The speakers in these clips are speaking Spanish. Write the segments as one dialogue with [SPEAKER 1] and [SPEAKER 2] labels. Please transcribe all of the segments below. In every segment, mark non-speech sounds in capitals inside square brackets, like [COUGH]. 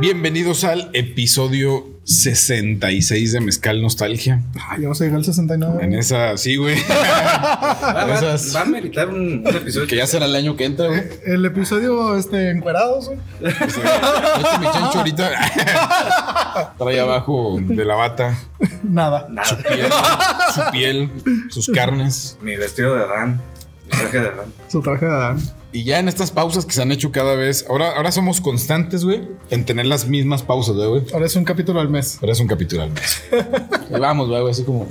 [SPEAKER 1] Bienvenidos al episodio 66 de Mezcal Nostalgia.
[SPEAKER 2] Ah, ya vamos a llegar al 69.
[SPEAKER 1] En esa, sí, güey.
[SPEAKER 3] Va, va-
[SPEAKER 1] Esas-
[SPEAKER 3] va a meritar un, un episodio.
[SPEAKER 1] que ya será el año que entra, güey.
[SPEAKER 2] El episodio, este, encuerados, güey.
[SPEAKER 1] Yo que mi chancho ahorita [LAUGHS] trae abajo de la bata
[SPEAKER 2] Nada.
[SPEAKER 3] [LAUGHS] Nada.
[SPEAKER 1] piel, su piel, sus carnes.
[SPEAKER 3] Mi vestido de Adán. Mi traje de Adán.
[SPEAKER 2] Su traje de Adán.
[SPEAKER 1] Y ya en estas pausas que se han hecho cada vez, ahora, ahora somos constantes, güey, en tener las mismas pausas, ¿verdad, güey.
[SPEAKER 2] Ahora es un capítulo al mes.
[SPEAKER 1] Pero es un capítulo al mes. Ahí vamos, güey, güey, así como.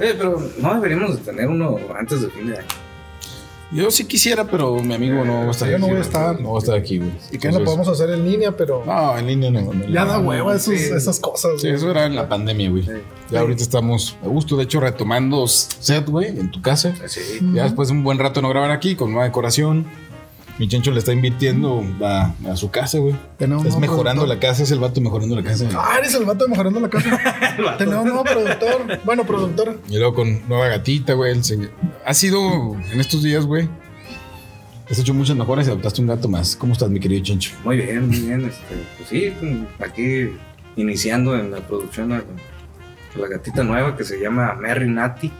[SPEAKER 3] Oye, pero no deberíamos de tener uno antes del fin de año.
[SPEAKER 1] Yo sí quisiera, pero mi amigo no va a estar
[SPEAKER 2] Yo no voy a
[SPEAKER 1] güey.
[SPEAKER 2] estar.
[SPEAKER 1] No va a estar aquí, güey.
[SPEAKER 2] Y que no
[SPEAKER 1] Entonces-
[SPEAKER 2] podemos hacer en línea, pero
[SPEAKER 1] No, en línea no.
[SPEAKER 2] ya da hueva
[SPEAKER 3] sí.
[SPEAKER 2] esos- esas cosas,
[SPEAKER 1] Sí,
[SPEAKER 2] güey.
[SPEAKER 1] eso era en la pandemia, güey. Ya ahorita estamos a gusto, de hecho, retomando set, güey, en tu casa.
[SPEAKER 3] Sí.
[SPEAKER 1] Ya después de un buen rato no grabar aquí, con nueva decoración. Mi chencho le está invirtiendo a, a su casa, güey.
[SPEAKER 2] Tenemos
[SPEAKER 1] Es
[SPEAKER 2] un nuevo
[SPEAKER 1] mejorando
[SPEAKER 2] productor.
[SPEAKER 1] la casa, es el vato mejorando la casa.
[SPEAKER 2] Ah, eres el vato de mejorando
[SPEAKER 1] [LAUGHS]
[SPEAKER 2] la casa. Tenemos un nuevo productor. Bueno, productor.
[SPEAKER 1] Y luego con nueva gatita, güey. el señor- Ha sido en estos días, güey. Has hecho muchas mejoras y adoptaste un gato más. ¿Cómo estás, mi querido chencho?
[SPEAKER 3] Muy bien, muy bien. Este, pues sí, aquí iniciando en la producción a, a la gatita nueva que se llama Merry Natty.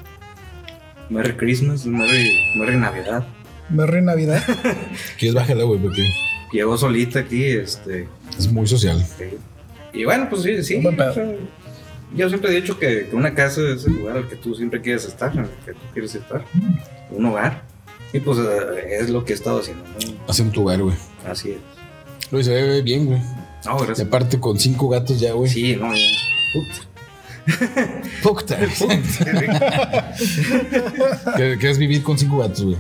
[SPEAKER 3] Merry Christmas, Merry, Merry Navidad.
[SPEAKER 2] Merry
[SPEAKER 1] [LAUGHS]
[SPEAKER 2] Navidad.
[SPEAKER 1] Quieres bájala, güey, porque
[SPEAKER 3] Llegó solita aquí, este,
[SPEAKER 1] es muy social.
[SPEAKER 3] Sí. Y bueno, pues sí, sí.
[SPEAKER 2] Un buen pedo.
[SPEAKER 3] o sea, yo siempre he dicho que, que una casa es el lugar al que tú siempre quieres estar, en el que tú quieres estar,
[SPEAKER 1] Mm.
[SPEAKER 3] un hogar. Y pues eh, es lo que he estado haciendo, ¿no?
[SPEAKER 1] Haciendo tu hogar, güey.
[SPEAKER 3] Así es.
[SPEAKER 1] Lo se ve bien, güey.
[SPEAKER 3] No,
[SPEAKER 1] Y
[SPEAKER 3] gracias.
[SPEAKER 1] aparte con cinco gatos ya, güey.
[SPEAKER 3] Sí, no, ya. Puta.
[SPEAKER 1] Puta.
[SPEAKER 3] [LAUGHS]
[SPEAKER 1] ¿Qué, qué es vivir con cinco gatos, güey?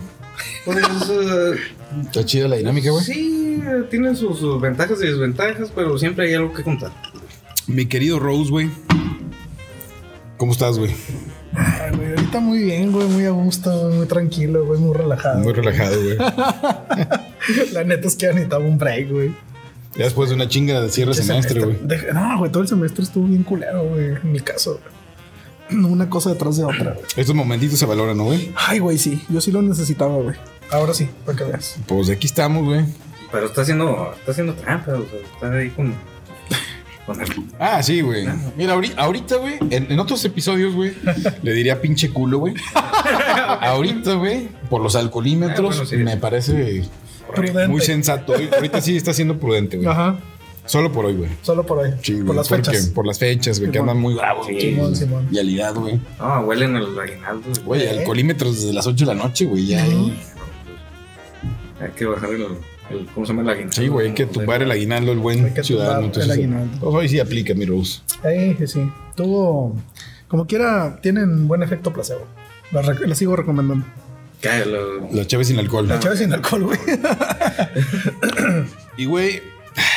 [SPEAKER 3] Pues, eh,
[SPEAKER 1] [LAUGHS] Está chida la dinámica, güey.
[SPEAKER 3] sí, eh, tienen sus, sus ventajas y desventajas, pero siempre hay algo que contar.
[SPEAKER 1] Mi querido Rose, güey. ¿Cómo estás, güey?
[SPEAKER 2] Ay, Ah, güey, ahorita muy bien, güey. Muy a gusto, güey, muy tranquilo, güey. Muy relajado.
[SPEAKER 1] Muy relajado, güey.
[SPEAKER 2] [LAUGHS] La neta es que ya necesitaba un break, güey.
[SPEAKER 1] Ya después de una chinga de cierre de semestre, güey.
[SPEAKER 2] Deja- No, güey, todo el semestre estuvo bien culero, güey. En mi caso, güey. Una cosa detrás de otra, güey.
[SPEAKER 1] Estos momentitos se valoran, ¿no, güey?
[SPEAKER 2] Ay, güey, sí. Yo sí lo necesitaba, güey. Ahora sí, para que veas.
[SPEAKER 1] Pues aquí estamos, güey.
[SPEAKER 3] Pero está haciendo, está haciendo trampa, o sea, está ahí con, con el-
[SPEAKER 1] Ah, sí, güey. Mira, ahori- ahorita, güey, en, en otros episodios, güey, le diría pinche culo, güey. ahorita, güey, por los alcoholímetros,
[SPEAKER 3] Ah, bueno, sí.
[SPEAKER 1] me parece
[SPEAKER 2] Prudente.
[SPEAKER 1] muy sensato. Hoy- Ahorita sí está siendo prudente, güey.
[SPEAKER 2] Ajá.
[SPEAKER 1] Solo por hoy, güey.
[SPEAKER 2] Solo por hoy.
[SPEAKER 1] Sí,
[SPEAKER 2] por
[SPEAKER 1] güey,
[SPEAKER 2] las
[SPEAKER 1] porque-
[SPEAKER 2] fechas.
[SPEAKER 1] Por las fechas, güey, que
[SPEAKER 2] Simón.
[SPEAKER 1] andan muy bravos.
[SPEAKER 3] Sí.
[SPEAKER 1] güey.
[SPEAKER 2] Simón, Simón.
[SPEAKER 1] Vialidad, güey.
[SPEAKER 3] No, huelen el aguinaldo.
[SPEAKER 1] Güey,
[SPEAKER 2] ¿Eh?
[SPEAKER 1] alcoholímetros desde las 8 de la noche, güey. Ya ¿eh?
[SPEAKER 2] Ujú.
[SPEAKER 1] ahí.
[SPEAKER 3] Hay que bajar el, el- ¿cómo se llama el aguinaldo?
[SPEAKER 1] Sí, güey, hay que tumbar el aguinaldo, el buen
[SPEAKER 2] Hay que
[SPEAKER 1] ciudadano.
[SPEAKER 2] tumbar
[SPEAKER 1] entonces,
[SPEAKER 2] el aguinaldo.
[SPEAKER 1] pues, hoy sí aplica, mi Rose.
[SPEAKER 2] Ahí, sí, sí. Tuvo. Como quiera, tienen buen efecto placebo. La, rec- la sigo recomendando.
[SPEAKER 3] Ya, lo-
[SPEAKER 1] La chave sin alcohol.
[SPEAKER 2] La chave sin alcohol, güey.
[SPEAKER 1] Y, güey,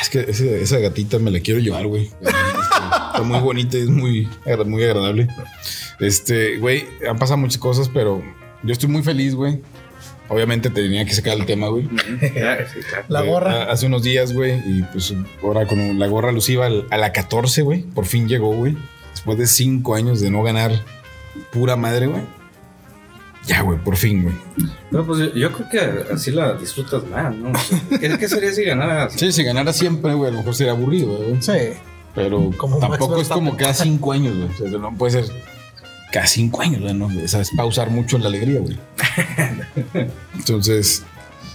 [SPEAKER 1] es que ese- esa gatita me la quiero llevar,
[SPEAKER 2] [LAUGHS]
[SPEAKER 1] güey. Este, Está muy bonita y es muy, agra- muy agradable. Este, güey, han pasado muchas cosas, pero yo estoy muy feliz, güey. Obviamente tenía que sacar el tema, güey.
[SPEAKER 3] Ujú, ya, sí, claro.
[SPEAKER 2] La
[SPEAKER 1] Güey,
[SPEAKER 2] gorra.
[SPEAKER 1] a- Eh, ah, Hace unos días, güey, y pues ahora con la gorra alusiva al- a la 14, güey. Por fin llegó, güey. Después de cinco años de no ganar pura madre, güey. Ya, güey, por fin, güey.
[SPEAKER 3] No, pues yo, yo creo que así la disfrutas más, ¿no? ¿Qué, qué sería si ganaras?
[SPEAKER 1] Sí, si ganara siempre, güey, a lo mejor sería aburrido, güey.
[SPEAKER 2] Sí.
[SPEAKER 1] Pero
[SPEAKER 2] Como Max
[SPEAKER 1] tampoco es
[SPEAKER 2] Verstappen.
[SPEAKER 1] como cada cinco años, güey. O sea, no puede ser cada cinco años, güey. ¿no? O sea, es pausar mucho en la alegría,
[SPEAKER 2] [LAUGHS]
[SPEAKER 1] güey. Entonces,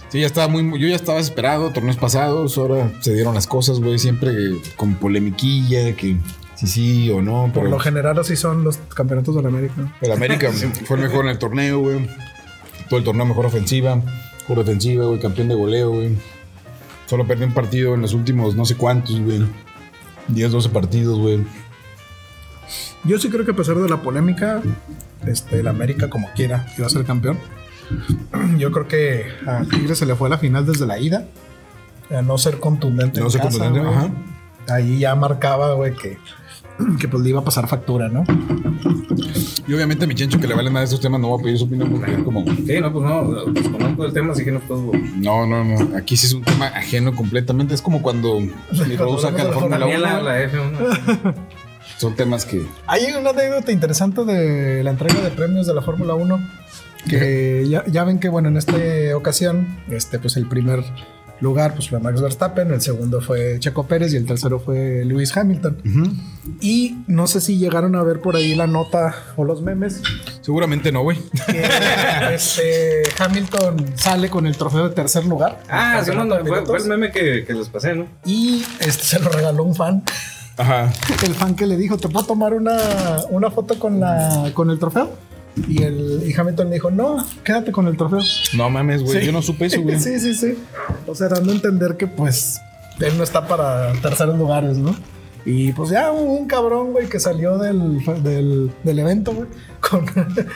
[SPEAKER 1] sí, ya estaba muy. Yo ya estaba esperado, torneos pasados, ahora se dieron las cosas, güey. Siempre con polemiquilla, que sí, sí o no.
[SPEAKER 2] Por
[SPEAKER 1] Pero
[SPEAKER 2] lo general, así son los campeonatos de la América. ¿no?
[SPEAKER 1] el
[SPEAKER 2] [LAUGHS]
[SPEAKER 1] América fue el mejor en el torneo, güey. Todo el torneo mejor ofensiva, mejor defensiva, güey. Campeón de goleo, güey. Solo perdió un partido en los últimos no sé cuántos, güey. 10, 12 partidos, güey.
[SPEAKER 2] Yo sí creo que a pesar de la polémica, este, el América como quiera iba a ser campeón. [CLEARS THROAT] Yo creo que a Tigres se le fue la final desde la ida. A no ser contundente.
[SPEAKER 1] No
[SPEAKER 2] en
[SPEAKER 1] sé cómo
[SPEAKER 2] casa,
[SPEAKER 1] tendría-
[SPEAKER 2] güey.
[SPEAKER 1] ajá.
[SPEAKER 2] Ahí ya marcaba, güey, que, que pues le iba a pasar factura, ¿no?
[SPEAKER 1] Y obviamente mi chencho que le vale nada de estos temas no va a pedir su opinión porque es como...
[SPEAKER 3] Sí, no, pues no, pues conozco el tema, así que no puedo.
[SPEAKER 1] No, no, no. Aquí sí es un tema ajeno completamente. Es como cuando mi Rose saca la Fórmula
[SPEAKER 3] También la,
[SPEAKER 1] 1.
[SPEAKER 3] la F1.
[SPEAKER 1] Son temas que...
[SPEAKER 2] Hay una anécdota interesante de la entrega de premios de la Fórmula 1. Que ya, ya ven que, bueno, en esta ocasión, este, pues el primer lugar pues fue Max Verstappen, el segundo fue Checo Pérez y el tercero fue Lewis Hamilton.
[SPEAKER 1] Ujú.
[SPEAKER 2] Y no sé si llegaron a ver por ahí la nota o los memes
[SPEAKER 1] Seguramente no, güey.
[SPEAKER 2] que
[SPEAKER 3] [LAUGHS]
[SPEAKER 2] este, Hamilton sale con el trofeo de tercer lugar.
[SPEAKER 3] Ah, sí, no, no,
[SPEAKER 2] Campeonato de
[SPEAKER 3] fue, fue el
[SPEAKER 2] pilotos.
[SPEAKER 3] meme que, que les pasé, ¿no?
[SPEAKER 2] Y este se lo regaló un fan.
[SPEAKER 1] Ajá.
[SPEAKER 2] El fan que le dijo, ¿te puedo tomar una, una foto con, la, con el trofeo? Y, el, y Hamilton le dijo, no, quédate con el trofeo. [LAUGHS]
[SPEAKER 1] No mames, güey.
[SPEAKER 2] Sí.
[SPEAKER 1] Yo no supe eso, güey.
[SPEAKER 2] sí, sí, sí. O sea, dando a entender que pues él no está para terceros lugares, ¿no? Y pues ya hubo un cabrón, güey, que salió del, del, del evento, güey, [LAUGHS] con,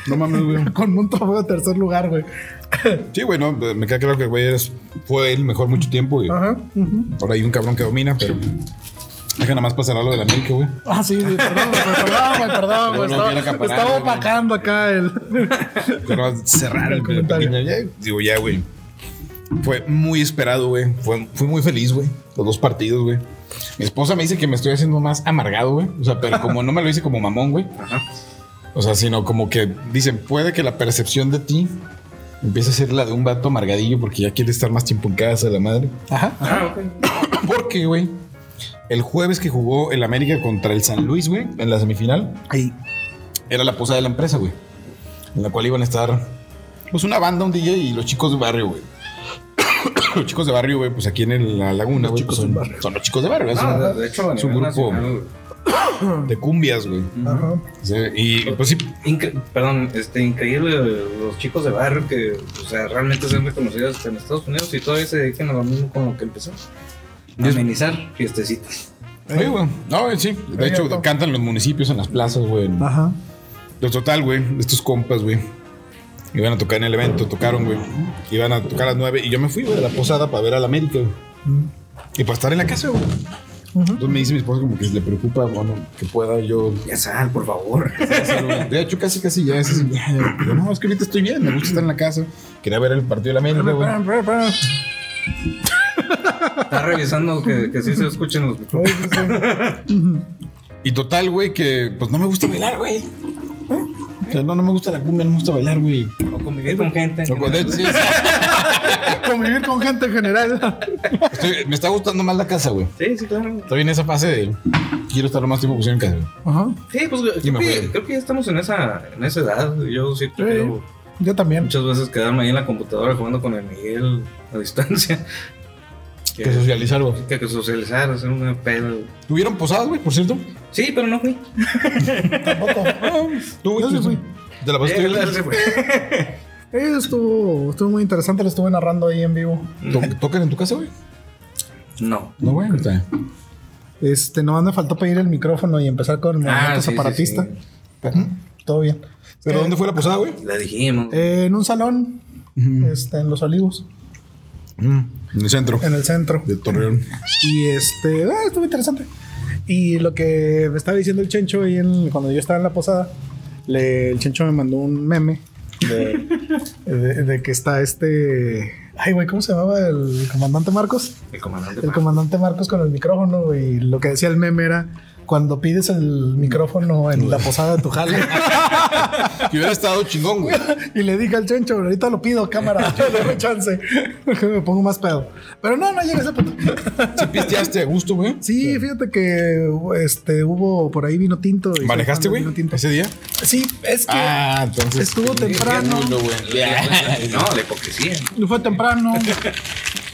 [SPEAKER 1] No mames, güey.
[SPEAKER 2] con un trofeo de tercer lugar, güey.
[SPEAKER 1] Sí, güey, no, me queda claro que el güey eres- fue el mejor mucho tiempo y
[SPEAKER 2] Ajá. ujú.
[SPEAKER 1] ahora hay un cabrón que domina, pero deja nada más pasar algo de la América, güey.
[SPEAKER 2] Ah, sí, sí, perdón, güey, perdón, güey, perdón,
[SPEAKER 1] Pero
[SPEAKER 2] güey.
[SPEAKER 1] no
[SPEAKER 2] Estaba,
[SPEAKER 1] quiero acaparar,
[SPEAKER 2] estaba
[SPEAKER 1] güey.
[SPEAKER 2] opacando acá el.
[SPEAKER 1] Pero cerrar el
[SPEAKER 2] comentario.
[SPEAKER 1] pequeño, ya, digo, ya, güey. Fue muy esperado, güey. Fue, fui muy feliz, güey. Los dos partidos, güey. Mi esposa me dice que me estoy haciendo más amargado, güey. O sea, pero como no me lo hice como mamón, güey.
[SPEAKER 3] Ajá.
[SPEAKER 1] O sea, sino como que dicen, puede que la percepción de ti empiece a ser la de un vato amargadillo porque ya quiere estar más tiempo en casa, la madre. [CLEARS THROAT]
[SPEAKER 2] Ajá.
[SPEAKER 3] Ah, ok.
[SPEAKER 1] Porque, güey, el jueves que jugó el América contra el San Luis, güey, en la semifinal, era la posada de la empresa, güey. En la cual iban a estar, pues, una banda, un DJ y los chicos de barrio, güey. [COUGHS] los chicos de barrio, güey, pues aquí en el- la laguna, güey, pues,
[SPEAKER 2] chicos
[SPEAKER 1] son,
[SPEAKER 2] del barrio.
[SPEAKER 1] son los chicos de barrio. es
[SPEAKER 3] Ah,
[SPEAKER 1] una-
[SPEAKER 3] de, de hecho, a
[SPEAKER 1] es un
[SPEAKER 3] nivel
[SPEAKER 1] grupo
[SPEAKER 3] nacional,
[SPEAKER 1] de cumbias, güey.
[SPEAKER 2] Ajá.
[SPEAKER 1] Sí, Y, pues, sí,
[SPEAKER 3] Incre- perdón, este, increíble los chicos de barrio que, o sea, realmente sean reconocidos en Estados Unidos y todavía se dedican a lo mismo con lo que empezó.
[SPEAKER 1] Dios-
[SPEAKER 3] Amenizar fiestecitas.
[SPEAKER 1] oye, güey, no, eh, sí. De
[SPEAKER 2] Ahí
[SPEAKER 1] hecho,
[SPEAKER 2] está.
[SPEAKER 1] cantan en los municipios, en las plazas, güey. en-
[SPEAKER 2] Ajá.
[SPEAKER 1] Pero total, güey, estos compas, güey. Iban a tocar en el evento, tocaron, güey. Iban a tocar a las nueve y yo me fui, güey, a la posada para ver al América, güey. Y para estar en la casa, güey.
[SPEAKER 2] Ujú.
[SPEAKER 1] Entonces me dice mi esposa como que le preocupa, bueno, que pueda yo
[SPEAKER 3] Ya sal,
[SPEAKER 1] [LAUGHS]
[SPEAKER 3] por favor.
[SPEAKER 1] hacer, güey. De hecho, casi, casi ya es así, ya, ya. Digo, no, es que ahorita estoy bien, me gusta estar en la casa. Quería ver el partido de la América, güey.
[SPEAKER 2] Espera, espera, espera.
[SPEAKER 3] Está revisando que, que sí se escuchen los micrófonos.
[SPEAKER 2] Sí, sí, sí.
[SPEAKER 1] Y total, güey, que pues no me gusta bailar, güey. O sea, no, no me gusta la cumbia, no me gusta bailar, güey.
[SPEAKER 3] O convivir con gente.
[SPEAKER 1] Loco, de hecho, sí, sí.
[SPEAKER 2] Convivir con gente en general.
[SPEAKER 1] Estoy- me está gustando más la casa, güey.
[SPEAKER 3] Sí, sí, claro.
[SPEAKER 1] Estoy en esa fase de quiero estar lo más tiempo posible en casa, güey.
[SPEAKER 2] Ajá.
[SPEAKER 3] Sí, pues creo
[SPEAKER 1] Dime,
[SPEAKER 3] que,
[SPEAKER 1] güey.
[SPEAKER 3] creo que ya estamos en esa, en esa edad. Yo sí
[SPEAKER 2] Sí.
[SPEAKER 3] prefiero
[SPEAKER 2] Yo también.
[SPEAKER 3] muchas veces quedarme ahí en la computadora jugando con el Miguel a
[SPEAKER 1] [LAUGHS]
[SPEAKER 3] distancia. Que,
[SPEAKER 1] Que socializar, güey.
[SPEAKER 3] que- que socializar, hacer una pedo.
[SPEAKER 1] ¿Tuvieron posadas, güey, por cierto?
[SPEAKER 3] Sí, pero no fui.
[SPEAKER 2] Tampoco.
[SPEAKER 1] Tú, güey,
[SPEAKER 2] Yo sí
[SPEAKER 1] tú-
[SPEAKER 2] fui.
[SPEAKER 1] Te la pasaste
[SPEAKER 3] Eh,
[SPEAKER 1] bien.
[SPEAKER 3] él se fue.
[SPEAKER 2] Eh, estuvo, estuvo muy interesante, lo estuve narrando ahí en vivo.
[SPEAKER 1] To- ¿Tocan en tu casa, güey?
[SPEAKER 3] No.
[SPEAKER 1] [LAUGHS] No, güey. ahorita.
[SPEAKER 2] Este, nomás me faltó pedir el micrófono y empezar con movimientos
[SPEAKER 3] Ah, sí, sí,
[SPEAKER 2] aparatista.
[SPEAKER 3] sí.
[SPEAKER 2] Todo bien.
[SPEAKER 1] ¿Pero
[SPEAKER 2] Eh,
[SPEAKER 1] dónde fue la posada, güey?
[SPEAKER 3] La dijimos.
[SPEAKER 2] eh, en un salón,
[SPEAKER 1] Ujú.
[SPEAKER 2] este, en Los Olivos,
[SPEAKER 1] Mm, En el centro
[SPEAKER 2] en el centro.
[SPEAKER 1] de Torreón.
[SPEAKER 2] Y este, ah, estuvo interesante. Y lo que me estaba diciendo el Chencho ahí en- cuando yo estaba en la posada, le- el Chencho me mandó un meme de, de- de que está este. Ay, güey, ¿cómo se llamaba el comandante Marcos?
[SPEAKER 3] el comandante.
[SPEAKER 2] El comandante Marcos con el micrófono, güey. y Lo que decía el meme era cuando pides el micrófono en la posada de tu jale.
[SPEAKER 1] Que hubiera estado chingón, güey.
[SPEAKER 2] Y le dije al chencho, ahorita lo pido, cámara, dame chance. [LAUGHS] Que me pongo más pedo. Pero no, no llega ese punto.
[SPEAKER 1] Se pisteaste a gusto, güey.
[SPEAKER 2] Sí, fíjate que este, hubo por ahí vino tinto. y-
[SPEAKER 1] ¿Manejaste, güey?
[SPEAKER 2] Vino tinto.
[SPEAKER 1] ¿Ese día?
[SPEAKER 2] Sí, es que
[SPEAKER 1] Ah, entonces.
[SPEAKER 2] estuvo temprano.
[SPEAKER 1] Bien, güey.
[SPEAKER 3] [LAUGHS] No, la hipocresía.
[SPEAKER 2] Fue
[SPEAKER 1] [LAUGHS]
[SPEAKER 2] temprano.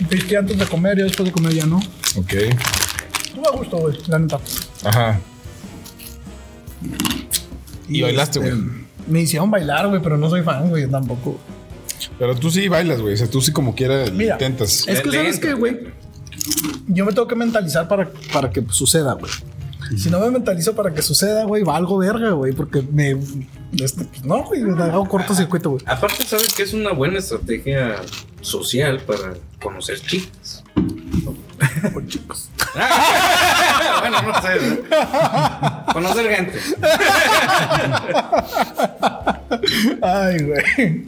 [SPEAKER 2] Viste antes de comer y después de comer ya no.
[SPEAKER 1] Ok.
[SPEAKER 2] Estuvo a gusto, güey, la neta.
[SPEAKER 1] Ajá. Y bailaste,
[SPEAKER 2] este,
[SPEAKER 1] güey.
[SPEAKER 2] Me hicieron bailar, güey, pero no soy fan, güey, tampoco.
[SPEAKER 1] Pero tú sí bailas, güey. O sea, tú sí como quieras
[SPEAKER 2] Mira.
[SPEAKER 1] intentas.
[SPEAKER 2] Es que,
[SPEAKER 3] Le- le
[SPEAKER 2] ¿sabes
[SPEAKER 3] entra,
[SPEAKER 2] qué,
[SPEAKER 3] le
[SPEAKER 2] güey?
[SPEAKER 3] entra.
[SPEAKER 2] Yo me tengo que mentalizar para, para que suceda, güey. Si no me mentalizo para que suceda, güey, valgo verga, güey, porque me. este, pues, no, güey, me hago
[SPEAKER 1] [LAUGHS]
[SPEAKER 2] cortocircuito, güey.
[SPEAKER 3] Aparte, ¿sabes que es una buena estrategia social para conocer chicas?
[SPEAKER 2] Con chicos.
[SPEAKER 3] bueno, no sé. ¿no? Conocer gente.
[SPEAKER 2] Ay, güey.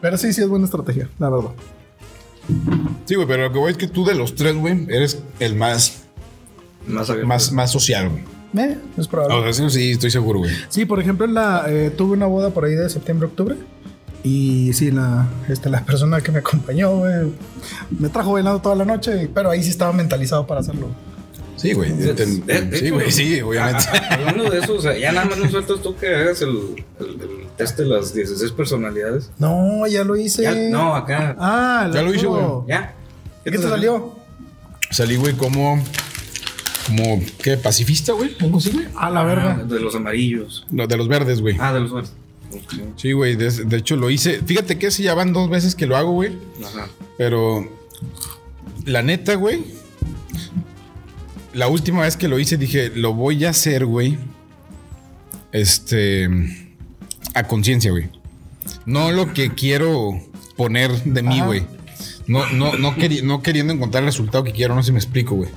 [SPEAKER 2] Pero sí, sí es buena estrategia, la verdad.
[SPEAKER 1] Sí, güey, pero lo que voy es que tú de los tres, güey, eres el más,
[SPEAKER 3] Más abierto.
[SPEAKER 1] más, más social, güey.
[SPEAKER 2] Eh, es probable.
[SPEAKER 1] O sea, eso sí, estoy seguro, güey.
[SPEAKER 2] Sí, por ejemplo, en la, eh, tuve una boda por ahí de septiembre, octubre. Y sí, la, este, la persona que me acompañó, güey, me trajo bailando toda la noche, pero ahí sí estaba mentalizado para hacerlo.
[SPEAKER 1] Sí, güey.
[SPEAKER 3] De-
[SPEAKER 1] te-
[SPEAKER 3] de- de
[SPEAKER 1] Sí,
[SPEAKER 3] hecho,
[SPEAKER 1] güey, sí, obviamente.
[SPEAKER 3] a- a- Hablando de eso, o sea, ya nada más no sueltas tú que hagas el, el- el test de las 16 personalidades.
[SPEAKER 2] No, ya lo hice.
[SPEAKER 3] Ya- no, acá.
[SPEAKER 2] Ah,
[SPEAKER 1] Ya lo hice,
[SPEAKER 2] juro.
[SPEAKER 1] güey.
[SPEAKER 3] ¿Ya?
[SPEAKER 2] ¿Qué te salió?
[SPEAKER 1] Salí, güey, como. Como, ¿qué? ¿Pacifista, güey? ¿Algo así, güey?
[SPEAKER 2] A la verga.
[SPEAKER 3] Ah, de los amarillos.
[SPEAKER 1] No, de los verdes, güey.
[SPEAKER 3] Ah, de los verdes. Ok.
[SPEAKER 1] Sí, güey. De, de hecho, lo hice. Fíjate que sí, ya van dos veces que lo hago, güey.
[SPEAKER 3] Ajá.
[SPEAKER 1] Pero. La neta, güey. La última vez que lo hice, dije, lo voy a hacer, güey. Este. A conciencia, güey. No lo que quiero poner de mí,
[SPEAKER 2] Ajá.
[SPEAKER 1] güey. No, no, no, queri- no queriendo encontrar el resultado que quiero, no se me explico, güey.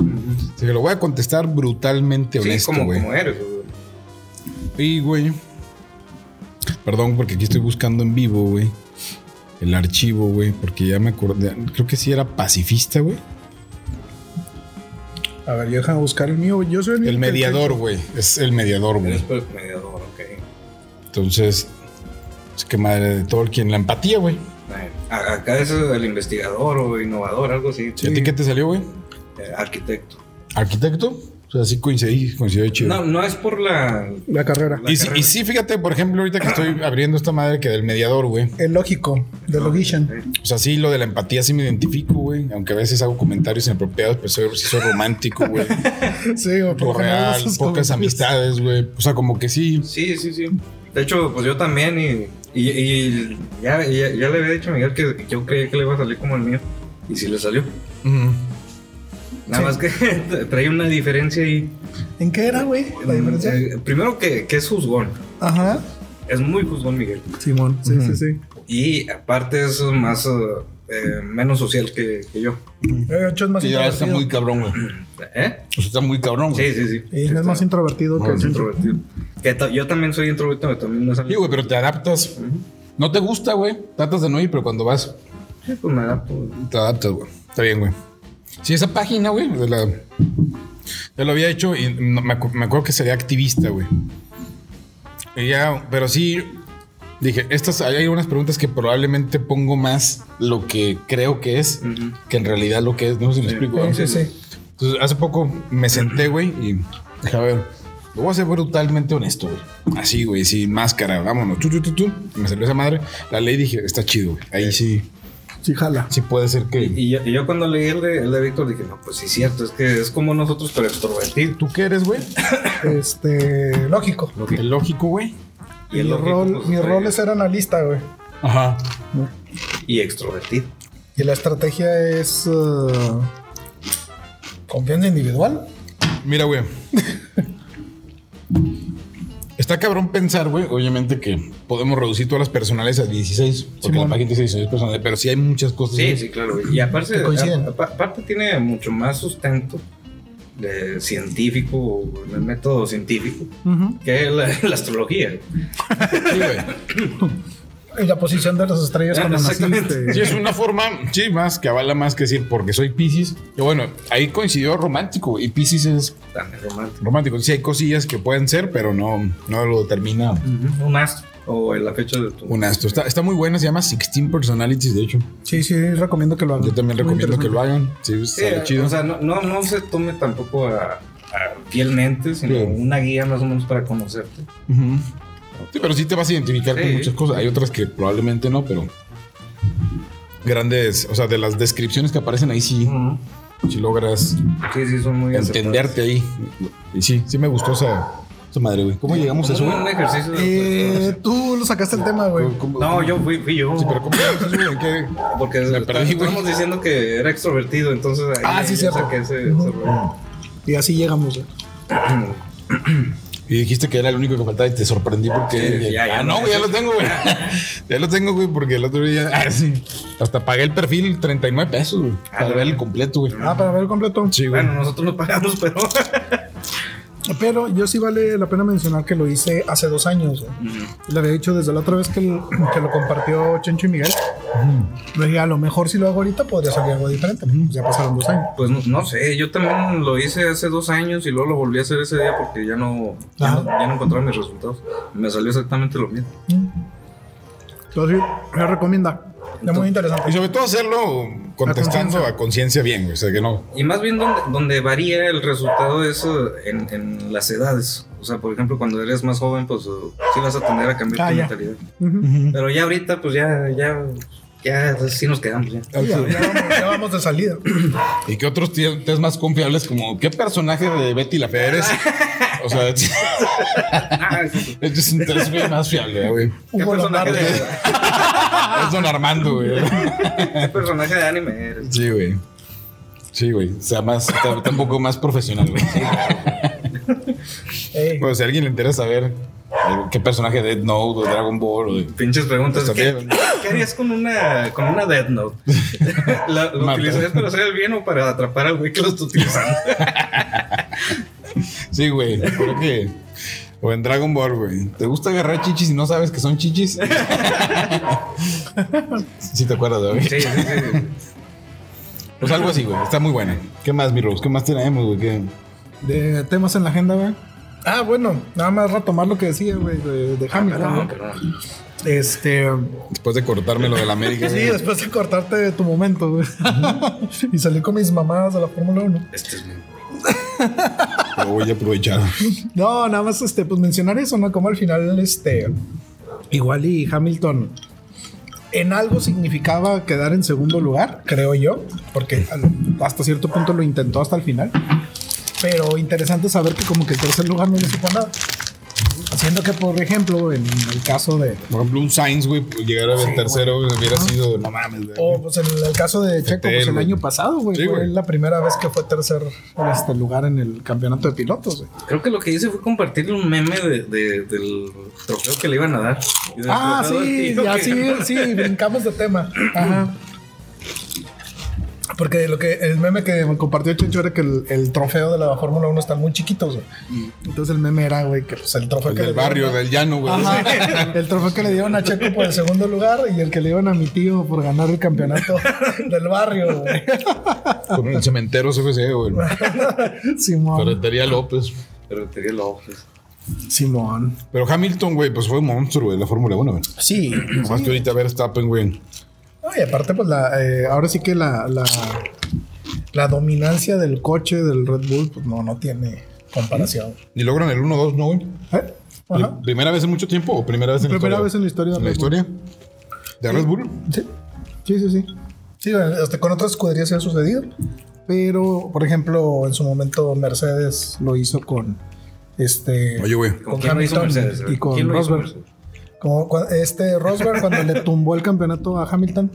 [SPEAKER 1] Así que lo voy a contestar brutalmente
[SPEAKER 3] Sí,
[SPEAKER 1] honesto,
[SPEAKER 3] como,
[SPEAKER 1] güey.
[SPEAKER 3] como eres, güey.
[SPEAKER 1] Y, güey. Perdón, porque aquí estoy buscando en vivo, güey. El archivo, güey. Porque ya me acordé. Creo que sí era pacifista, güey.
[SPEAKER 2] A ver, yo déjame buscar el mío. Yo soy el,
[SPEAKER 1] El mediador, güey. Es el mediador,
[SPEAKER 3] Eres
[SPEAKER 1] güey.
[SPEAKER 3] pues mediador, ok.
[SPEAKER 1] Entonces. Es que madre de todo quien. La empatía, güey.
[SPEAKER 3] A- Acá es el investigador o innovador, algo así.
[SPEAKER 1] ¿Y a ti qué te salió, güey?
[SPEAKER 3] Eh, arquitecto.
[SPEAKER 1] ¿Arquitecto? O sea, sí coincidí, coincidió chido.
[SPEAKER 3] No, no es por la.
[SPEAKER 2] La carrera.
[SPEAKER 1] y, sí- y sí, fíjate, por ejemplo, ahorita que estoy abriendo esta madre que del mediador, güey.
[SPEAKER 2] El lógico, de
[SPEAKER 1] Ah,
[SPEAKER 2] Logishan.
[SPEAKER 3] Eh,
[SPEAKER 1] O sea, sí, lo de la empatía sí me identifico, güey. Aunque a veces hago comentarios inapropiados, pero soy, sí soy romántico, güey.
[SPEAKER 2] Sí, güey,
[SPEAKER 1] Poco
[SPEAKER 2] porque no hago
[SPEAKER 1] real,
[SPEAKER 2] esos
[SPEAKER 1] pocas
[SPEAKER 2] comentarios.
[SPEAKER 1] amistades, güey. O sea, como que sí.
[SPEAKER 3] Sí, sí, sí. De hecho, pues yo también y, y, y ya, ya, ya le había dicho a Miguel que yo creía que le iba a salir como el mío. Y sí le salió. Nada más que [LAUGHS] trae una diferencia ahí.
[SPEAKER 2] ¿En qué era, güey?
[SPEAKER 1] Mm,
[SPEAKER 2] La diferencia.
[SPEAKER 3] Eh, primero que, que es juzgón.
[SPEAKER 2] Ajá.
[SPEAKER 3] Es muy juzgón, Miguel.
[SPEAKER 2] Simón, sí,
[SPEAKER 1] Ujú.
[SPEAKER 2] sí, sí.
[SPEAKER 3] Y aparte es más eh, eh, menos social que, que yo.
[SPEAKER 2] Eh, Ocho es más
[SPEAKER 1] Sí, ya está muy
[SPEAKER 2] introvertido.
[SPEAKER 1] cabrón, güey.
[SPEAKER 3] ¿Eh?
[SPEAKER 1] O sea, está muy cabrón, güey.
[SPEAKER 3] Sí, sí, sí.
[SPEAKER 2] Y es más introvertido
[SPEAKER 1] No,
[SPEAKER 2] que
[SPEAKER 1] es
[SPEAKER 2] el
[SPEAKER 3] introvertido. Que ta- yo también soy introvertido, también me sale.
[SPEAKER 1] Sí, güey, pero te adaptas. No te gusta, güey. Tratas de no ir, pero cuando vas,
[SPEAKER 3] Sí, pues me da por-
[SPEAKER 1] te adaptas, güey. Está bien, güey. Sí, esa página, güey, de la... Yo lo había hecho y no- me, acu- me acuerdo que sería activista, güey. Y ya, pero sí, dije, estas, hay algunas preguntas que probablemente pongo más lo que creo que es
[SPEAKER 3] Ujú.
[SPEAKER 1] que en realidad lo que es. No sé si me
[SPEAKER 3] Sí.
[SPEAKER 1] explico. güey.
[SPEAKER 2] Sí, sí, sí.
[SPEAKER 1] Entonces, hace poco me senté, güey, y dije, a ver, lo voy a ser brutalmente honesto, güey. Así, güey, sin máscara, vámonos. Tú, tú, tú, tú. Me salió esa madre. La ley dije, está chido, güey. Ahí sí,
[SPEAKER 2] Sí, jala.
[SPEAKER 1] sí puede ser que.
[SPEAKER 3] Y yo, y yo cuando leí el de, el de Víctor dije, no, pues sí, cierto, es que es como nosotros, pero extrovertido.
[SPEAKER 1] ¿Tú qué eres,
[SPEAKER 3] [LAUGHS]
[SPEAKER 1] güey?
[SPEAKER 2] Este, lógico.
[SPEAKER 1] El lógico, güey.
[SPEAKER 3] Y el
[SPEAKER 2] mi
[SPEAKER 3] lógico,
[SPEAKER 2] rol,
[SPEAKER 3] pues,
[SPEAKER 2] mi
[SPEAKER 3] eh,
[SPEAKER 2] rol es ser analista, güey.
[SPEAKER 1] Ajá.
[SPEAKER 3] Y extrovertido.
[SPEAKER 2] Y la estrategia es eh, confianza individual.
[SPEAKER 1] Mira, güey. Está cabrón pensar, güey, obviamente que podemos reducir todas las personales a 16, porque
[SPEAKER 2] Simón.
[SPEAKER 1] la página dice 16 personales, pero sí hay muchas cosas.
[SPEAKER 3] Sí,
[SPEAKER 1] güey.
[SPEAKER 3] sí, claro. güey. Y aparte,
[SPEAKER 2] Que coinciden.
[SPEAKER 3] a- a- aparte tiene mucho más sustento de científico, o en el método científico, que la, [LAUGHS] la astrología.
[SPEAKER 1] Sí, güey.
[SPEAKER 2] Y la posición de las
[SPEAKER 1] [LAUGHS]
[SPEAKER 2] estrellas cuando
[SPEAKER 3] Exactamente.
[SPEAKER 2] naciste.
[SPEAKER 1] Sí, es una forma, sí, más que avala más que decir porque soy Pisces. Y bueno, ahí coincidió romántico y Pisces es
[SPEAKER 3] Tan romántico.
[SPEAKER 1] romántico. Sí, hay cosillas que pueden ser, pero no, no lo determina
[SPEAKER 3] Un astro. O en la fecha de tu.
[SPEAKER 1] un astro. Está, está muy buena, se llama 16 Personalities, de hecho.
[SPEAKER 2] Sí, sí, recomiendo que lo hagan.
[SPEAKER 1] Yo también
[SPEAKER 2] Muy
[SPEAKER 1] recomiendo que
[SPEAKER 2] interesante.
[SPEAKER 1] lo hagan. Sí,
[SPEAKER 3] Sí,
[SPEAKER 1] está chido.
[SPEAKER 3] O sea, no, no, no se tome tampoco a, a fielmente, sino
[SPEAKER 1] Sí.
[SPEAKER 3] una guía más o menos para conocerte.
[SPEAKER 1] Ujú. Sí, pero sí te vas a identificar con
[SPEAKER 3] Sí.
[SPEAKER 1] muchas cosas. Hay otras que probablemente no, pero grandes, o sea, de las descripciones que aparecen ahí sí, sí logras
[SPEAKER 3] Sí, sí, son muy
[SPEAKER 1] entenderte ahí. Y sí, sí me gustó esa, esa madre, güey. ¿Cómo llegamos a eso, güey?
[SPEAKER 3] un ejercicio
[SPEAKER 1] Ah,
[SPEAKER 3] de
[SPEAKER 2] Eh, tú lo sacaste el tema, güey.
[SPEAKER 1] ¿Cómo- cómo-
[SPEAKER 3] Pues, No, yo fui, fui yo.
[SPEAKER 1] Sí, pero ¿cómo llegamos a eso, güey? ¿Qué?
[SPEAKER 3] Porque
[SPEAKER 1] Me
[SPEAKER 3] está-
[SPEAKER 1] perdí, güey.
[SPEAKER 3] estábamos diciendo que era extrovertido, entonces ahí
[SPEAKER 1] Ah, sí,
[SPEAKER 3] yo
[SPEAKER 1] cierto.
[SPEAKER 3] saqué ese- ese
[SPEAKER 2] Ujú.
[SPEAKER 3] rollo.
[SPEAKER 2] Y así llegamos, güey.
[SPEAKER 1] Y dijiste que era el único que faltaba y te sorprendí porque.
[SPEAKER 3] Sí, ya, ya,
[SPEAKER 1] ah, no, güey, ya lo tengo,
[SPEAKER 3] [LAUGHS]
[SPEAKER 1] güey. ya lo tengo, güey, porque el otro día. Ah, sí. Hasta pagué el perfil 39 pesos, güey.
[SPEAKER 3] Ah,
[SPEAKER 1] Para ver el completo, güey.
[SPEAKER 2] Ah, para ver el completo.
[SPEAKER 1] Sí, güey.
[SPEAKER 3] Bueno, nosotros lo pagamos, [LAUGHS] pero.
[SPEAKER 2] Pero yo sí vale la pena mencionar que lo hice hace dos años, güey. Le había dicho desde la otra vez que, el- que lo compartió Chencho y Miguel. Le dije, a lo mejor si lo hago ahorita podría salir algo diferente. Pues ya pasaron dos años.
[SPEAKER 3] Pues no, no sé, yo también lo hice hace dos años y luego lo volví a hacer ese día porque ya no, ya
[SPEAKER 2] Ajá.
[SPEAKER 3] no, ya no encontraba mis resultados. Me salió exactamente lo mismo.
[SPEAKER 2] Entonces, sí, se recomienda. Es muy
[SPEAKER 1] Y
[SPEAKER 2] interesante.
[SPEAKER 1] sobre todo hacerlo contestando
[SPEAKER 2] conciencia.
[SPEAKER 1] a conciencia bien, güey. O sea, que no.
[SPEAKER 3] Y más bien donde, donde varía el resultado de eso en, en las edades. O sea, por ejemplo, cuando eres más joven, pues uh, sí vas a tender a cambiar
[SPEAKER 2] Ah,
[SPEAKER 3] tu
[SPEAKER 2] ya.
[SPEAKER 3] mentalidad.
[SPEAKER 2] Ujú.
[SPEAKER 3] Pero ya ahorita, pues ya, ya, ya, sí nos quedamos
[SPEAKER 1] [LAUGHS]
[SPEAKER 3] ya.
[SPEAKER 2] Sí, ya, ya vamos, ya vamos de salida.
[SPEAKER 1] ¿Y qué otros tie- test más confiables? Como, ¿qué personaje de Betty la Fea eres? O sea, [LAUGHS] este
[SPEAKER 3] Ah, sí.
[SPEAKER 1] es un test güey, más fiable, güey.
[SPEAKER 3] ¿Qué
[SPEAKER 2] Hugo
[SPEAKER 3] personaje, de,
[SPEAKER 2] Leonardo.
[SPEAKER 1] Es don Armando, güey.
[SPEAKER 3] [LAUGHS] qué personaje de anime eres?
[SPEAKER 1] Sí, güey. Sí, güey. O sea, más, ta- tampoco más profesional, güey. [LAUGHS]
[SPEAKER 2] Ey,
[SPEAKER 1] Bueno, si a alguien le interesa saber eh, qué personaje de Dead Note o Dragon Ball o de
[SPEAKER 3] Pinches preguntas.
[SPEAKER 2] Pues
[SPEAKER 1] Está
[SPEAKER 3] ¿Qué,
[SPEAKER 1] bien.
[SPEAKER 3] qué harías con una, con una Death
[SPEAKER 2] [LAUGHS]
[SPEAKER 3] Note? ¿La, ¿Lo
[SPEAKER 1] Matar.
[SPEAKER 3] utilizarías para hacer el bien o para atrapar al güey que lo está utilizando?
[SPEAKER 1] Sí, güey. Creo que. O en Dragon Ball, güey. ¿Te gusta agarrar chichis y no sabes que son chichis? sí, te acuerdas, güey.
[SPEAKER 3] Sí, sí, sí.
[SPEAKER 1] Pues algo así, güey. Está muy buena. ¿Qué más, mi Rose? ¿Qué más tenemos, güey? ¿Qué-
[SPEAKER 2] de temas en la agenda, güey. Ah, bueno, nada más retomar lo que decía, güey, de, de Hamilton.
[SPEAKER 3] Perdón,
[SPEAKER 2] ¿no?
[SPEAKER 3] perdón.
[SPEAKER 2] Este.
[SPEAKER 1] Después de cortarme lo de la América.
[SPEAKER 2] Sí,
[SPEAKER 1] güey.
[SPEAKER 2] después de cortarte de tu momento, güey. [LAUGHS] y salí con mis mamadas de la Fórmula 1.
[SPEAKER 3] Este es mi-
[SPEAKER 1] Lo voy a aprovechar.
[SPEAKER 2] No, nada más este, pues mencionar eso, ¿no? Como al final, este. Igual y Hamilton. En algo significaba quedar en segundo lugar, creo yo, porque al- hasta cierto punto lo intentó hasta el final. Pero interesante saber que como que el tercer lugar no le supo nada. Haciendo que, por ejemplo, en el caso de...
[SPEAKER 1] Por ejemplo, un Sainz, güey, llegar a ver tercero güey, hubiera sido. No mames, güey.
[SPEAKER 2] O pues en el caso de Checo, pues el
[SPEAKER 1] güey.
[SPEAKER 2] año pasado, güey,
[SPEAKER 1] Sí,
[SPEAKER 2] fue
[SPEAKER 1] güey.
[SPEAKER 2] la primera vez que fue tercer este, lugar en el campeonato de pilotos, güey.
[SPEAKER 3] Creo que lo que hice fue compartir un meme de, de- del trofeo que le iban a dar. Y del
[SPEAKER 2] Ah,
[SPEAKER 1] Este,
[SPEAKER 3] trofeo
[SPEAKER 2] sí,
[SPEAKER 3] del tío
[SPEAKER 2] ya
[SPEAKER 3] que-
[SPEAKER 2] sí, sí, brincamos de tema. Ajá. Porque lo que el meme que me compartió Chencho era que el, el trofeo de la Fórmula 1 están muy chiquitos, güey. Entonces el meme era, güey, que pues, el trofeo
[SPEAKER 1] Mm. El
[SPEAKER 2] que
[SPEAKER 1] del
[SPEAKER 2] le dieron
[SPEAKER 1] barrio,
[SPEAKER 2] a-
[SPEAKER 1] del llano, güey.
[SPEAKER 2] Ajá, [LAUGHS] el trofeo que le dieron a Checo por el segundo lugar y el que le dieron a mi tío por ganar
[SPEAKER 1] [LAUGHS]
[SPEAKER 2] el campeonato del barrio, güey.
[SPEAKER 1] Con el cementero CFC, güey.
[SPEAKER 2] Simón.
[SPEAKER 1] Ferretería López.
[SPEAKER 3] [LAUGHS] Pero te pues, dio los ojos.
[SPEAKER 2] Simón.
[SPEAKER 1] Pero Hamilton, güey, pues fue un monstruo, güey, la Fórmula 1, güey.
[SPEAKER 2] Sí.
[SPEAKER 1] Nomás que ahorita Verstappen, güey.
[SPEAKER 2] No, y aparte, pues la, eh, ahora sí que la, la, la dominancia del coche del Red Bull, pues no, no tiene comparación.
[SPEAKER 1] Y logran el 1-2, ¿no, güey?
[SPEAKER 2] ¿Eh? Ajá.
[SPEAKER 1] Pri- ¿Primera vez en mucho tiempo o primera vez en la
[SPEAKER 2] Primera
[SPEAKER 1] historia?
[SPEAKER 2] vez en la historia de
[SPEAKER 1] ¿En la
[SPEAKER 2] Red Bull.
[SPEAKER 1] historia? ¿De Red Bull?
[SPEAKER 2] Sí, sí, sí. sí. Sí, hasta con otras escuderías se ha sucedido. Pero, por ejemplo, en su momento Mercedes lo hizo con este.
[SPEAKER 1] Oye, güey.
[SPEAKER 3] ¿Con
[SPEAKER 2] Con
[SPEAKER 3] quién lo hizo
[SPEAKER 2] Hamilton
[SPEAKER 3] Mercedes? güey?
[SPEAKER 2] y con
[SPEAKER 3] ¿Quién lo hizo
[SPEAKER 2] Rosberg.
[SPEAKER 3] Mercedes?
[SPEAKER 2] Como cua- este Rosberg cuando le tumbó el campeonato a
[SPEAKER 1] [CLEARS THROAT]
[SPEAKER 2] Hamilton.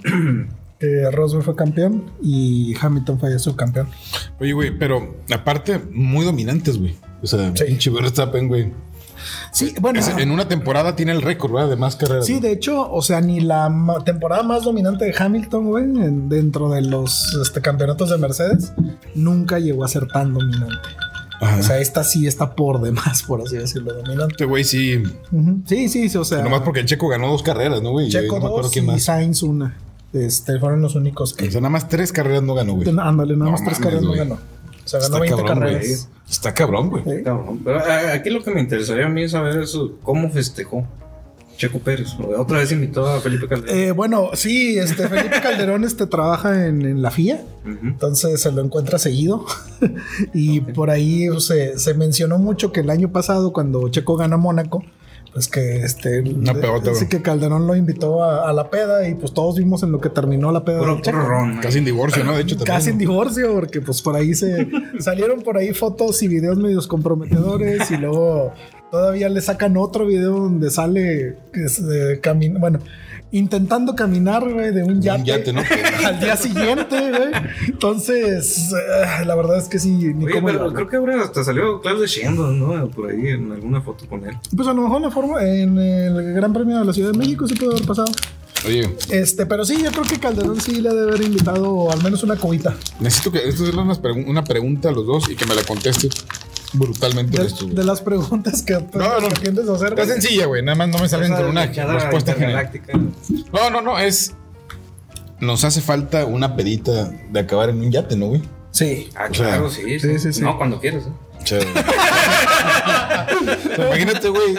[SPEAKER 2] eh, Rosberg fue campeón y Hamilton fue subcampeón.
[SPEAKER 1] Oye, güey, pero aparte, muy dominantes, güey. O sea,
[SPEAKER 2] Sí.
[SPEAKER 1] pinche Verstappen, güey.
[SPEAKER 2] Sí, bueno.
[SPEAKER 1] Ese- En una temporada tiene el récord, ¿verdad? De más carreras.
[SPEAKER 2] Sí, de hecho, o sea, ni la ma- temporada más dominante de Hamilton, güey, en- dentro de los este, campeonatos de Mercedes, nunca llegó a ser tan dominante.
[SPEAKER 1] Ajá.
[SPEAKER 2] O sea, esta sí está por demás, por así decirlo, dominante.
[SPEAKER 1] Este güey sí.
[SPEAKER 2] Ujú. Sí, sí, sí, o sea,
[SPEAKER 1] Nomás porque Checo ganó dos carreras, ¿no, güey?
[SPEAKER 2] Checo
[SPEAKER 1] Yo no me acuerdo
[SPEAKER 2] dos
[SPEAKER 1] quién
[SPEAKER 2] y
[SPEAKER 1] más.
[SPEAKER 2] Sainz una. Este, fueron los únicos
[SPEAKER 1] O
[SPEAKER 2] que...
[SPEAKER 1] sea, nada más tres carreras no ganó, güey.
[SPEAKER 2] Ándale,
[SPEAKER 1] No
[SPEAKER 2] nada más tres
[SPEAKER 1] mames,
[SPEAKER 2] carreras no
[SPEAKER 1] güey.
[SPEAKER 2] ganó. O sea, ganó 20
[SPEAKER 1] cabrón,
[SPEAKER 2] carreras.
[SPEAKER 1] güey. Está cabrón, güey.
[SPEAKER 2] ¿Eh?
[SPEAKER 3] Cabrón, Pero a- aquí lo que me interesaría a mí es saber eso, cómo festejó Checo Pérez. Otra vez invitó a Felipe Calderón.
[SPEAKER 2] Eh, bueno, sí, este Felipe Calderón este, trabaja en, en la FIA.
[SPEAKER 3] Ujú.
[SPEAKER 2] Entonces se lo encuentra seguido. [LAUGHS] y por ahí o sea, se mencionó mucho que el año pasado, cuando Checo gana Mónaco, pues que este
[SPEAKER 1] Una pedota,
[SPEAKER 2] sí
[SPEAKER 1] bro.
[SPEAKER 2] que Calderón lo invitó a, a la peda y pues todos vimos en lo que terminó la peda.
[SPEAKER 3] Puro,
[SPEAKER 2] de Checo.
[SPEAKER 3] puro ron.
[SPEAKER 1] Casi en divorcio, ¿no? De hecho, también.
[SPEAKER 2] Casi en
[SPEAKER 1] ¿no?
[SPEAKER 2] divorcio, porque pues por
[SPEAKER 1] [LAUGHS]
[SPEAKER 2] ahí se salieron por ahí fotos y videos medios comprometedores y luego todavía le sacan otro video donde sale caminando, bueno, intentando caminar güey, de un yate,
[SPEAKER 1] Un yate, ¿no?
[SPEAKER 2] [LAUGHS] al día siguiente, güey. Entonces, eh, la verdad es que sí, ni
[SPEAKER 3] Oye,
[SPEAKER 2] cómo
[SPEAKER 3] pero
[SPEAKER 2] llevarlo.
[SPEAKER 3] creo que ahora hasta salió Claudio de Sheinbaum, ¿no? Por ahí en alguna foto con él.
[SPEAKER 2] Pues a lo mejor la forma en el Gran Premio de la Ciudad de México sí puede haber pasado.
[SPEAKER 1] [LAUGHS] Oye,
[SPEAKER 2] Este, pero sí, yo creo que Calderón sí le debe haber invitado al menos una cubita.
[SPEAKER 1] necesito que esto sea una, pregun- una pregunta a los dos y que me la conteste brutalmente
[SPEAKER 2] De,
[SPEAKER 1] honesto, güey.
[SPEAKER 2] de las preguntas que
[SPEAKER 1] No, Pues, no.
[SPEAKER 2] pretendes hacer.
[SPEAKER 1] Está
[SPEAKER 2] güey.
[SPEAKER 1] sencilla, güey. Nada más no me salen
[SPEAKER 3] Esa
[SPEAKER 1] con una
[SPEAKER 3] fachada
[SPEAKER 1] respuesta general.
[SPEAKER 3] intergaláctica.
[SPEAKER 1] No, no, no. Es. Nos hace falta una pedita de acabar en un yate, ¿no, güey?
[SPEAKER 2] Sí.
[SPEAKER 3] Ah,
[SPEAKER 1] O sea,
[SPEAKER 3] claro, sí,
[SPEAKER 2] sí,
[SPEAKER 3] sí,
[SPEAKER 2] sí, sí.
[SPEAKER 1] Ah, [LAUGHS]
[SPEAKER 3] No, cuando quieras. ¿eh?
[SPEAKER 1] O sea, imagínate, güey.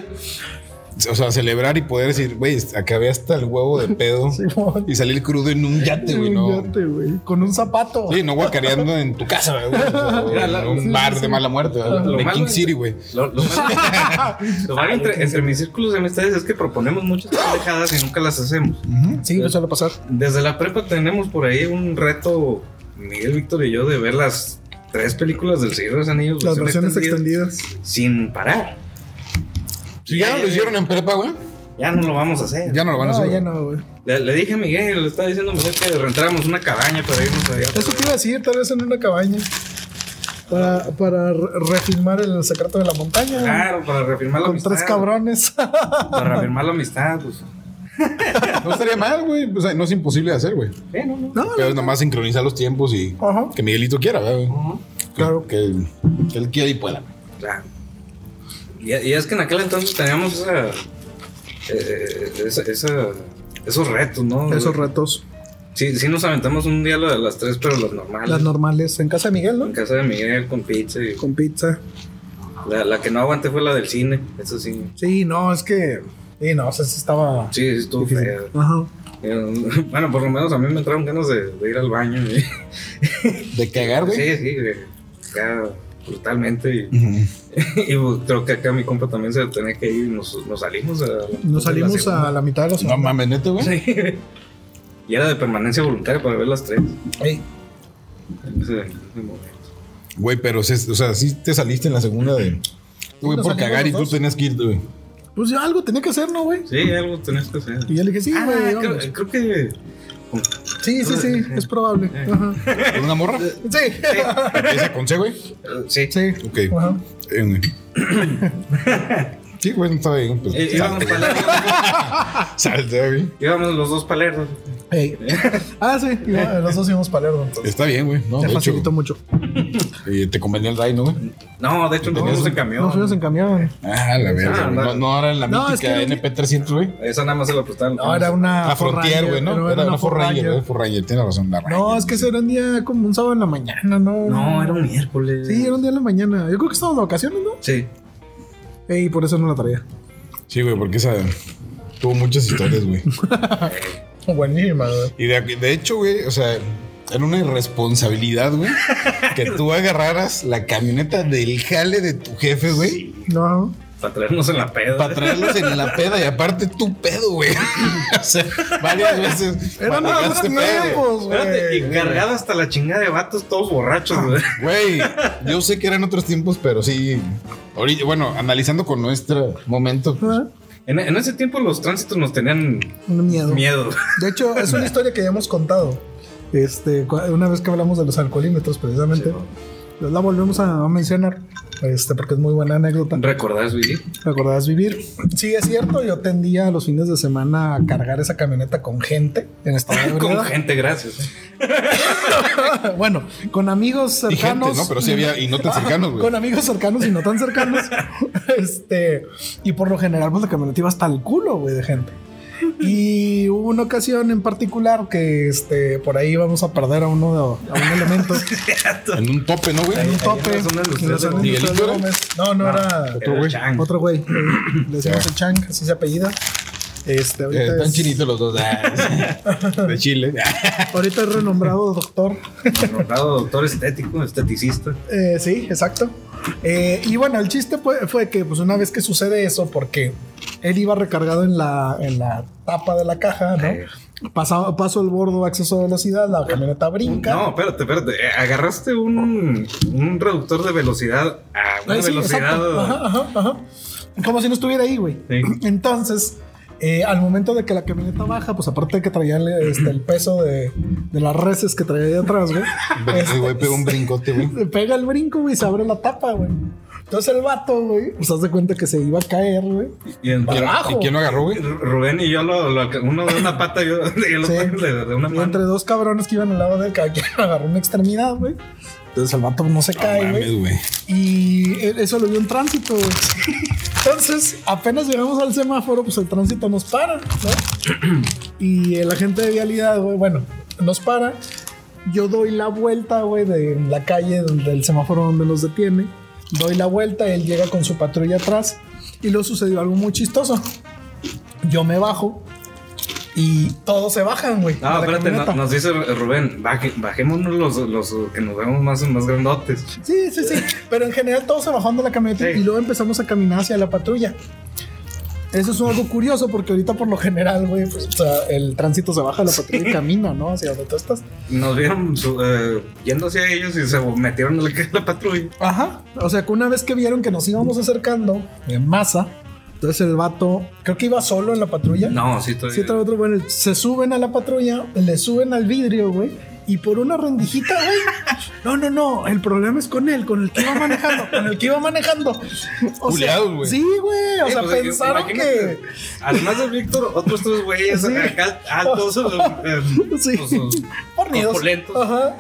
[SPEAKER 1] o sea, celebrar y poder decir, güey, acabé hasta el huevo de pedo
[SPEAKER 2] Simón.
[SPEAKER 1] y salir crudo en un yate, güey,
[SPEAKER 2] Un
[SPEAKER 1] no.
[SPEAKER 2] yate, güey, Con un zapato.
[SPEAKER 1] Sí, no guacareando en tu casa, güey. o
[SPEAKER 3] Mira, la-
[SPEAKER 1] en un bar de mala muerte, ¿verdad?
[SPEAKER 3] Lo
[SPEAKER 1] de
[SPEAKER 3] malo
[SPEAKER 1] King
[SPEAKER 3] es-
[SPEAKER 1] City, güey.
[SPEAKER 3] Lo, lo malo, lo malo entre, entre mis círculos de amistades es que proponemos muchas pendejadas y nunca las hacemos.
[SPEAKER 2] Sí, me suele pasar.
[SPEAKER 3] Desde la prepa tenemos por ahí un reto, Miguel, Víctor y yo, de ver las tres películas del Señor de los Anillos.
[SPEAKER 2] Las
[SPEAKER 3] versión
[SPEAKER 2] versiones
[SPEAKER 3] extendida,
[SPEAKER 2] extendidas.
[SPEAKER 3] Sin parar.
[SPEAKER 1] Si ya no lo hicieron en prepa, güey,
[SPEAKER 3] Ya no lo vamos a hacer.
[SPEAKER 1] ya no lo van a
[SPEAKER 2] No,
[SPEAKER 1] hacer.
[SPEAKER 2] ya
[SPEAKER 1] güey.
[SPEAKER 2] no, güey.
[SPEAKER 3] Le, le dije a Miguel, le estaba diciendo a Miguel que rentáramos una cabaña para irnos allá.
[SPEAKER 2] Eso te iba a decir, tal vez en una cabaña. Para, para re- refilmar el secreto de la montaña.
[SPEAKER 3] Claro, para reafirmar la
[SPEAKER 2] con
[SPEAKER 3] amistad.
[SPEAKER 2] tres cabrones. [LAUGHS]
[SPEAKER 3] Para reafirmar la amistad, pues.
[SPEAKER 1] No estaría mal, güey. O sea, no es imposible de hacer, güey.
[SPEAKER 3] Eh, no, no.
[SPEAKER 2] no,
[SPEAKER 1] Pero es nomás sincronizar los tiempos y
[SPEAKER 2] Ajá.
[SPEAKER 1] que Miguelito quiera, ¿verdad, güey.
[SPEAKER 3] Ujú.
[SPEAKER 1] Que-
[SPEAKER 2] Claro.
[SPEAKER 1] Que, que él quiera y pueda.
[SPEAKER 3] Claro. Y, y es que en aquel entonces teníamos esa, eh, esa- esa- esos retos, ¿no?
[SPEAKER 2] Esos retos.
[SPEAKER 3] Sí, sí nos aventamos un día lo de las tres, pero los normales.
[SPEAKER 2] Las normales. En casa de Miguel,
[SPEAKER 3] En
[SPEAKER 2] ¿no?
[SPEAKER 3] casa de Miguel con pizza. y-
[SPEAKER 2] Con pizza.
[SPEAKER 3] la, la que no aguanté fue la del cine, eso sí.
[SPEAKER 2] Sí, no, es que. Sí, no, o sea, sí estaba.
[SPEAKER 3] Sí, estuvo
[SPEAKER 2] difícil.
[SPEAKER 3] feo.
[SPEAKER 2] Ajá.
[SPEAKER 3] Eh, [LAUGHS] Bueno, por lo menos a mí me entraron ganas de, de ir al baño. y-
[SPEAKER 1] De cagar, güey.
[SPEAKER 3] Sí, sí, de- acá brutalmente. Y, [LAUGHS]
[SPEAKER 1] Ujú.
[SPEAKER 3] y, pues, creo que acá mi compa también se tenía que ir y nos, nos salimos. A,
[SPEAKER 2] Nos salimos a la mitad de los.
[SPEAKER 1] No mames, neta, güey.
[SPEAKER 3] Sí. Y era de permanencia voluntaria para ver las tres.
[SPEAKER 2] Ey,
[SPEAKER 3] En ese- en ese momento.
[SPEAKER 1] Güey, pero, se- o sea, sí te saliste en la segunda de. Güey, por
[SPEAKER 2] nos salimos
[SPEAKER 1] cagar y
[SPEAKER 2] los
[SPEAKER 1] tú
[SPEAKER 2] dos.
[SPEAKER 1] tenías que ir, güey.
[SPEAKER 2] Pues yo algo tenía que hacer, ¿no, güey?
[SPEAKER 3] Sí, algo tenías que hacer.
[SPEAKER 2] Y yo le dije, sí,
[SPEAKER 3] Ah,
[SPEAKER 2] güey.
[SPEAKER 3] creo,
[SPEAKER 2] vamos.
[SPEAKER 3] creo que. eh,
[SPEAKER 2] Sí, sí, sí, es probable. Ajá.
[SPEAKER 1] ¿Con una morra?
[SPEAKER 2] Sí.
[SPEAKER 1] ¿Esa con C, güey?
[SPEAKER 3] eh, Sí.
[SPEAKER 2] Sí.
[SPEAKER 1] Ok.
[SPEAKER 2] Ajá.
[SPEAKER 1] Eh, güey. sí, güey, no estaba bien. Pues,
[SPEAKER 3] Eh, íbamos,
[SPEAKER 1] salte, güey.
[SPEAKER 3] para-
[SPEAKER 1] Salte, güey.
[SPEAKER 3] íbamos los dos palerdos. [LAUGHS]
[SPEAKER 2] Ey. Ah, sí. y bueno, los dos íbamos para Lerdo, entonces.
[SPEAKER 1] Está bien, güey. No,
[SPEAKER 2] Me
[SPEAKER 1] de hecho,
[SPEAKER 2] facilitó mucho.
[SPEAKER 1] eh, te convenía el Ray, ¿no, güey?
[SPEAKER 3] No, de hecho, no
[SPEAKER 1] Tenías
[SPEAKER 3] fuimos
[SPEAKER 1] un-
[SPEAKER 3] en camión.
[SPEAKER 2] Nos fuimos en camión.
[SPEAKER 1] Ah, la
[SPEAKER 3] Ah,
[SPEAKER 1] verdad.
[SPEAKER 3] no.
[SPEAKER 1] No, no, ahora la
[SPEAKER 2] No, es
[SPEAKER 1] mítica
[SPEAKER 2] que-
[SPEAKER 1] NP300, güey.
[SPEAKER 3] Esa nada más se la prestaron.
[SPEAKER 2] No, era una.
[SPEAKER 1] La Frontier,
[SPEAKER 2] Forranger,
[SPEAKER 1] güey, ¿no?
[SPEAKER 2] pero
[SPEAKER 1] Era, una Ford Ranger,
[SPEAKER 2] Forranger.
[SPEAKER 1] era Ford Ranger, tiene razón, la Ranger.
[SPEAKER 2] No, es que ese era un día como un sábado en la mañana, ¿no?
[SPEAKER 3] No, era un miércoles.
[SPEAKER 2] Sí, era un día en la mañana. Yo creo que estábamos de vacaciones, ¿no?
[SPEAKER 3] Sí.
[SPEAKER 2] Ey, por eso no la traía.
[SPEAKER 1] Sí, güey, porque esa tuvo muchas historias, güey.
[SPEAKER 2] Buenísima, güey.
[SPEAKER 1] Y de, de hecho, güey, o sea, era una irresponsabilidad, güey, que tú agarraras la camioneta del jale de tu jefe, güey,
[SPEAKER 2] No.
[SPEAKER 3] Para traernos en la peda.
[SPEAKER 1] para traerlos en la peda y aparte tu pedo, güey. [LAUGHS] o sea, varias veces.
[SPEAKER 2] Eran
[SPEAKER 1] manejaste
[SPEAKER 2] unos nuevos,
[SPEAKER 3] Espérate,
[SPEAKER 2] güey.
[SPEAKER 3] y cargado hasta la chingada de vatos, todos borrachos, güey.
[SPEAKER 1] Güey, yo sé que eran otros tiempos, pero sí. Ahorita, bueno, analizando con nuestro momento, pues,
[SPEAKER 2] Ajá.
[SPEAKER 3] En, en ese tiempo los tránsitos nos tenían
[SPEAKER 2] Ah, Un miedo.
[SPEAKER 3] miedo.
[SPEAKER 2] De hecho, es una historia que ya hemos contado. Este, cu- una vez que hablamos de los alcoholímetros, precisamente, pues, la volvemos a a mencionar, este, porque es muy buena anécdota.
[SPEAKER 3] ¿Recordás, Billy?
[SPEAKER 2] ¿Recordás vivir? Sí, es cierto. Yo tendía los fines de semana a cargar esa camioneta con gente en estado de
[SPEAKER 3] [LAUGHS] Con
[SPEAKER 2] ebriedad.
[SPEAKER 3] gente, gracias.
[SPEAKER 2] [LAUGHS] bueno, con amigos
[SPEAKER 1] y
[SPEAKER 2] cercanos.
[SPEAKER 1] gente, ¿no? Pero sí había, y no tan cercanos, güey.
[SPEAKER 2] Con amigos cercanos y no
[SPEAKER 1] [LAUGHS]
[SPEAKER 2] tan cercanos. este, y por lo general, pues la camioneta iba hasta el culo, güey, de gente. Y hubo una ocasión en particular que este, por ahí íbamos a perder a uno de, a un
[SPEAKER 1] [LAUGHS]
[SPEAKER 2] elemento
[SPEAKER 1] En un tope, ¿no, güey? Eh,
[SPEAKER 2] en un
[SPEAKER 3] Ahí en
[SPEAKER 2] tope.
[SPEAKER 3] la zona de los
[SPEAKER 2] en la
[SPEAKER 3] tres,
[SPEAKER 2] zona de
[SPEAKER 1] ¿Miguelito
[SPEAKER 2] Industrial
[SPEAKER 1] era?
[SPEAKER 2] Gómez. No, no, era
[SPEAKER 1] Otro güey.
[SPEAKER 3] Chang.
[SPEAKER 2] otro güey. Le decíamos
[SPEAKER 1] Ya.
[SPEAKER 2] el Chang, así se apellida. Este, ahorita,
[SPEAKER 1] Eh, Están
[SPEAKER 2] es,
[SPEAKER 1] chinitos los dos.
[SPEAKER 2] [LAUGHS]
[SPEAKER 1] ah, De Chile.
[SPEAKER 2] ahorita es renombrado doctor
[SPEAKER 3] Nombrado doctor estético, esteticista.
[SPEAKER 2] Eh, sí, exacto. Eh, y bueno, el chiste fue, fue que pues una vez que sucede eso, porque él iba recargado en la, en la tapa de la caja,
[SPEAKER 3] Eh,
[SPEAKER 2] ¿no? Pasaba- paso el bordo, acceso de velocidad, la camioneta brinca.
[SPEAKER 3] No, espérate, espérate. Eh, Agarraste un, un reductor de velocidad a una
[SPEAKER 2] Eh, sí, exacto.
[SPEAKER 3] velocidad.
[SPEAKER 2] Ajá, ajá, ajá. Como si no estuviera ahí, güey.
[SPEAKER 3] Sí.
[SPEAKER 2] Entonces, eh, al momento de que la camioneta baja, pues aparte de que traía el, este, el peso de, de las reses que traía ahí
[SPEAKER 1] [LAUGHS]
[SPEAKER 2] atrás, güey.
[SPEAKER 1] Ese Este güey pegó un brincote, güey.
[SPEAKER 2] Le pega el brinco, güey, y se abre la tapa, güey. Entonces el vato, güey, pues haz de cuenta que se iba a caer, güey.
[SPEAKER 3] Y en-
[SPEAKER 1] ¿Quién-
[SPEAKER 2] Abajo.
[SPEAKER 1] ¿Y quién lo agarró, güey?
[SPEAKER 3] Ru- Rubén y yo, lo, lo- uno de una pata y yo y el otro
[SPEAKER 2] Sí.
[SPEAKER 3] de, de una
[SPEAKER 2] Y entre
[SPEAKER 3] mano.
[SPEAKER 2] dos cabrones que iban al lado de él, cada quien [LAUGHS] agarró una extremidad, güey. Entonces el vato no se cae,
[SPEAKER 1] Mames,
[SPEAKER 2] güey.
[SPEAKER 1] güey.
[SPEAKER 2] Y e- eso lo vio en tránsito, güey. [LAUGHS] Entonces, apenas llegamos al semáforo, pues el tránsito nos para, ¿no? [CLEARS THROAT] Y el agente de vialidad, güey, bueno, nos para. Yo doy la vuelta, güey, de la calle donde el semáforo donde nos detiene. Doy la vuelta, él llega con su patrulla atrás. Y luego sucedió algo muy chistoso. Yo me bajo y todos se bajan, güey. de
[SPEAKER 3] No,
[SPEAKER 2] la
[SPEAKER 3] Ah, espérate, no-
[SPEAKER 2] camioneta.
[SPEAKER 3] nos dice Rubén, baje- bajémonos los, los que nos vemos más, más grandotes.
[SPEAKER 2] Sí, sí, sí. Pero en general todos se bajaron de la camioneta
[SPEAKER 3] Sí.
[SPEAKER 2] y luego empezamos a caminar hacia la patrulla. Eso es algo curioso porque ahorita por lo general, güey, pues, o sea, el tránsito se baja de la patrulla y camina, ¿no? Hacia donde tú estás.
[SPEAKER 3] Nos vieron su- eh, yendo hacia ellos y se metieron en la, la patrulla.
[SPEAKER 2] Ajá. O sea, que una vez que vieron que nos íbamos acercando en masa, entonces el vato, creo que iba solo en la patrulla.
[SPEAKER 3] No, sí, todavía.
[SPEAKER 2] Sí, trae otro, bueno, se suben a la patrulla, le suben al vidrio, güey. Y por una rendijita, güey. No, no, no. El problema es con él, con el que iba manejando, con el que iba manejando. O sea,
[SPEAKER 1] Culeados, güey.
[SPEAKER 2] Sí, güey. O
[SPEAKER 3] Sí,
[SPEAKER 2] sea,
[SPEAKER 3] pues,
[SPEAKER 2] pensaron
[SPEAKER 3] imagínate,
[SPEAKER 2] que.
[SPEAKER 3] Además de Víctor, otros tres güeyes
[SPEAKER 2] Sí.
[SPEAKER 3] acá
[SPEAKER 2] [LAUGHS]
[SPEAKER 3] altos. eh,
[SPEAKER 2] Sí.
[SPEAKER 3] pues, eh,
[SPEAKER 2] Fornidos.
[SPEAKER 3] corpulentos.
[SPEAKER 2] Ajá.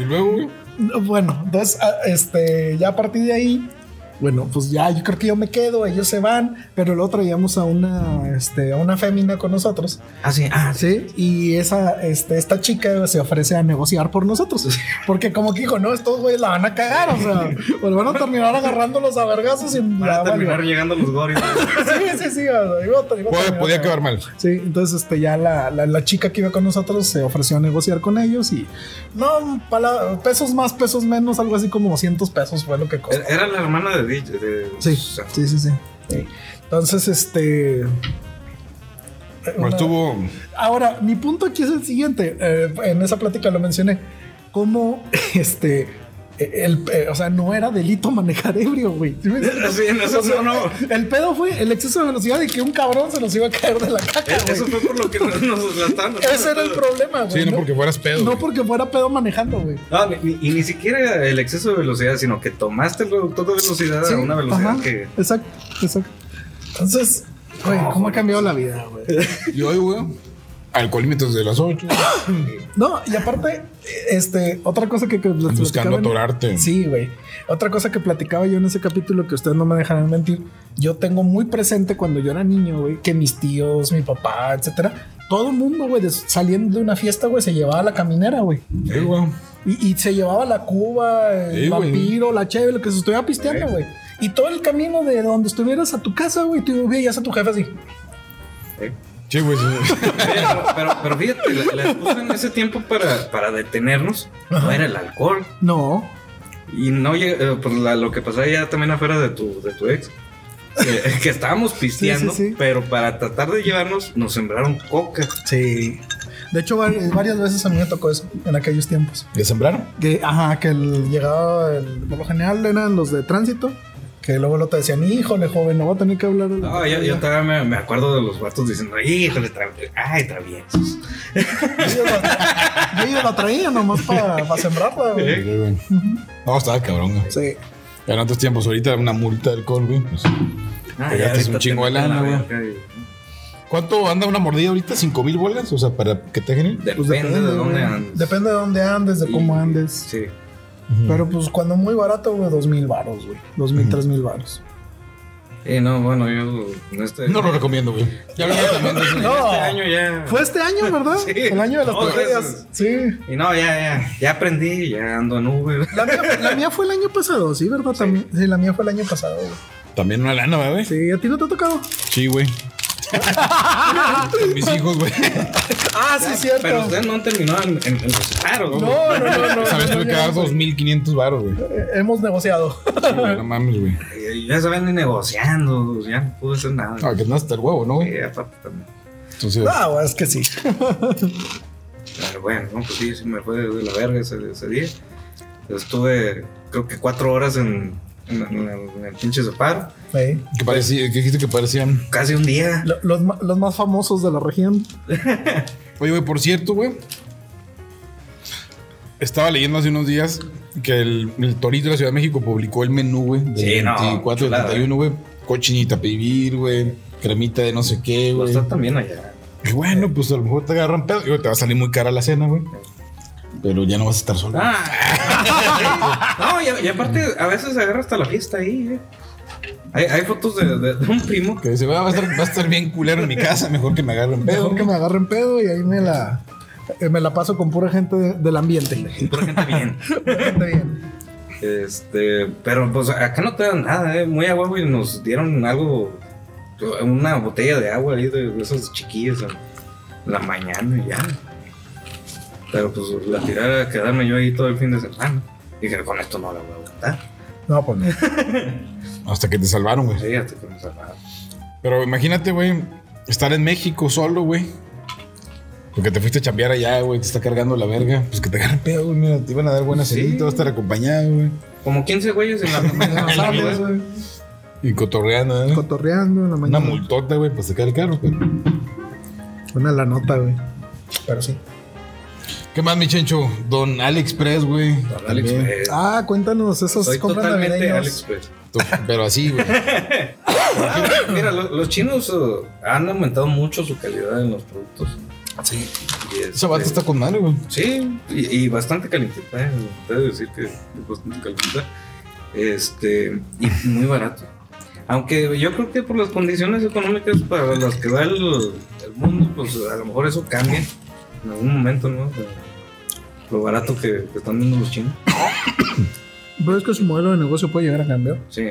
[SPEAKER 1] Y luego, güey.
[SPEAKER 2] No, Bueno, entonces, a- este, ya a partir de ahí, bueno, pues ya yo creo que yo me quedo, ellos se van, pero el otro llevamos a una, este, a una fémina con nosotros.
[SPEAKER 3] Ah, sí, ah, sí.
[SPEAKER 2] Sí, y esa, este, esta chica se ofrece a negociar por nosotros. Porque como que dijo, no, estos güeyes la van a cagar, o sea, pues van a terminar agarrándolos a vergazos y la
[SPEAKER 3] Para terminar
[SPEAKER 2] valió.
[SPEAKER 3] llegando los goris.
[SPEAKER 2] Sí, sí, sí, o sea, iba a- iba a
[SPEAKER 1] Podía,
[SPEAKER 2] terminar
[SPEAKER 1] podía
[SPEAKER 2] cagado.
[SPEAKER 1] acabar mal.
[SPEAKER 2] Sí, entonces este, ya la, la- la chica que iba con nosotros se ofreció a negociar con ellos y no, pala- pesos más, pesos menos, algo así como 200 pesos fue lo que costó.
[SPEAKER 3] Er, Era la hermana de DJ. de-
[SPEAKER 2] Sí,
[SPEAKER 3] o sea,
[SPEAKER 2] sí, sí, sí. Sí. Entonces, este...
[SPEAKER 1] Pero
[SPEAKER 2] una-
[SPEAKER 1] estuvo.
[SPEAKER 2] Ahora, mi punto aquí es el siguiente. eh, en esa plática lo mencioné. Cómo [LAUGHS] este. eh, El, eh, o sea, no era delito manejar ebrio, güey. ¿Sí me entiendes?
[SPEAKER 3] Sí, en eso
[SPEAKER 2] O sea,
[SPEAKER 3] no, no.
[SPEAKER 2] El pedo fue el exceso de velocidad y que un cabrón se nos iba a caer de la caca, güey.
[SPEAKER 3] e, Eso fue por lo que nos, nos la estaban-
[SPEAKER 2] Ese era el problema, güey.
[SPEAKER 1] Sí, no porque fueras pedo.
[SPEAKER 2] no
[SPEAKER 1] güey.
[SPEAKER 2] porque fuera pedo manejando, güey.
[SPEAKER 3] No, ni- ni- y ni siquiera el exceso de velocidad, sino que tomaste el reductor de velocidad
[SPEAKER 2] Sí,
[SPEAKER 3] a una velocidad
[SPEAKER 2] ajá,
[SPEAKER 3] que.
[SPEAKER 2] Exacto, exacto. Entonces, güey, ¿cómo ha cambiado la vida, güey?
[SPEAKER 1] Y hoy, güey. Alcoholímetros de las 8.
[SPEAKER 2] No, y aparte, este, otra cosa que, que les platicaba
[SPEAKER 1] buscando
[SPEAKER 2] en-
[SPEAKER 1] atorarte.
[SPEAKER 2] Sí, güey. Otra cosa que platicaba yo en ese capítulo que ustedes no me dejarán mentir, yo tengo muy presente cuando yo era niño, güey, que mis tíos, mi papá, etcétera, todo el mundo, güey, de- saliendo de una fiesta, güey, se llevaba la caminera, güey.
[SPEAKER 1] Sí, güey.
[SPEAKER 2] Y, y se llevaba la cuba, el
[SPEAKER 1] Sí, güey.
[SPEAKER 2] vampiro, la cheve, lo que se estuviera pisteando,
[SPEAKER 3] Sí.
[SPEAKER 2] güey. Y todo el camino de donde estuvieras a tu casa, güey, tú veías a tu jefe así.
[SPEAKER 3] eh,
[SPEAKER 1] Sí, güey. sí.
[SPEAKER 3] Pero, pero, pero fíjate, la, la excusa en ese tiempo para, para detenernos no
[SPEAKER 2] Ajá.
[SPEAKER 3] era el alcohol.
[SPEAKER 2] No.
[SPEAKER 3] Y no llega- eh, pues la- lo que pasaba ya también afuera de tu, de tu ex. eh, que [LAUGHS] estábamos pisteando,
[SPEAKER 2] sí.
[SPEAKER 3] pero para tratar de llevarnos, nos sembraron coca.
[SPEAKER 2] Sí. De hecho, var- varias veces a mí me tocó eso en aquellos tiempos.
[SPEAKER 1] ¿Le sembraron?
[SPEAKER 2] Que, ajá, que el- llegaba, el- por lo general eran los de tránsito, que luego lo te decían, híjole, joven, no voy a tener que hablar.
[SPEAKER 3] No, yo, yo
[SPEAKER 2] [LAUGHS]
[SPEAKER 3] todavía me, me acuerdo de los vatos diciendo, híjole, tra- ay, traviesos.
[SPEAKER 2] Ellos la- ellos la traían nomás para, para sembrarla, güey.
[SPEAKER 1] Sí, güey. No, estaba cabrón, güey.
[SPEAKER 2] Sí.
[SPEAKER 1] En otros tiempos, ahorita una multa de alcohol, güey. pues.
[SPEAKER 3] Ah,
[SPEAKER 1] Pegaste
[SPEAKER 3] ya ahorita
[SPEAKER 1] un chingo de
[SPEAKER 3] te meten
[SPEAKER 1] lana,
[SPEAKER 3] la
[SPEAKER 1] güey.
[SPEAKER 3] verga y-
[SPEAKER 1] ¿Cuánto anda una mordida ahorita? ¿Cinco mil bolas? O sea, para que te generen.
[SPEAKER 3] Depende,
[SPEAKER 2] Pues
[SPEAKER 3] de
[SPEAKER 2] güey.
[SPEAKER 3] dónde andes.
[SPEAKER 2] Depende de dónde andes, de cómo
[SPEAKER 3] Y-
[SPEAKER 2] andes.
[SPEAKER 3] Sí.
[SPEAKER 2] Pero pues cuando muy barato, güey, dos mil baros, güey. Dos mil, tres mil baros.
[SPEAKER 3] Y no, bueno, yo en este,
[SPEAKER 1] No lo recomiendo, güey. Ya hablamos también de eso.
[SPEAKER 3] en
[SPEAKER 2] No.
[SPEAKER 3] este año ya.
[SPEAKER 2] Fue este año, ¿verdad?
[SPEAKER 3] [LAUGHS] Sí.
[SPEAKER 2] El año de las
[SPEAKER 3] Dos
[SPEAKER 2] tragedias.
[SPEAKER 3] veces.
[SPEAKER 2] Sí.
[SPEAKER 3] Y no, ya, ya, ya aprendí, ya ando en Uber.
[SPEAKER 2] La mía, la mía fue el año pasado, sí, ¿verdad? También. Sí, la mía fue el año pasado, güey.
[SPEAKER 1] También una lana, güey.
[SPEAKER 2] Sí, ¿a ti no te ha tocado?
[SPEAKER 1] Sí, güey. Con mis hijos, güey.
[SPEAKER 2] Ah, sí, cierto.
[SPEAKER 3] Pero ustedes no han terminado en, en, en los caros,
[SPEAKER 2] No, no, no, no.
[SPEAKER 1] Sabes,
[SPEAKER 2] no,
[SPEAKER 1] tuve que
[SPEAKER 2] ya
[SPEAKER 1] dar
[SPEAKER 2] no sé.
[SPEAKER 1] 2.500 baros, güey.
[SPEAKER 2] Eh, Hemos negociado.
[SPEAKER 1] Sí, güey, No mames, güey.
[SPEAKER 3] Y Ya se ven ni negociando, pues, ya no pude hacer nada.
[SPEAKER 1] Ah, que no hasta el huevo, ¿no, güey?
[SPEAKER 3] Y aparte también.
[SPEAKER 1] Entonces,
[SPEAKER 2] Ah, bueno, es que sí.
[SPEAKER 3] Pero bueno, no, pues sí, sí me fue de, de la verga ese, ese día. Estuve, creo que cuatro horas en, en, en el- en el pinche separo.
[SPEAKER 2] Sí.
[SPEAKER 1] que parecía, que dijiste que parecían.
[SPEAKER 3] Casi un día.
[SPEAKER 2] Lo- Los, ma- los más famosos de la región.
[SPEAKER 1] Oye, güey, por cierto, güey. Estaba leyendo hace unos días que el, el Torito de la Ciudad de México publicó el menú, güey. del
[SPEAKER 3] Sí, no,
[SPEAKER 1] 24
[SPEAKER 3] chulada,
[SPEAKER 1] del 31, güey. Cochinita pibil, güey. Cremita de no sé qué,
[SPEAKER 3] No
[SPEAKER 1] güey.
[SPEAKER 3] está también allá.
[SPEAKER 1] Y bueno, pues a lo mejor te agarran pedo. Digo, te va a salir muy cara la cena, güey. Pero ya no vas a estar solo.
[SPEAKER 3] [LAUGHS] Ah, no, y, y aparte, a veces se agarra hasta la fiesta ahí. eh. Hay, hay fotos de, de- de un primo que
[SPEAKER 1] Que dice, "Ah, va a, estar, va a estar bien culero en mi casa, mejor que me agarren pedo.
[SPEAKER 2] Mejor que me agarren pedo y ahí me la, eh, me la paso con pura gente de- del ambiente.
[SPEAKER 3] pura gente bien.
[SPEAKER 2] Pura gente bien.
[SPEAKER 3] Este, pero pues acá no te dan nada, eh, muy a huevo y nos dieron algo, una botella de agua ahí de esos chiquillos en la mañana y ya. Pero pues la tirada era quedarme yo ahí todo el fin de semana. Dije, con esto no la voy a aguantar.
[SPEAKER 2] No, [LAUGHS] pues no.
[SPEAKER 1] Hasta que te salvaron, güey.
[SPEAKER 3] Sí, hasta que me salvaron.
[SPEAKER 1] Pero imagínate, güey, estar en México solo, güey. Porque te fuiste a chambear allá, güey, te está cargando la verga. Pues que te agarren pedo, güey. Mira, te iban a dar buenas
[SPEAKER 3] Sí.
[SPEAKER 1] cenitas, vas a estar acompañado, güey.
[SPEAKER 3] Como 15 güeyes en la,
[SPEAKER 2] [LAUGHS]
[SPEAKER 3] en la sala, güey.
[SPEAKER 1] Y cotorreando, ¿eh?
[SPEAKER 2] Cotorreando en la
[SPEAKER 1] Una
[SPEAKER 2] mañana.
[SPEAKER 1] multota, güey, para sacar el carro. pero-
[SPEAKER 2] Una la nota, güey. Pero sí.
[SPEAKER 1] ¿Qué más, mi chencho? Don AliExpress, güey.
[SPEAKER 3] Don
[SPEAKER 1] También.
[SPEAKER 3] AliExpress.
[SPEAKER 2] Ah, cuéntanos esos
[SPEAKER 3] Soy
[SPEAKER 2] compras
[SPEAKER 3] totalmente
[SPEAKER 2] navideños.
[SPEAKER 3] AliExpress.
[SPEAKER 1] Tú- Pero así, güey.
[SPEAKER 3] Mira, lo- los chinos eh, han aumentado mucho su calidad en los productos. Sí.
[SPEAKER 1] Esa bata está con madre, güey.
[SPEAKER 3] Sí, y, y bastante calientita, eh, debo decir que es bastante calientita. Este, y muy barato. Aunque yo creo que por las condiciones económicas para las que va el, el mundo, pues a lo mejor eso cambia en algún momento, ¿no? O sea, lo barato que, que están dando los chinos.
[SPEAKER 2] Pero es que su modelo de negocio puede llegar a cambiar.
[SPEAKER 3] Sí.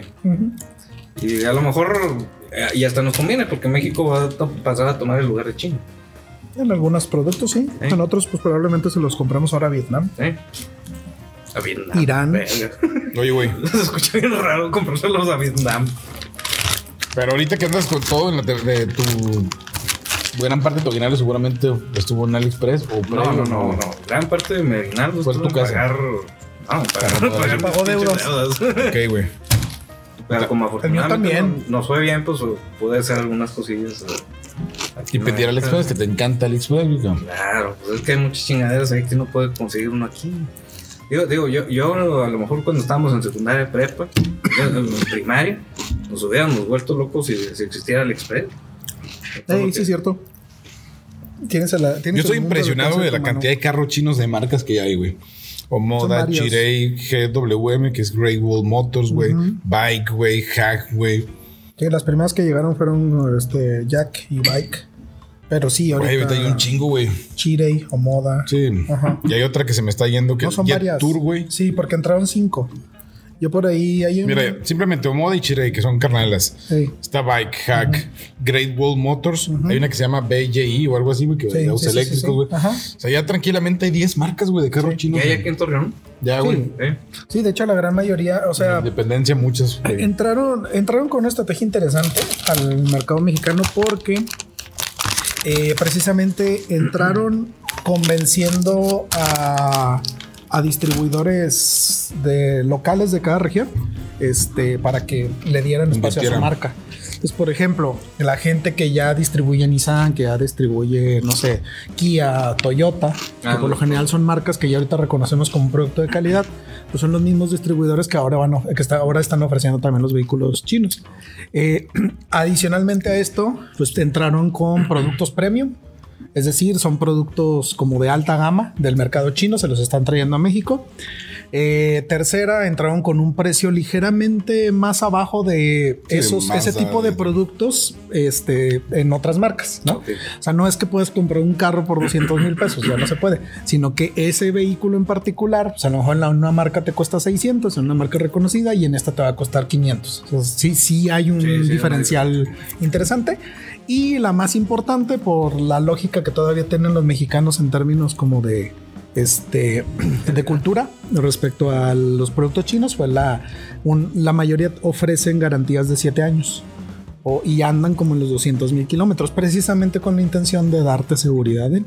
[SPEAKER 3] Y a lo mejor, eh, y hasta nos conviene, porque México va a to- pasar a tomar el lugar de China.
[SPEAKER 2] En algunos productos, sí.
[SPEAKER 3] ¿Eh?
[SPEAKER 2] En otros, pues probablemente se los compramos ahora a Vietnam.
[SPEAKER 3] ¿eh? A
[SPEAKER 1] Ah,
[SPEAKER 3] Vietnam.
[SPEAKER 2] Irán.
[SPEAKER 3] Verga. [LAUGHS]
[SPEAKER 1] Oye, güey.
[SPEAKER 3] Se escucha bien raro comprárselos a Vietnam.
[SPEAKER 1] Pero ahorita que andas con todo en la te- de tu. Gran parte de tu aguinaldo seguramente estuvo en AliExpress o
[SPEAKER 3] No, no, no, no. Gran parte de mi aguinaldo
[SPEAKER 1] Fue
[SPEAKER 3] estuvo
[SPEAKER 1] tu
[SPEAKER 3] en
[SPEAKER 1] casa.
[SPEAKER 3] pagar. No,
[SPEAKER 1] Pagó
[SPEAKER 3] pagar, pagar
[SPEAKER 2] pagó
[SPEAKER 3] mis
[SPEAKER 2] deudas.
[SPEAKER 3] pinches
[SPEAKER 1] [LAUGHS]
[SPEAKER 3] deudas.
[SPEAKER 1] Ok, güey.
[SPEAKER 3] Pero como afortunadamente
[SPEAKER 2] también.
[SPEAKER 3] no- nos fue bien, pues pude hacer algunas cosillas. eh, aquí
[SPEAKER 1] Y
[SPEAKER 3] en
[SPEAKER 1] pedir
[SPEAKER 3] la casa.
[SPEAKER 1] AliExpress, que te encanta AliExpress, güey. cabrón.
[SPEAKER 3] Claro, pues es que hay muchas chingaderas ahí que no puede conseguir uno aquí. Digo, digo yo, yo a lo mejor cuando estábamos en secundaria prepa, en primaria, nos hubiéramos vuelto locos si, si existiera el Express.
[SPEAKER 2] Ey, sí, es cierto. Tienes a la, tienes
[SPEAKER 1] Yo
[SPEAKER 2] el
[SPEAKER 1] estoy
[SPEAKER 2] mundo
[SPEAKER 1] impresionado,
[SPEAKER 2] alcance
[SPEAKER 1] güey, de la
[SPEAKER 2] tu mano.
[SPEAKER 1] cantidad de carros chinos de marcas que hay, güey. Omoda,
[SPEAKER 2] varios.
[SPEAKER 1] Chirei, GWM, que es Great Wall Motors, güey.
[SPEAKER 2] Ujú.
[SPEAKER 1] Bike, güey, Hack, güey.
[SPEAKER 2] Sí, las primeras que llegaron fueron este, Jack y Bike. Pero sí, ahorita.
[SPEAKER 1] Güey, ahorita hay un chingo, güey.
[SPEAKER 2] Chirei o Moda.
[SPEAKER 1] Sí.
[SPEAKER 2] Ajá.
[SPEAKER 1] Y hay otra que se me está yendo que
[SPEAKER 2] No
[SPEAKER 1] es
[SPEAKER 2] son
[SPEAKER 1] Jet
[SPEAKER 2] varias.
[SPEAKER 1] Tour, güey.
[SPEAKER 2] Sí, porque entraron cinco. Yo por ahí. Hay un-
[SPEAKER 1] Mira, simplemente Omoda y Chirei, que son carnalas.
[SPEAKER 2] Sí.
[SPEAKER 1] Está Bike Hack, Great Wall Motors. Hay una que se llama BJI o algo así, güey, que
[SPEAKER 2] Sí,
[SPEAKER 1] de autos
[SPEAKER 2] sí, sí, sí, sí.
[SPEAKER 1] eléctricos, güey.
[SPEAKER 2] Ajá.
[SPEAKER 1] O sea, ya tranquilamente hay 10 marcas, güey, de carros
[SPEAKER 3] ¿Y
[SPEAKER 1] chinos.
[SPEAKER 3] hay
[SPEAKER 1] güey.
[SPEAKER 3] aquí en Torreón?
[SPEAKER 1] Ya,
[SPEAKER 2] Sí.
[SPEAKER 1] güey.
[SPEAKER 3] ¿Eh?
[SPEAKER 2] Sí, de hecho, la gran mayoría. O sea,
[SPEAKER 1] Independencia, muchas. güey.
[SPEAKER 2] entraron, entraron con una estrategia interesante al mercado mexicano porque eh, precisamente entraron convenciendo a, a distribuidores de locales de cada región este, para que le dieran espacio a su
[SPEAKER 1] Invirtieran.
[SPEAKER 2] marca. Entonces, Pues, por ejemplo, la gente que ya distribuye Nissan, que ya distribuye, no sé, Kia, Toyota,
[SPEAKER 3] Ah,
[SPEAKER 2] que por lo general son marcas que ya ahorita reconocemos como un producto de calidad, pues son los mismos distribuidores que ahora van a- que está- ahora están ofreciendo también los vehículos chinos. Eh, [CLEARS THROAT] adicionalmente a esto, pues
[SPEAKER 1] [CLEARS THROAT]
[SPEAKER 2] entraron con productos premium, es decir, son productos como de alta gama del mercado chino, se los están trayendo a México. Eh, tercera, entraron con un precio ligeramente más abajo de
[SPEAKER 1] Sí,
[SPEAKER 2] esos,
[SPEAKER 1] más
[SPEAKER 2] ese tipo de
[SPEAKER 1] abajo.
[SPEAKER 2] productos este, en otras marcas, ¿no?
[SPEAKER 3] Ok.
[SPEAKER 2] O sea, no es que puedes comprar un carro por 200 mil pesos, ya no se puede, sino que ese vehículo en particular, pues a lo mejor en la- una marca te cuesta 600, en una marca reconocida y en esta te va a costar 500. Entonces, sí, sí hay un
[SPEAKER 3] Sí, sí,
[SPEAKER 2] diferencial interesante. Y la más importante, por la lógica que todavía tienen los mexicanos en términos como de, este, [CLEARS THROAT] de cultura respecto a los productos chinos, fue la, un- la mayoría ofrecen garantías de 7 años o- y andan como en los 200 mil kilómetros, precisamente con la intención de darte seguridad. ¿eh?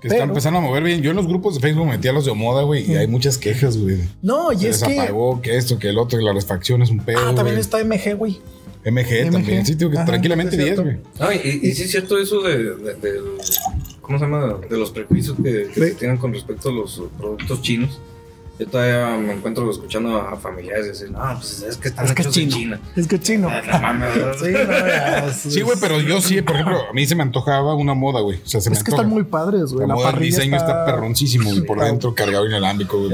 [SPEAKER 1] Que están
[SPEAKER 2] Pero-
[SPEAKER 1] empezando a mover bien. Yo en los grupos de Facebook metí a los de Omoda, güey, y hay muchas quejas, güey.
[SPEAKER 2] No, y
[SPEAKER 1] Se
[SPEAKER 2] es
[SPEAKER 1] les
[SPEAKER 2] que.
[SPEAKER 1] apagó, que esto, que el otro, que la refacción es un pedo.
[SPEAKER 2] Ah, también
[SPEAKER 1] güey.
[SPEAKER 2] está MG, güey.
[SPEAKER 1] MG, también.
[SPEAKER 2] MG.
[SPEAKER 1] Sí, tío, que
[SPEAKER 2] Ajá,
[SPEAKER 1] tranquilamente
[SPEAKER 2] sí, es
[SPEAKER 1] 10, güey.
[SPEAKER 2] cierto.
[SPEAKER 3] No, Ah, y, y- y sí es cierto eso de, de- del- ¿cómo se llama? De los prejuicios que, que
[SPEAKER 2] Sí.
[SPEAKER 3] se tienen con respecto a los eh, productos chinos. Yo todavía me encuentro escuchando a familiares decir, no, pues es que están
[SPEAKER 2] Es que es
[SPEAKER 3] hechos en
[SPEAKER 2] chino.
[SPEAKER 3] China.
[SPEAKER 2] Es que es chino.
[SPEAKER 3] Ah, no mames, ¿verdad?
[SPEAKER 2] Sí, no, ya, es-
[SPEAKER 1] Sí, güey, pero yo sí, por ejemplo, a mí se me antojaba una moda, güey. O sea, se me
[SPEAKER 2] Es que
[SPEAKER 1] antoja.
[SPEAKER 2] están muy padres, güey.
[SPEAKER 1] La
[SPEAKER 2] La
[SPEAKER 1] moda, el
[SPEAKER 2] parrilla
[SPEAKER 1] diseño está, perroncísimo, güey. Por
[SPEAKER 2] Sí.
[SPEAKER 1] dentro, cargado inalámbrico, güey.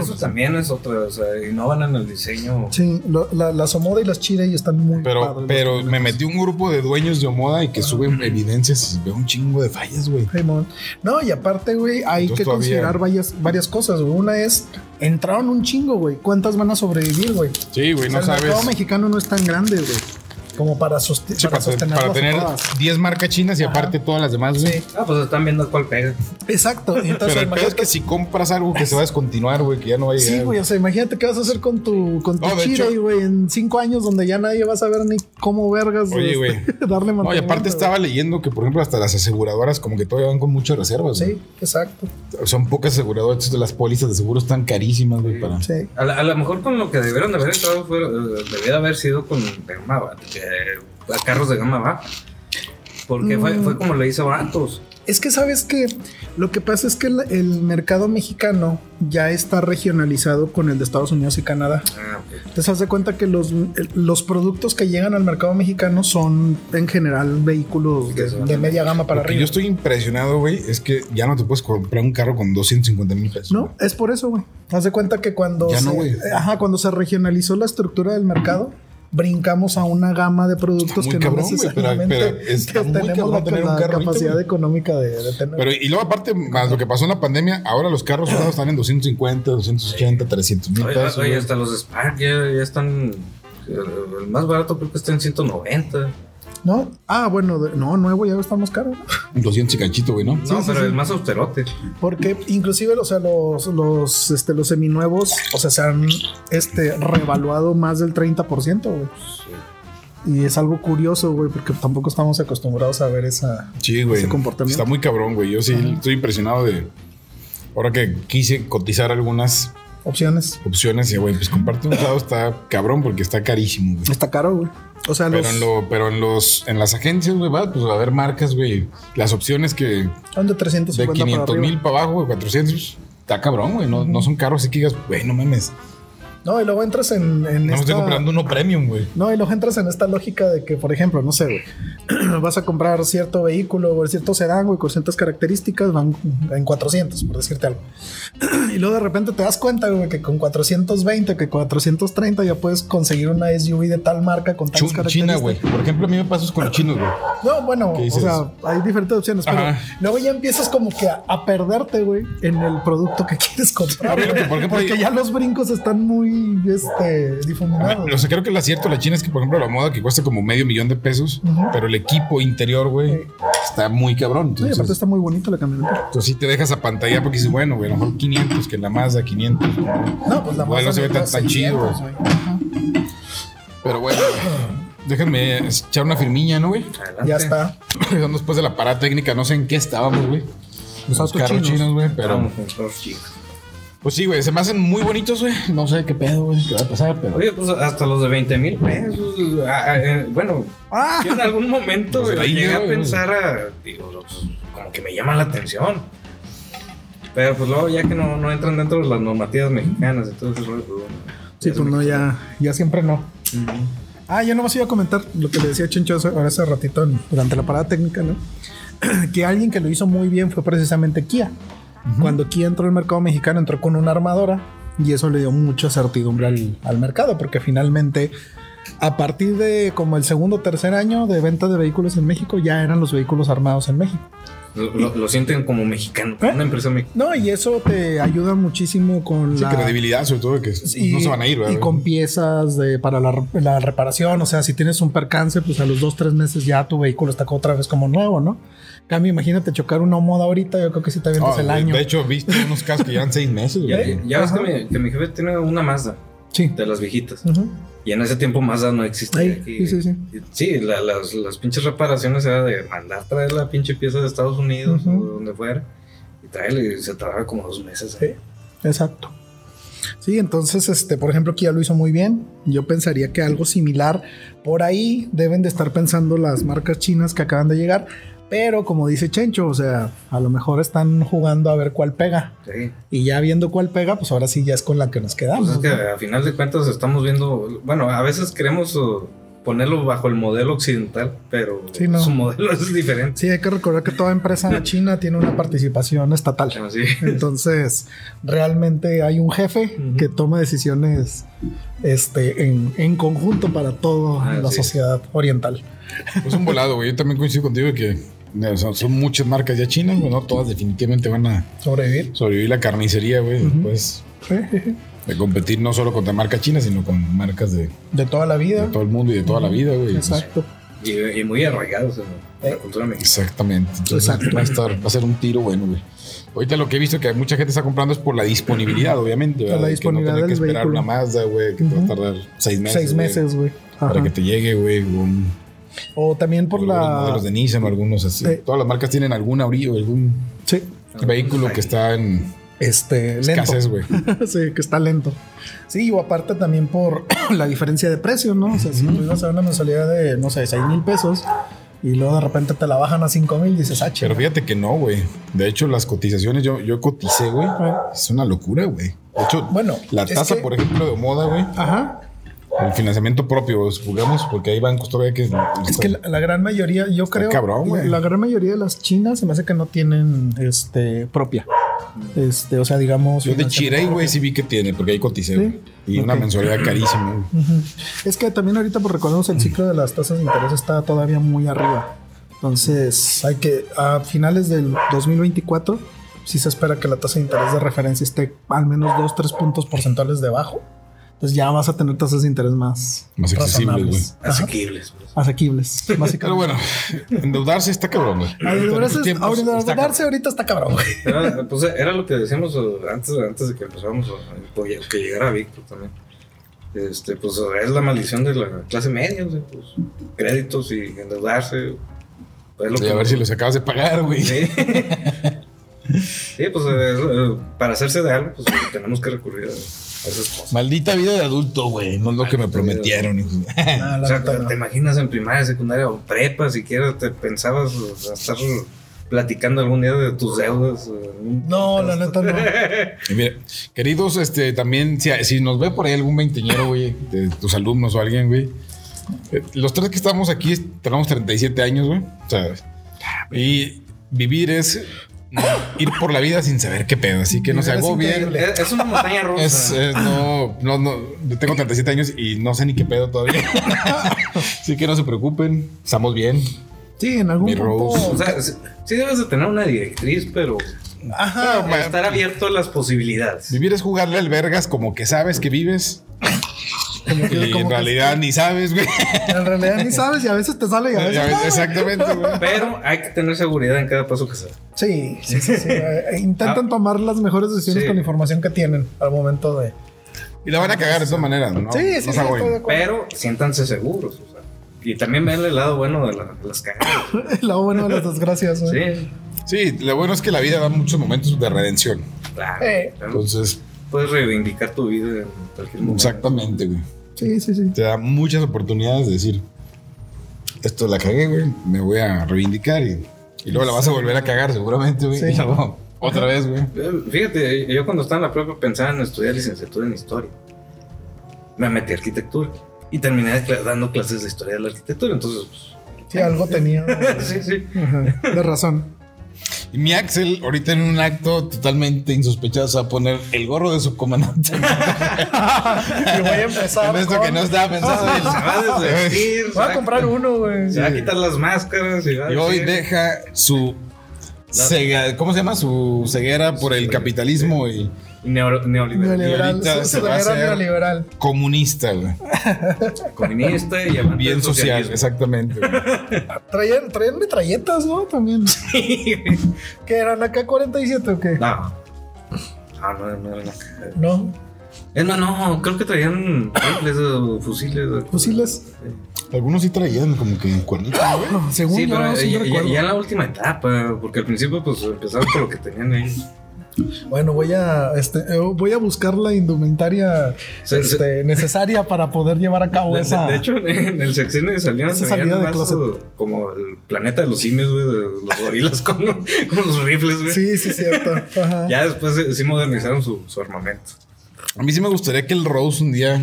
[SPEAKER 3] Eso también es otra, o sea, innovan en el diseño.
[SPEAKER 2] Sí, lo- la- las Omoda y las Chirei están muy padres.
[SPEAKER 1] Pero,
[SPEAKER 2] los
[SPEAKER 1] pero
[SPEAKER 2] camiones.
[SPEAKER 1] me metí un grupo de dueños de Omoda y que suben evidencias y veo un chingo de fallas, güey.
[SPEAKER 2] Simón. No, y aparte, güey, hay
[SPEAKER 1] Entonces,
[SPEAKER 2] que
[SPEAKER 1] todavía-
[SPEAKER 2] considerar varias, varias cosas. güey. Una es Tigres entraron un chingo, güey. ¿Cuántas van a sobrevivir, güey?
[SPEAKER 1] Sí, güey, no
[SPEAKER 2] O sea, El mercado
[SPEAKER 1] sabes.
[SPEAKER 2] mexicano no es tan grande, güey. Como para, soste-
[SPEAKER 1] Sí, para,
[SPEAKER 2] para
[SPEAKER 1] para
[SPEAKER 2] sostenerlas a
[SPEAKER 1] tener
[SPEAKER 2] todas.
[SPEAKER 1] 10 marcas chinas y
[SPEAKER 2] Ajá.
[SPEAKER 1] aparte todas las demás, güey.
[SPEAKER 3] Ah, pues están viendo cuál pega.
[SPEAKER 1] [LAUGHS]
[SPEAKER 2] Exacto. Entonces,
[SPEAKER 1] Pero el pedo es
[SPEAKER 2] imagínate-
[SPEAKER 1] que si compras algo que se va a descontinuar, güey, que ya no va a llegar.
[SPEAKER 2] Sí, güey, o sea, imagínate qué vas a hacer con tu, con tu
[SPEAKER 1] No, de
[SPEAKER 2] chile,
[SPEAKER 1] hecho-
[SPEAKER 2] güey, en cinco años donde ya nadie va a saber ni cómo vergas
[SPEAKER 1] Oye, güey.
[SPEAKER 2] este, [LAUGHS] darle
[SPEAKER 1] No, y aparte
[SPEAKER 2] mantenimiento,
[SPEAKER 1] estaba leyendo que, por ejemplo, hasta las aseguradoras como que todavía van con muchas reservas.
[SPEAKER 2] güey.
[SPEAKER 1] güey.
[SPEAKER 2] Sí, exacto.
[SPEAKER 1] Son pocas aseguradoras. Las pólizas de seguro están carísimas, güey. Para...
[SPEAKER 2] Sí.
[SPEAKER 3] A, la- a lo mejor con lo que debieron de haber entrado fue, eh, debía de haber sido con de gama ba- eh, a carros de gama baja. Porque fue,
[SPEAKER 2] Mm.
[SPEAKER 3] fue como le hizo Vatos.
[SPEAKER 2] Es que sabes que lo que pasa es que el, el mercado mexicano ya está regionalizado con el de Estados Unidos y Canadá.
[SPEAKER 3] Ah, ok.
[SPEAKER 2] Te das de cuenta que los, el- los productos que llegan al mercado mexicano son en general vehículos de, de media gama para
[SPEAKER 1] Lo que
[SPEAKER 2] arriba.
[SPEAKER 1] yo estoy impresionado, güey, es que ya no te puedes comprar un carro con 250 mil pesos.
[SPEAKER 2] No,
[SPEAKER 1] güey.
[SPEAKER 2] es por eso, güey. Haz de cuenta que cuando,
[SPEAKER 1] Ya
[SPEAKER 2] se,
[SPEAKER 1] no, güey.
[SPEAKER 2] ajá, cuando se regionalizó la estructura del mercado, brincamos a una gama de productos
[SPEAKER 1] Está muy
[SPEAKER 2] que
[SPEAKER 1] cabrón,
[SPEAKER 2] no
[SPEAKER 1] güey, pero-
[SPEAKER 2] necesariamente
[SPEAKER 1] pero está
[SPEAKER 2] que
[SPEAKER 1] muy
[SPEAKER 2] tenemos
[SPEAKER 1] cabrón
[SPEAKER 2] la,
[SPEAKER 1] tener un
[SPEAKER 2] la
[SPEAKER 1] carrito,
[SPEAKER 2] capacidad
[SPEAKER 1] güey.
[SPEAKER 2] economía de, de tener.
[SPEAKER 1] Pero, y luego, aparte, más lo que pasó en la pandemia, ahora los carros usados están en 250, 280, 300 mil
[SPEAKER 3] Oye,
[SPEAKER 1] pesos.
[SPEAKER 3] oye,
[SPEAKER 1] güey.
[SPEAKER 3] hasta los Spark ya, ya están. eh, El más barato creo que está en 190.
[SPEAKER 2] ¿No? Ah, bueno, de- no, nuevo ya estamos caros.
[SPEAKER 1] 200 y cachito, güey, ¿no?
[SPEAKER 3] No,
[SPEAKER 2] sí,
[SPEAKER 3] pero
[SPEAKER 2] sí.
[SPEAKER 3] el más austerote.
[SPEAKER 2] Porque inclusive, o sea, los, los, este, los seminuevos, o sea, se han este, revaluado más del 30%, güey. Y es algo curioso, güey, porque tampoco estamos acostumbrados a ver esa...
[SPEAKER 1] Sí, güey.
[SPEAKER 2] Ese comportamiento.
[SPEAKER 1] Está muy cabrón, güey. Yo sí
[SPEAKER 2] Ajá.
[SPEAKER 1] estoy impresionado de. Ahora que quise cotizar algunas
[SPEAKER 2] opciones.
[SPEAKER 1] opciones, y güey, pues comparte un usado está cabrón porque está carísimo, güey.
[SPEAKER 2] Está caro, güey. O sea,
[SPEAKER 1] Pero
[SPEAKER 2] los-
[SPEAKER 1] en, lo, pero en los en las agencias, güey, va, pues va a haber marcas, güey. Las opciones que
[SPEAKER 2] son de
[SPEAKER 1] de
[SPEAKER 2] 350
[SPEAKER 1] 500
[SPEAKER 2] para arriba.
[SPEAKER 1] mil para abajo, güey, 400, está cabrón, güey. No, no son caros así que digas, güey, no mames.
[SPEAKER 2] No, y luego entras en, en
[SPEAKER 1] No me
[SPEAKER 2] esta...
[SPEAKER 1] estoy comprando uno premium, güey.
[SPEAKER 2] No, y luego entras en esta lógica de que, por ejemplo, no sé, güey, [CLEARS THROAT] vas a comprar cierto vehículo o cierto sedán, güey, con ciertas características, van en 400, por decirte algo. [CLEARS THROAT] Y luego de repente te das cuenta, güey, que con 420, que 430 ya puedes conseguir una SUV de tal marca con tales
[SPEAKER 1] Chu- China,
[SPEAKER 2] características.
[SPEAKER 1] güey. Por ejemplo, a mí me pasa con los chinos, güey.
[SPEAKER 2] No, bueno,
[SPEAKER 1] ¿Qué
[SPEAKER 2] o
[SPEAKER 1] dices?
[SPEAKER 2] sea, hay diferentes opciones, pero
[SPEAKER 1] Ajá.
[SPEAKER 2] luego ya empiezas como que a, a perderte, güey, en el producto que [LAUGHS] quieres
[SPEAKER 1] A
[SPEAKER 2] comprar.
[SPEAKER 1] mí lo que, por ejemplo,
[SPEAKER 2] porque ya los brincos están muy este,
[SPEAKER 1] A
[SPEAKER 2] difuminados.
[SPEAKER 1] ver, O sea, creo que el acierto de la China es que, por ejemplo, la moda que cuesta como medio millón de pesos,
[SPEAKER 2] Ujú.
[SPEAKER 1] pero el equipo interior, güey,
[SPEAKER 2] Sí. pues
[SPEAKER 1] está muy cabrón.
[SPEAKER 2] Sí,
[SPEAKER 1] Entonces,
[SPEAKER 2] aparte está muy bonito la camioneta.
[SPEAKER 1] entonces sí te dejas a pantallar porque dices, bueno, güey, a lo mejor 500 que la Mazda, 500.
[SPEAKER 2] No, pues la
[SPEAKER 1] Igual no
[SPEAKER 2] Mazda
[SPEAKER 1] se ve tan- tan chido, güey.
[SPEAKER 2] 600, Ajá.
[SPEAKER 1] Pero
[SPEAKER 2] [CLEARS THROAT]
[SPEAKER 1] bueno, déjenme echar una firmiña, ¿no, güey? [CLEARS THROAT]
[SPEAKER 3] Adelante.
[SPEAKER 2] Ya está.
[SPEAKER 1] Son después de la parada técnica, no sé en qué estábamos, güey. Los
[SPEAKER 2] autos
[SPEAKER 1] carros
[SPEAKER 2] chinos.
[SPEAKER 1] chinos, güey, pero...
[SPEAKER 3] Vamos con todos chicos.
[SPEAKER 1] Pues sí, güey, se me hacen muy bonitos, güey. No sé qué pedo, güey, qué va a pasar, pero...
[SPEAKER 3] Oye, pues hasta los de 20 mil pesos. ah, eh, bueno,
[SPEAKER 2] Ah,
[SPEAKER 3] yo en algún momento
[SPEAKER 1] Los de
[SPEAKER 3] güey,
[SPEAKER 1] la
[SPEAKER 3] llegué
[SPEAKER 1] India,
[SPEAKER 3] a
[SPEAKER 1] güey.
[SPEAKER 3] pensar a, digo, pues, como que me llama la atención. Pero pues luego ya que no, no entran dentro de las normativas mexicanas, entonces pues, bueno,
[SPEAKER 2] sí,
[SPEAKER 3] es
[SPEAKER 2] pues no,
[SPEAKER 3] mexicano.
[SPEAKER 2] ya, ya siempre no.
[SPEAKER 3] Ujú.
[SPEAKER 2] Ah, yo nomás iba a comentar lo que le decía Chencho hace, ahora hace ratito en- durante la parada técnica, ¿no? [CLEARS THROAT] que alguien que lo hizo muy bien fue precisamente Kia. Cuando Kia entró al mercado mexicano, entró con una armadora y eso le dio mucha certidumbre al, al mercado, porque finalmente, a partir de como el segundo o tercer año de venta de vehículos en México, ya eran los vehículos armados en México.
[SPEAKER 3] Lo, lo- lo sienten como mexicano, como
[SPEAKER 2] ¿Eh?
[SPEAKER 3] una empresa mexicana.
[SPEAKER 2] No, y eso te ayuda muchísimo con
[SPEAKER 1] Sí,
[SPEAKER 2] la.
[SPEAKER 1] credibilidad, sobre todo, que
[SPEAKER 2] pues, y-
[SPEAKER 1] no se van a ir, güey.
[SPEAKER 2] y con piezas de, para la, re- la reparación. O sea, si tienes un percance, pues a los dos, tres meses ya tu vehículo está otra vez como nuevo, ¿no? Cambio, imagínate chocar una moda ahorita. Yo creo que sí te
[SPEAKER 1] Ah,
[SPEAKER 2] vienes el
[SPEAKER 1] güey,
[SPEAKER 2] año.
[SPEAKER 1] De hecho, he visto unos casos que llevan seis
[SPEAKER 2] [LAUGHS]
[SPEAKER 1] meses,
[SPEAKER 3] Ya,
[SPEAKER 1] güey.
[SPEAKER 3] ya ves que
[SPEAKER 2] Ajá.
[SPEAKER 3] mi, que mi jefe tiene una Mazda
[SPEAKER 2] sí.
[SPEAKER 3] de las viejitas.
[SPEAKER 2] Ujú.
[SPEAKER 3] Y en ese tiempo Mazda no existía.
[SPEAKER 2] Ahí,
[SPEAKER 3] aquí.
[SPEAKER 2] sí, sí, sí.
[SPEAKER 3] Sí, la- las, las pinches reparaciones era de mandar traer la pinche pieza de Estados Unidos
[SPEAKER 2] Ujú.
[SPEAKER 3] o de donde fuera. Y traerla y se tardaba como dos meses.
[SPEAKER 2] Sí, exacto. Sí, entonces, este, por ejemplo, Kia lo hizo muy bien. Yo pensaría que algo similar por ahí deben de estar pensando las marcas chinas que acaban de llegar. Pero como dice Chencho, o sea, a lo mejor están jugando a ver cuál pega.
[SPEAKER 3] Sí.
[SPEAKER 2] Y ya viendo cuál pega, pues ahora sí ya es con la que nos
[SPEAKER 3] Pues
[SPEAKER 2] quedamos.
[SPEAKER 3] es que
[SPEAKER 2] ¿no?
[SPEAKER 3] a final de cuentas estamos viendo. Bueno, a veces queremos oh, ponerlo bajo el modelo occidental, pero
[SPEAKER 2] Sí, no.
[SPEAKER 3] su modelo [LAUGHS] es diferente.
[SPEAKER 2] Sí, hay que recordar que toda empresa china tiene una participación estatal.
[SPEAKER 3] Así.
[SPEAKER 2] Entonces, realmente hay un jefe
[SPEAKER 3] Ujú.
[SPEAKER 2] que toma decisiones este, en, en conjunto para toda
[SPEAKER 3] Ah,
[SPEAKER 2] la
[SPEAKER 3] sí.
[SPEAKER 2] sociedad oriental.
[SPEAKER 1] Es un volado, güey. Yo también coincido contigo de que o sea, son muchas marcas ya chinas, güey. No todas definitivamente van a
[SPEAKER 2] Sobrevivir. ¿eh?
[SPEAKER 1] sobrevivir la carnicería, güey.
[SPEAKER 2] Ujú.
[SPEAKER 1] Después De competir no solo contra marcas chinas, sino con marcas de,
[SPEAKER 2] De pues toda la
[SPEAKER 1] de
[SPEAKER 2] vida.
[SPEAKER 1] todo el mundo y de toda la vida, güey.
[SPEAKER 2] Exacto.
[SPEAKER 3] Y, y muy arraigados en
[SPEAKER 2] Eh.
[SPEAKER 3] la cultura mexicana.
[SPEAKER 1] Exactamente. Entonces
[SPEAKER 2] Exacto.
[SPEAKER 1] Va, a estar, va a ser un tiro bueno, güey. Ahorita lo que he visto que mucha gente está comprando es por la disponibilidad, obviamente. ¿verdad?
[SPEAKER 2] la
[SPEAKER 1] De que
[SPEAKER 2] disponibilidad
[SPEAKER 1] no tener que
[SPEAKER 2] del
[SPEAKER 1] esperar
[SPEAKER 2] vehículo.
[SPEAKER 1] una Mazda, güey, que te va a
[SPEAKER 2] Ujú.
[SPEAKER 1] tardar seis meses.
[SPEAKER 2] Seis
[SPEAKER 1] güey,
[SPEAKER 2] meses, güey.
[SPEAKER 1] Para
[SPEAKER 2] Ajá.
[SPEAKER 1] que te llegue, güey. o un-
[SPEAKER 2] O también por
[SPEAKER 1] o algunos
[SPEAKER 2] la.
[SPEAKER 1] modelos de Nissan o algunos así.
[SPEAKER 2] Eh.
[SPEAKER 1] Todas las marcas tienen alguna orilla o algún
[SPEAKER 2] Sí.
[SPEAKER 1] vehículo que está en
[SPEAKER 2] Este, lento.
[SPEAKER 1] escasez,
[SPEAKER 2] [LAUGHS]
[SPEAKER 1] güey.
[SPEAKER 2] sí, que está lento. Sí, o aparte también por [CLEARS THROAT] la diferencia de precio, ¿no? O sea, si tú ibas a una mensualidad de, no sé, 6 mil pesos y luego de repente te la bajan a 5 mil, dices, ah,
[SPEAKER 1] Pero
[SPEAKER 2] chinga".
[SPEAKER 1] fíjate que no, güey. De hecho, las cotizaciones, yo, yo coticé, güey.
[SPEAKER 2] Ah.
[SPEAKER 1] Es una locura, güey. De hecho,
[SPEAKER 2] Bueno,
[SPEAKER 1] la
[SPEAKER 2] es
[SPEAKER 1] tasa,
[SPEAKER 2] que-
[SPEAKER 1] por ejemplo, de moda, güey.
[SPEAKER 2] Ajá.
[SPEAKER 1] El financiamiento propio, supongamos, porque hay bancos todavía que...
[SPEAKER 2] Es que la, la gran mayoría, yo creo,
[SPEAKER 1] cabrón,
[SPEAKER 2] la,
[SPEAKER 1] güey.
[SPEAKER 2] la gran mayoría de las chinas se me hace que no tienen este propia. Este, o sea, digamos.
[SPEAKER 1] Yo de
[SPEAKER 2] financiamiento
[SPEAKER 1] Chirey, güey,
[SPEAKER 2] propio.
[SPEAKER 1] sí vi que tiene, porque ahí coticé.
[SPEAKER 2] ¿Sí?
[SPEAKER 1] güey. Y una
[SPEAKER 2] Ok.
[SPEAKER 1] mensualidad carísima. güey.
[SPEAKER 2] Ujú. Es que también ahorita, pues recordemos, el ciclo de las tasas de interés está todavía muy arriba. Entonces, hay que, a finales del 2024, sí se espera que la tasa de interés de referencia esté al menos 2, 3 puntos porcentuales debajo. Entonces ya vas a tener tasas de interés más,
[SPEAKER 1] Más accesibles,
[SPEAKER 2] razonables. Ajá.
[SPEAKER 3] Asequibles. pues.
[SPEAKER 2] [LAUGHS] Asequibles, básicamente.
[SPEAKER 1] Pero bueno, endeudarse está cabrón, güey.
[SPEAKER 2] Ay, de verdad,
[SPEAKER 1] En estos
[SPEAKER 2] es-
[SPEAKER 1] tiempos
[SPEAKER 2] ahorita,
[SPEAKER 1] está
[SPEAKER 2] darse ahorita está
[SPEAKER 1] [LAUGHS]
[SPEAKER 2] cabrón, güey.
[SPEAKER 3] Era, pues, era lo que decíamos eh, antes, antes de que empezáramos, eh, que que llegara Víctor también. Este, pues es la maldición de la clase media, o sea, pues, créditos y endeudarse. pues, es
[SPEAKER 1] cabrón.
[SPEAKER 3] lo
[SPEAKER 1] Sí,
[SPEAKER 3] que-
[SPEAKER 1] a ver si los acabas de pagar, güey.
[SPEAKER 3] [LAUGHS] Sí. Sí, pues eh, eh, para hacerse de algo, pues tenemos que recurrir a, a esas cosas.
[SPEAKER 1] Maldita vida de adulto, güey. No es lo que me prometieron. hijo.
[SPEAKER 2] Ah,
[SPEAKER 3] O
[SPEAKER 2] la
[SPEAKER 3] sea,
[SPEAKER 2] neta,
[SPEAKER 3] te,
[SPEAKER 2] no.
[SPEAKER 3] te imaginas en primaria, secundaria o prepa, siquiera te pensabas o sea, estar platicando algún día de tus deudas. o algún-
[SPEAKER 2] No, la neta no.
[SPEAKER 1] Y mira, queridos, este, también, si, si nos ve por ahí algún veinteñero, güey, de tus alumnos o alguien, güey. eh, Los tres que estamos aquí es- tenemos 37 años, güey. O sea, y vivir es mm, ir por la vida sin saber qué pedo. Así que no se
[SPEAKER 2] Vivir es
[SPEAKER 1] agobien.
[SPEAKER 2] increíble.
[SPEAKER 3] Es, es una montaña rusa.
[SPEAKER 1] Es, es- no, no, no, yo tengo 37 años y no sé ni qué pedo
[SPEAKER 2] [LAUGHS]
[SPEAKER 1] todavía. Así que no se preocupen, estamos bien.
[SPEAKER 2] Sí, en algún
[SPEAKER 1] Mi Rose.
[SPEAKER 3] O
[SPEAKER 2] punto.
[SPEAKER 3] sea, sí, sí debes de tener una directriz, pero
[SPEAKER 2] Ajá.
[SPEAKER 3] estar abierto a las posibilidades.
[SPEAKER 1] Vivir es jugarle al vergas como que sabes que vives
[SPEAKER 2] como
[SPEAKER 1] [LAUGHS]
[SPEAKER 2] que-
[SPEAKER 1] y
[SPEAKER 2] como
[SPEAKER 1] en
[SPEAKER 2] que-
[SPEAKER 1] realidad ni sabes,
[SPEAKER 2] [LAUGHS]
[SPEAKER 1] güey.
[SPEAKER 2] En realidad ni sabes y a veces te sale y a veces.
[SPEAKER 1] Ya ves,
[SPEAKER 2] no,
[SPEAKER 1] [LAUGHS]
[SPEAKER 2] güey.
[SPEAKER 1] Exactamente, güey.
[SPEAKER 3] Pero hay que tener seguridad en cada paso que se da.
[SPEAKER 2] Sí, sí, sí. [LAUGHS] sí. Eh, Intentan tomar las mejores decisiones
[SPEAKER 3] Sí.
[SPEAKER 2] con la información que tienen al momento de.
[SPEAKER 1] Y la van a cagar de todas maneras, ¿no?
[SPEAKER 2] sí, sí,
[SPEAKER 1] No se
[SPEAKER 2] sí, estoy de
[SPEAKER 1] agüen.
[SPEAKER 2] acuerdo.
[SPEAKER 3] Pero siéntanse seguros. o sea, y también ven el lado bueno de, la- de las cagadas.
[SPEAKER 2] Lo bueno de las desgracias, güey.
[SPEAKER 3] Sí,
[SPEAKER 1] Sí, lo bueno es que la vida da muchos momentos de redención.
[SPEAKER 3] claro.
[SPEAKER 2] Eh.
[SPEAKER 3] claro.
[SPEAKER 1] Entonces,
[SPEAKER 3] Puedes reivindicar tu vida en cualquier momento.
[SPEAKER 1] exactamente, güey.
[SPEAKER 2] Sí, sí, sí.
[SPEAKER 1] Te da muchas oportunidades de decir, esto la cagué, güey, me voy a reivindicar y, y luego la vas a volver a cagar seguramente, güey.
[SPEAKER 2] Sí.
[SPEAKER 1] Y luego, otra vez, güey.
[SPEAKER 3] Eh, Fíjate, yo cuando estaba en la prueba pensaba en estudiar licenciatura en historia. Me metí a arquitectura y terminé cla- dando clases de historia de la arquitectura. Entonces,
[SPEAKER 2] Sí, algo [LAUGHS] tenía.
[SPEAKER 3] pues, sí, sí.
[SPEAKER 2] Ajá, De razón.
[SPEAKER 1] Y mi Axel, ahorita en un acto totalmente insospechado, se va a poner el gorro de su comandante.
[SPEAKER 2] Y voy a empezar.
[SPEAKER 1] en esto que
[SPEAKER 2] con- Ah.
[SPEAKER 1] no estaba pensado.
[SPEAKER 3] Se
[SPEAKER 2] [LAUGHS]
[SPEAKER 3] va a desvestir, se
[SPEAKER 2] Voy
[SPEAKER 3] va
[SPEAKER 2] a comprar uno, güey.
[SPEAKER 3] Se va a quitar las máscaras y va a
[SPEAKER 1] Y hoy
[SPEAKER 3] decir-
[SPEAKER 1] deja su. cega- ¿Cómo se llama? Su ceguera por el capitalismo y
[SPEAKER 3] Neo- neoliberal,
[SPEAKER 1] Y
[SPEAKER 2] Neoliberal.
[SPEAKER 1] ahorita
[SPEAKER 2] Se
[SPEAKER 1] se va a
[SPEAKER 2] era
[SPEAKER 1] hacer-
[SPEAKER 2] neoliberal.
[SPEAKER 1] comunista, güey.
[SPEAKER 3] comunista y
[SPEAKER 1] [LAUGHS]
[SPEAKER 3] amante
[SPEAKER 1] Bien
[SPEAKER 3] del
[SPEAKER 1] social,
[SPEAKER 3] socialismo.
[SPEAKER 1] exactamente. güey.
[SPEAKER 2] Traían, traían metralletas, ¿no? También. que eran acá 47 o qué?
[SPEAKER 3] No. No, no, no, no.
[SPEAKER 2] No.
[SPEAKER 3] Es más, no, creo que traían rifles o fusiles. o-
[SPEAKER 2] Fusiles.
[SPEAKER 1] [LAUGHS] Algunos sí traían como que cuernitos.
[SPEAKER 2] No, según
[SPEAKER 3] Sí,
[SPEAKER 2] yo,
[SPEAKER 3] pero
[SPEAKER 2] sí
[SPEAKER 3] ya, ya-
[SPEAKER 2] recuerdo.
[SPEAKER 3] ya en la última etapa, porque al principio pues empezaron con lo que tenían ellos.
[SPEAKER 2] Bueno, voy a, este, eh, voy a buscar la indumentaria
[SPEAKER 3] Se-
[SPEAKER 2] este, necesaria para poder llevar a cabo
[SPEAKER 3] De, de-
[SPEAKER 2] Oh, esa.
[SPEAKER 3] de hecho, en el sexenio de Salinas
[SPEAKER 2] Esa
[SPEAKER 3] traían
[SPEAKER 2] salida de
[SPEAKER 3] más
[SPEAKER 2] closet.
[SPEAKER 3] o- como el planeta de los simios, güey, de los gorilas [LAUGHS] con, con los rifles, güey.
[SPEAKER 2] sí, sí, cierto. Ajá.
[SPEAKER 3] [LAUGHS] Ya después eh, sí modernizaron su, su armamento.
[SPEAKER 1] A mí sí me gustaría que el Rose un día,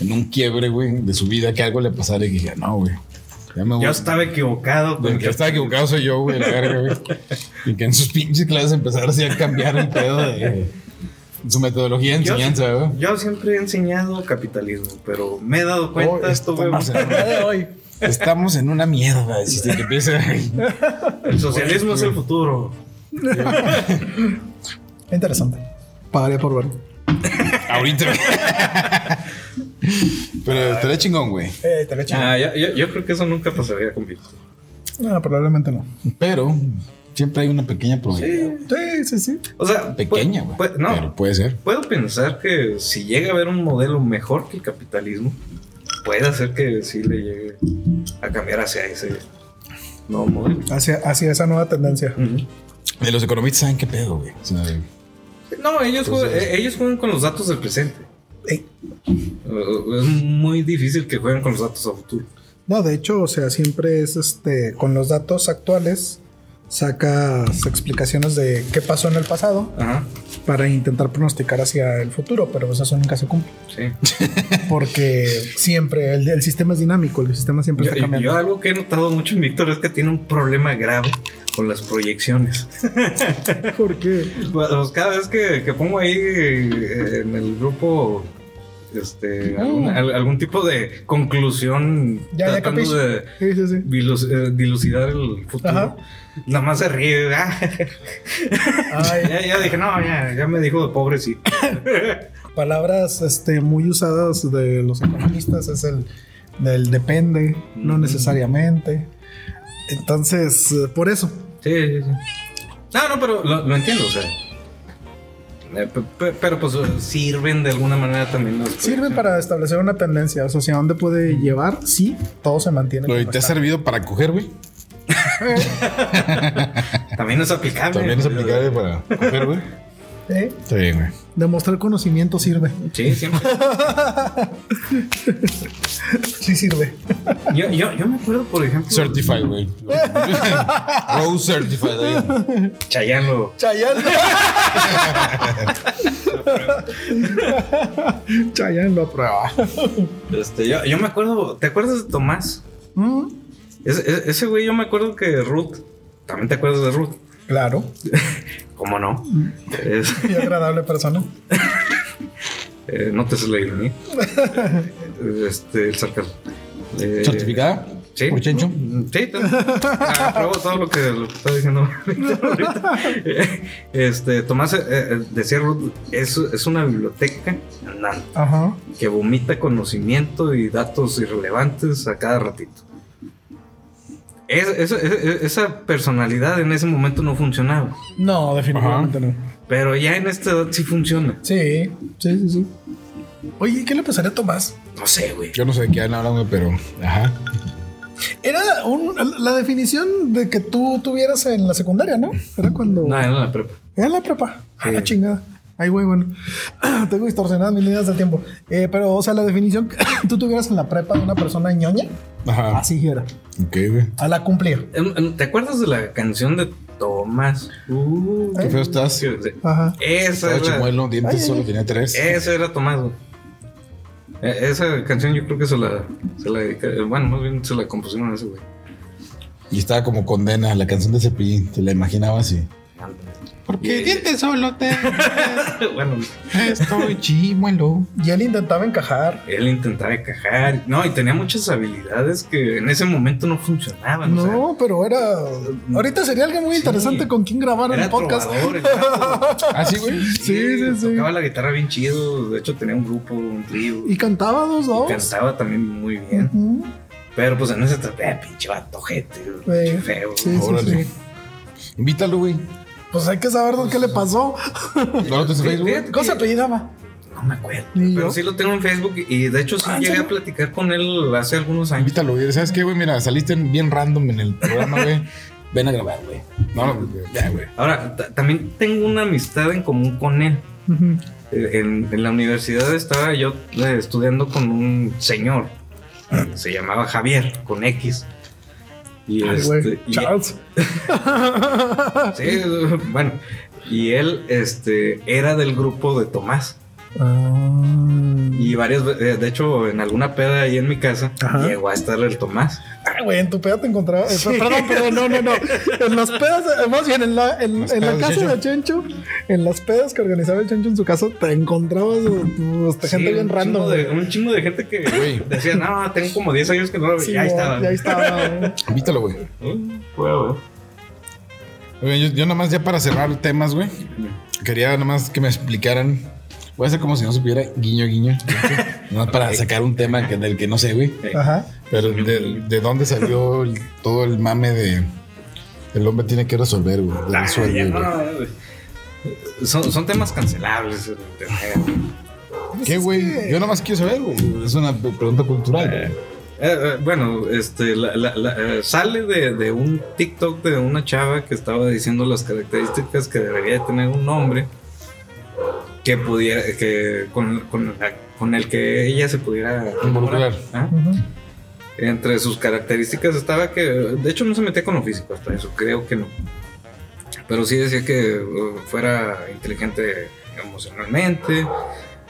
[SPEAKER 1] en un quiebre, güey, de su vida, que algo le pasara y que dijera, no, güey. Ya me voy.
[SPEAKER 3] Yo estaba equivocado.
[SPEAKER 1] Oh. Del que estaba equivocado soy yo, güey, la verga, güey. Y que en sus pinches clases empezar así a cambiar el pedo de su metodología de
[SPEAKER 3] Yo-
[SPEAKER 1] enseñanza, güey.
[SPEAKER 3] Yo siempre he enseñado capitalismo, pero me he dado
[SPEAKER 1] Oh,
[SPEAKER 3] cuenta, estuve
[SPEAKER 1] estamos, en
[SPEAKER 2] Ya
[SPEAKER 1] una,
[SPEAKER 2] de hoy.
[SPEAKER 1] estamos en una mierda, dijiste que empieza.
[SPEAKER 3] el socialismo es el futuro.
[SPEAKER 2] Interesante. Pagaré por verlo.
[SPEAKER 1] Ahorita. [LAUGHS] Pero estaría chingón, güey.
[SPEAKER 2] Eh, te la echo.
[SPEAKER 3] Ah, ya- yo, yo creo que eso nunca pasaría con Víctor.
[SPEAKER 2] No, probablemente no.
[SPEAKER 1] Pero siempre hay una pequeña probabilidad.
[SPEAKER 2] Sí, sí, sí.
[SPEAKER 3] O sea,
[SPEAKER 1] Pequeña,
[SPEAKER 3] pu-
[SPEAKER 2] Pues,
[SPEAKER 1] güey.
[SPEAKER 3] pu- no,
[SPEAKER 1] Pero puede ser.
[SPEAKER 3] puedo pensar que si llega a haber un modelo mejor que el capitalismo, puede ser que sí le llegue a cambiar hacia ese nuevo modelo.
[SPEAKER 2] Hacia, hacia esa nueva tendencia.
[SPEAKER 3] Ujú.
[SPEAKER 1] Eh, Los economistas saben qué pedo, güey. O sea,
[SPEAKER 3] No, ellos, juegan,
[SPEAKER 1] Entonces- eh.
[SPEAKER 3] eh, ellos juegan con los datos del presente.
[SPEAKER 2] Ey.
[SPEAKER 3] Uh, Es muy difícil que jueguen con los datos a futuro.
[SPEAKER 2] No, de hecho, o sea, siempre es este, con los datos actuales, sacas explicaciones de qué pasó en el pasado
[SPEAKER 3] Ajá,
[SPEAKER 2] para intentar pronosticar hacia el futuro, pero pues, eso nunca se cumple.
[SPEAKER 3] sí.
[SPEAKER 2] Porque siempre el, el sistema es dinámico, el sistema siempre
[SPEAKER 3] Yo,
[SPEAKER 2] está cambiando.
[SPEAKER 3] yo algo que he notado mucho en Víctor es que tiene un problema grave con las proyecciones.
[SPEAKER 2] [LAUGHS] Porque
[SPEAKER 3] Pues cada vez que, que pongo ahí eh, en el grupo este, algún, al- algún tipo de conclusión
[SPEAKER 2] Mm. ya, ya
[SPEAKER 3] tratando
[SPEAKER 2] capish.
[SPEAKER 3] de
[SPEAKER 2] Sí, sí, sí.
[SPEAKER 3] dilus- eh, dilucidar el futuro,
[SPEAKER 2] Ajá.
[SPEAKER 3] nada más se ríe. [LAUGHS] ah.
[SPEAKER 2] Ay,
[SPEAKER 3] ya, ya dije, no, ya, ya me dijo de pobre, sí.
[SPEAKER 2] palabras este, muy usadas de los economistas es el del depende, no
[SPEAKER 3] Ujú.
[SPEAKER 2] necesariamente. Entonces, eh, por eso.
[SPEAKER 3] Sí, sí, sí. No, no, pero lo, lo entiendo, o sea. Eh, pe- pe- Pero pues sirven de alguna manera también. las
[SPEAKER 2] Sirve
[SPEAKER 3] proyecciones.
[SPEAKER 2] para establecer una tendencia, o sea, hacia dónde puede llevar, sí, todo se mantiene.
[SPEAKER 1] güey,
[SPEAKER 2] como
[SPEAKER 1] ¿Te ha
[SPEAKER 2] está.
[SPEAKER 1] servido para coger, güey?
[SPEAKER 3] También es aplicable.
[SPEAKER 1] También es aplicable para coger, güey.
[SPEAKER 2] ¿Eh?
[SPEAKER 1] Está bien, güey.
[SPEAKER 2] Demostrar conocimiento sirve.
[SPEAKER 3] Sí, siempre.
[SPEAKER 2] Sí sirve.
[SPEAKER 3] Yo, yo, yo me acuerdo, por ejemplo,
[SPEAKER 1] Certified,
[SPEAKER 2] [LAUGHS]
[SPEAKER 1] güey. Rose certified. ahí.
[SPEAKER 3] Chayanne lo-
[SPEAKER 2] Chayanne. [LAUGHS] Chayanne lo aprueba.
[SPEAKER 3] Este, yo, yo me acuerdo, ¿te acuerdas de Tomás?
[SPEAKER 2] Mm,
[SPEAKER 3] Ese- Ese ese güey, yo me acuerdo que Ruth, también te acuerdas de Ruth,
[SPEAKER 2] Claro.
[SPEAKER 3] ¿cómo no? Es-
[SPEAKER 2] Y agradable persona.
[SPEAKER 3] eh, no te se leí, ¿no? Este, el sarcasmo. Eh,
[SPEAKER 1] ¿Certificada?
[SPEAKER 3] Sí.
[SPEAKER 1] ¿Por Chencho?
[SPEAKER 3] Mm, Sí, t- apruebo todo lo que, lo que está diciendo. ahorita. [LAUGHS] este, Tomás, eh, eh, decía Ruth, es, es una biblioteca andante.
[SPEAKER 2] Ajá.
[SPEAKER 3] que vomita conocimiento y datos irrelevantes a cada ratito. Es- esa- esa- esa personalidad en ese momento no funcionaba,
[SPEAKER 2] No, definitivamente no.
[SPEAKER 3] pero ya en esta edad sí funciona.
[SPEAKER 2] Sí, sí, sí, sí. Oye, ¿qué le pasaría a Tomás?
[SPEAKER 3] No sé, güey.
[SPEAKER 1] Yo no sé de qué han hablado, pero. Ajá.
[SPEAKER 2] Era un- la definición de que tú tuvieras en la secundaria, ¿no? Era cuando...
[SPEAKER 3] No, era la prepa.
[SPEAKER 2] Era la prepa. Ah, la
[SPEAKER 3] Sí.
[SPEAKER 2] chingada. Ay, güey, bueno. [CLEARS THROAT] Tengo distorsionadas mis líneas del tiempo. Eh, pero, o sea, la definición que [CLEARS THROAT] tú tuvieras en la prepa de una persona ñoña,
[SPEAKER 3] Ah.
[SPEAKER 1] Ajá.
[SPEAKER 2] así era.
[SPEAKER 1] Ok, güey.
[SPEAKER 2] A la cumplir.
[SPEAKER 3] Em, em, ¿Te acuerdas de la canción de Tomás? Uh,
[SPEAKER 1] Qué feo estás.
[SPEAKER 3] que- de-
[SPEAKER 2] Ajá.
[SPEAKER 3] Esa
[SPEAKER 1] Estaba
[SPEAKER 3] era,
[SPEAKER 1] chimuelo, dientes
[SPEAKER 2] Ay,
[SPEAKER 1] solo
[SPEAKER 2] ay. Eh.
[SPEAKER 1] tenía tres.
[SPEAKER 3] esa era Tomás, güey. E- Esa canción yo creo que se la, se la dedica- bueno, más bien se la compusieron a ese güey. [LAUGHS]
[SPEAKER 1] Y estaba como condena, la canción de Cepillín. Te la imaginaba así.
[SPEAKER 3] Porque dientes
[SPEAKER 1] solo [LAUGHS] te.
[SPEAKER 3] bueno,
[SPEAKER 1] Estoy chimuelo.
[SPEAKER 2] Y él intentaba encajar.
[SPEAKER 3] Él intentaba encajar. No, y tenía muchas habilidades que en ese momento no funcionaban. o sea,
[SPEAKER 2] No, pero era. Ahorita sería alguien muy
[SPEAKER 3] Sí.
[SPEAKER 2] interesante con quien grabar
[SPEAKER 3] era
[SPEAKER 2] el podcast. [LAUGHS]
[SPEAKER 3] trovador, el vato.
[SPEAKER 1] Ah, sí, güey.
[SPEAKER 2] Sí, sí, sí.
[SPEAKER 3] Tocaba la guitarra bien chido. De hecho, tenía un grupo, un trío.
[SPEAKER 2] Y cantaba dos,
[SPEAKER 3] Y
[SPEAKER 2] dos.
[SPEAKER 3] cantaba también muy bien.
[SPEAKER 2] Ujú.
[SPEAKER 3] Pero pues en ese trato, eh, pinche vato, gente,
[SPEAKER 2] Eh,
[SPEAKER 3] feo.
[SPEAKER 2] sí, sí,
[SPEAKER 1] Órale.
[SPEAKER 2] sí.
[SPEAKER 1] Invítalo, güey.
[SPEAKER 2] Pues hay que saber qué le pasó.
[SPEAKER 1] ¿No lo tienes en
[SPEAKER 3] Fíjate,
[SPEAKER 1] Facebook?
[SPEAKER 3] fíjate
[SPEAKER 2] Cosa
[SPEAKER 3] que
[SPEAKER 2] apellidaba.
[SPEAKER 3] No me acuerdo.
[SPEAKER 2] Ni
[SPEAKER 3] Pero
[SPEAKER 2] yo.
[SPEAKER 3] sí lo tengo en Facebook. Y de hecho, sí
[SPEAKER 2] Ah, ¿en
[SPEAKER 3] llegué a
[SPEAKER 2] serio?
[SPEAKER 3] platicar con él hace algunos años.
[SPEAKER 1] Invítalo, güey. ¿Sabes qué, güey? Mira, saliste en- bien random en el programa, güey. [LAUGHS] Ven a grabar, güey. No, no, ya, güey.
[SPEAKER 3] Ahora, ta- también tengo una amistad en común con él.
[SPEAKER 2] Ujú.
[SPEAKER 3] Eh, En, en la universidad estaba yo eh, estudiando con un señor. Se llamaba Javier, con X. Y
[SPEAKER 2] Ay,
[SPEAKER 3] este,
[SPEAKER 2] güey.
[SPEAKER 3] y-
[SPEAKER 2] Charles.
[SPEAKER 3] sí, bueno. Y él este, era del grupo de Tomás.
[SPEAKER 2] Ah.
[SPEAKER 3] Y varias veces, de hecho, en alguna peda ahí en mi casa,
[SPEAKER 2] Ajá.
[SPEAKER 3] llegó a estar el Tomás.
[SPEAKER 2] Ah, güey, en tu peda te encontraba. eh, Perdón, perdón, no, no, no. En las pedas, eh, más bien en la, en,
[SPEAKER 1] Las
[SPEAKER 2] en la
[SPEAKER 1] pedas de
[SPEAKER 2] casa
[SPEAKER 1] Chencho.
[SPEAKER 2] de Chencho, en las pedas que organizaba el Chencho en su casa, te encontrabas eh, este,
[SPEAKER 3] Sí,
[SPEAKER 2] gente
[SPEAKER 3] un
[SPEAKER 2] bien
[SPEAKER 3] chingo
[SPEAKER 2] random.
[SPEAKER 3] de-
[SPEAKER 2] güey.
[SPEAKER 3] un chingo de gente que
[SPEAKER 1] Güey.
[SPEAKER 3] decía, no, tengo como 10 años que no lo veía.
[SPEAKER 2] Sí,
[SPEAKER 3] ya
[SPEAKER 2] güey,
[SPEAKER 3] estaba.
[SPEAKER 2] Ya estaba. güey.
[SPEAKER 1] Invítalo, güey.
[SPEAKER 3] Eh, bueno,
[SPEAKER 1] Oye, Yo, yo nada más ya para cerrar temas, güey.
[SPEAKER 3] bueno.
[SPEAKER 1] Quería nada más que me explicaran Voy a hacer como si no supiera, guiño, [LAUGHS] guiño. no para sacar un tema que, del que no sé, güey.
[SPEAKER 2] Ajá.
[SPEAKER 1] Pero de, de dónde salió el- todo el mame de. El hombre tiene que resolver, güey. del
[SPEAKER 3] Ah,
[SPEAKER 1] sueldo,
[SPEAKER 3] ya
[SPEAKER 1] güey.
[SPEAKER 3] no, güey. son, son temas cancelables. el internet, güey.
[SPEAKER 2] Pues
[SPEAKER 1] ¿Qué, güey? Yo nomás quiero saber, güey. Es una pre- pregunta cultural.
[SPEAKER 3] Eh,
[SPEAKER 1] güey.
[SPEAKER 3] eh, bueno, este, la- la- la- eh, sale de, de un TikTok de una chava que estaba diciendo las características que debería de tener un hombre que pudiera, que con, con la- con el que ella se pudiera
[SPEAKER 1] Involucrar.
[SPEAKER 3] Ajá.
[SPEAKER 2] Ujú.
[SPEAKER 3] Entre sus características estaba que, de hecho, no se metía con lo físico hasta eso, creo que no. Pero sí decía que uh, fuera inteligente emocionalmente,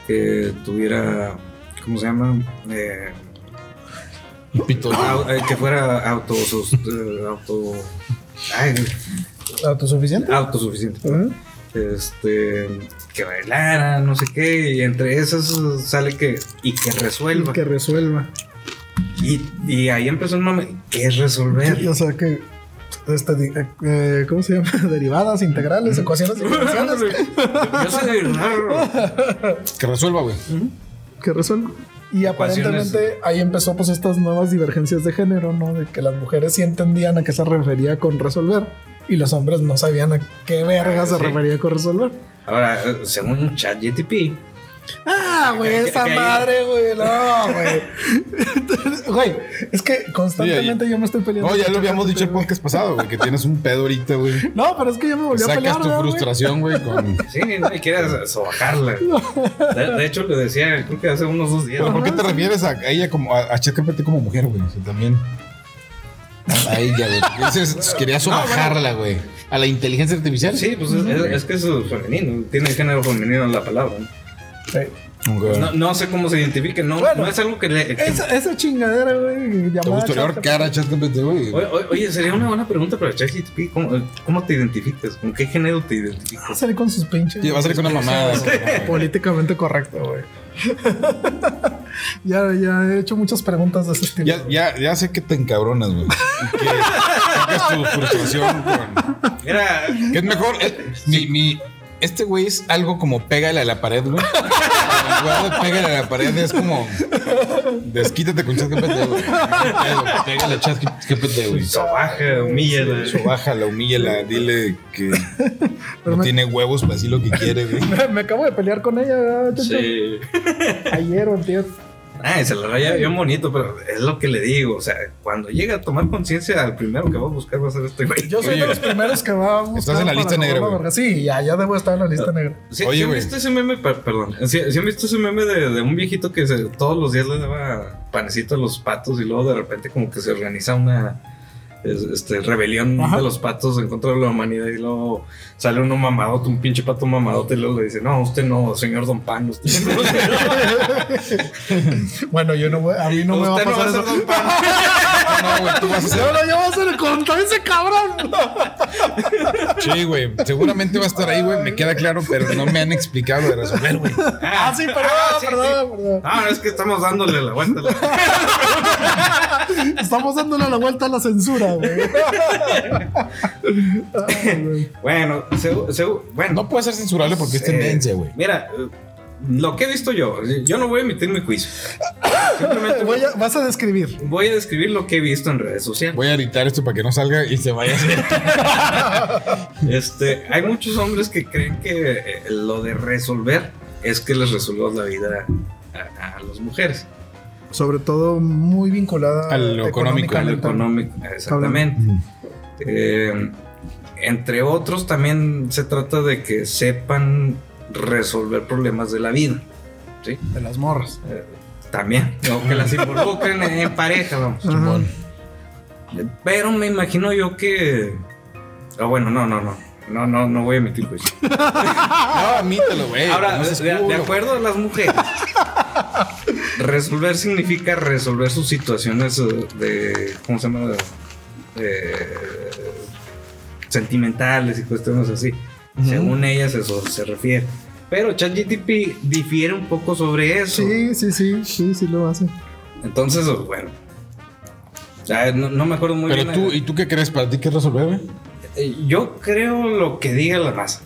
[SPEAKER 3] que tuviera, ¿cómo se llama? Eh,
[SPEAKER 1] Un Pito.
[SPEAKER 3] au- eh, que fuera autosus- eh, auto, ay,
[SPEAKER 2] ¿Autosuficiente?
[SPEAKER 3] autosuficiente.
[SPEAKER 2] Ujú.
[SPEAKER 3] Este, que bailara, no sé qué, y entre esas uh, sale que, y que resuelva.
[SPEAKER 2] Que resuelva.
[SPEAKER 3] Y, y ahí empezó el mame, ¿qué es resolver?
[SPEAKER 2] O sea que. este, di- eh, eh, ¿Cómo se llama? [LAUGHS] Derivadas,
[SPEAKER 1] [LAUGHS]
[SPEAKER 2] integrales, ecuaciones, diferenciales.
[SPEAKER 3] [LAUGHS] Yo soy de Bernardo.
[SPEAKER 1] Que resuelva, güey.
[SPEAKER 2] que resuelve. Y aparentemente ahí empezó pues estas nuevas divergencias de género, ¿no? De que las mujeres sí entendían a qué se refería con resolver y los hombres no sabían a qué verga se
[SPEAKER 3] Sí.
[SPEAKER 2] refería con resolver.
[SPEAKER 3] Ahora, eh, según ChatGTP,
[SPEAKER 2] Ah, güey,
[SPEAKER 3] Que-
[SPEAKER 2] esa
[SPEAKER 3] que ahí-
[SPEAKER 2] madre, güey, no, güey.
[SPEAKER 1] [LAUGHS]
[SPEAKER 2] Entonces, Güey, es que constantemente yo me estoy peleando.
[SPEAKER 1] No, ya
[SPEAKER 2] con
[SPEAKER 1] lo habíamos dicho el
[SPEAKER 2] ChatGPT, güey.
[SPEAKER 1] podcast pasado, güey, que tienes un pedo ahorita, güey.
[SPEAKER 2] No, pero es que yo me volví a pelear.
[SPEAKER 1] Sacas tu
[SPEAKER 2] ¿verdad, güey?
[SPEAKER 1] frustración, güey, con.
[SPEAKER 3] sí, no, y quieras sobajarla. De, de hecho, le decía, creo que hace unos dos días.
[SPEAKER 1] Pero ¿por qué
[SPEAKER 2] Ajá,
[SPEAKER 1] te
[SPEAKER 2] Ah, sí.
[SPEAKER 1] refieres a ella como a, a ChatGPT como mujer, güey? O sea, también. A ella, güey. Entonces, Quería sobajarla, güey. A la inteligencia artificial.
[SPEAKER 3] Sí, pues es, es- es que es femenino, tiene el género femenino en la palabra. ¿no?
[SPEAKER 2] Sí.
[SPEAKER 1] Ok.
[SPEAKER 3] pues, No, no sé cómo se identifique, no,
[SPEAKER 2] Bueno,
[SPEAKER 3] no es algo que le. que-
[SPEAKER 2] Esa, esa chingadera, güey.
[SPEAKER 1] ¿Te gustaría ahorcar a ChatGPT, güey?
[SPEAKER 3] Oye, oye, oye, sería una buena pregunta para ChatGTP: ¿cómo, ¿cómo te identificas? ¿Con qué género te
[SPEAKER 2] Va a
[SPEAKER 3] identificas?
[SPEAKER 2] salir con sus pinches.
[SPEAKER 1] Sí, Va a salir con una mamada. güey.
[SPEAKER 2] Políticamente correcto, güey. [LAUGHS] ya, ya he hecho muchas preguntas de ese estilo.
[SPEAKER 1] Ya, ya, ya sé que te encabronas, güey. Y que sacas tu frustración con.
[SPEAKER 3] Mira,
[SPEAKER 1] Que es mejor. eh, mi, mi- este güey es algo como pégale a la pared, güey. En lugar de pégale a la pared, es como. Desquítate con ChatGPT, güey. Pégale a ChatGPT, güey.
[SPEAKER 3] sobaja, humilla.
[SPEAKER 1] Bájala, humíllala, dile que
[SPEAKER 2] Pero
[SPEAKER 1] no
[SPEAKER 2] me-
[SPEAKER 1] tiene huevos para decir lo que quiere, güey.
[SPEAKER 2] me, me acabo de pelear con ella ¿verdad, Checho?
[SPEAKER 3] Sí.
[SPEAKER 2] ayer o antier.
[SPEAKER 3] Ay, se Ah, la raya bien bonito, pero es lo que le digo. O sea, cuando llega a tomar conciencia, al primero que va a buscar va a ser este güey.
[SPEAKER 2] Yo soy
[SPEAKER 1] Oye,
[SPEAKER 2] de los primeros que va a buscar
[SPEAKER 1] estás en la
[SPEAKER 2] para
[SPEAKER 1] lista
[SPEAKER 2] robar
[SPEAKER 1] negra,
[SPEAKER 2] la
[SPEAKER 1] güey.
[SPEAKER 2] verga. Sí, ya, ya debo estar en la lista
[SPEAKER 1] [LAUGHS]
[SPEAKER 2] negra.
[SPEAKER 3] ¿Sí,
[SPEAKER 1] Oye,
[SPEAKER 3] ¿sí han
[SPEAKER 1] güey.
[SPEAKER 3] visto ese meme? Per- perdón. ¿Sí, sí han visto ese meme de, de un viejito que se- todos los días le daba panecito a los patos y luego de repente como que se organiza una es- este, rebelión
[SPEAKER 2] Ajá.
[SPEAKER 3] de los patos en contra de la humanidad y luego sale uno mamadote, un pinche pato mamadote y luego le dice, no, usted no, señor Don Pan, usted no,
[SPEAKER 2] [LAUGHS] Bueno, yo no voy, a mí no me va a
[SPEAKER 3] usted no va
[SPEAKER 2] pasar
[SPEAKER 3] a ser
[SPEAKER 2] eso.
[SPEAKER 3] Don Pan.
[SPEAKER 1] No, no, güey, tú vas a ser.
[SPEAKER 2] No, no, yo voy a ser contra ese
[SPEAKER 1] [LAUGHS]
[SPEAKER 2] cabrón.
[SPEAKER 1] Sí, güey. Seguramente va a estar ahí, güey. Me queda claro, pero no me han explicado de resolver, güey.
[SPEAKER 2] [LAUGHS] Ah, sí, perdón,
[SPEAKER 3] Ah, sí,
[SPEAKER 2] perdón, perdón.
[SPEAKER 3] Ah, es que estamos dándole la vuelta. a la-
[SPEAKER 2] Estamos dándole la vuelta a la
[SPEAKER 1] [LAUGHS]
[SPEAKER 2] censura, güey. [LAUGHS] Ay, güey.
[SPEAKER 3] Bueno, segu- segu- bueno.
[SPEAKER 1] No puede ser censurable porque es
[SPEAKER 3] sé.
[SPEAKER 1] tendencia, güey.
[SPEAKER 3] Mira, eh, lo que he visto yo, yo no voy a emitir mi juicio. Simplemente
[SPEAKER 2] Voy
[SPEAKER 3] voy
[SPEAKER 2] a- vas a describir.
[SPEAKER 3] a, describir lo que he visto en redes sociales.
[SPEAKER 1] Voy a editar esto para que no salga y se vaya a
[SPEAKER 3] [LAUGHS]
[SPEAKER 1] hacer.
[SPEAKER 3] Este, hay muchos hombres que creen que eh, lo de resolver es que les resuelvas la vida a, a las mujeres.
[SPEAKER 2] sobre todo muy vinculada
[SPEAKER 1] A lo económico,
[SPEAKER 3] Lo
[SPEAKER 2] económicamente.
[SPEAKER 3] económico, exactamente. Eh, entre otros, también se trata de que sepan resolver problemas de la vida.
[SPEAKER 2] de las morras.
[SPEAKER 3] Eh, también, o que
[SPEAKER 1] [LAUGHS]
[SPEAKER 3] las involucren en, en pareja, vamos.
[SPEAKER 1] Simón.
[SPEAKER 3] Pero me imagino yo que. Ah, bueno, no, no, no. No, no, no voy a emitir juicio.
[SPEAKER 1] No, admítelo, güey.
[SPEAKER 3] Ahora,
[SPEAKER 1] Eh, No
[SPEAKER 3] de,
[SPEAKER 1] seas
[SPEAKER 3] de- de
[SPEAKER 1] culo.
[SPEAKER 3] acuerdo a las mujeres, resolver significa resolver sus situaciones eh, de. ¿Cómo se llama? Eh, sentimentales y cuestiones así.
[SPEAKER 1] Ujú.
[SPEAKER 3] Según ellas, eso se refiere. Pero ChatGTP difiere un poco sobre eso.
[SPEAKER 2] Sí, sí, sí, sí, sí lo hace.
[SPEAKER 3] Entonces, bueno. Ya, no, no me acuerdo muy
[SPEAKER 1] Pero
[SPEAKER 3] bien.
[SPEAKER 1] tú, ¿y tú qué crees? ¿Para ti qué es resolver, güey?
[SPEAKER 3] Eh, Yo creo lo que diga la masa.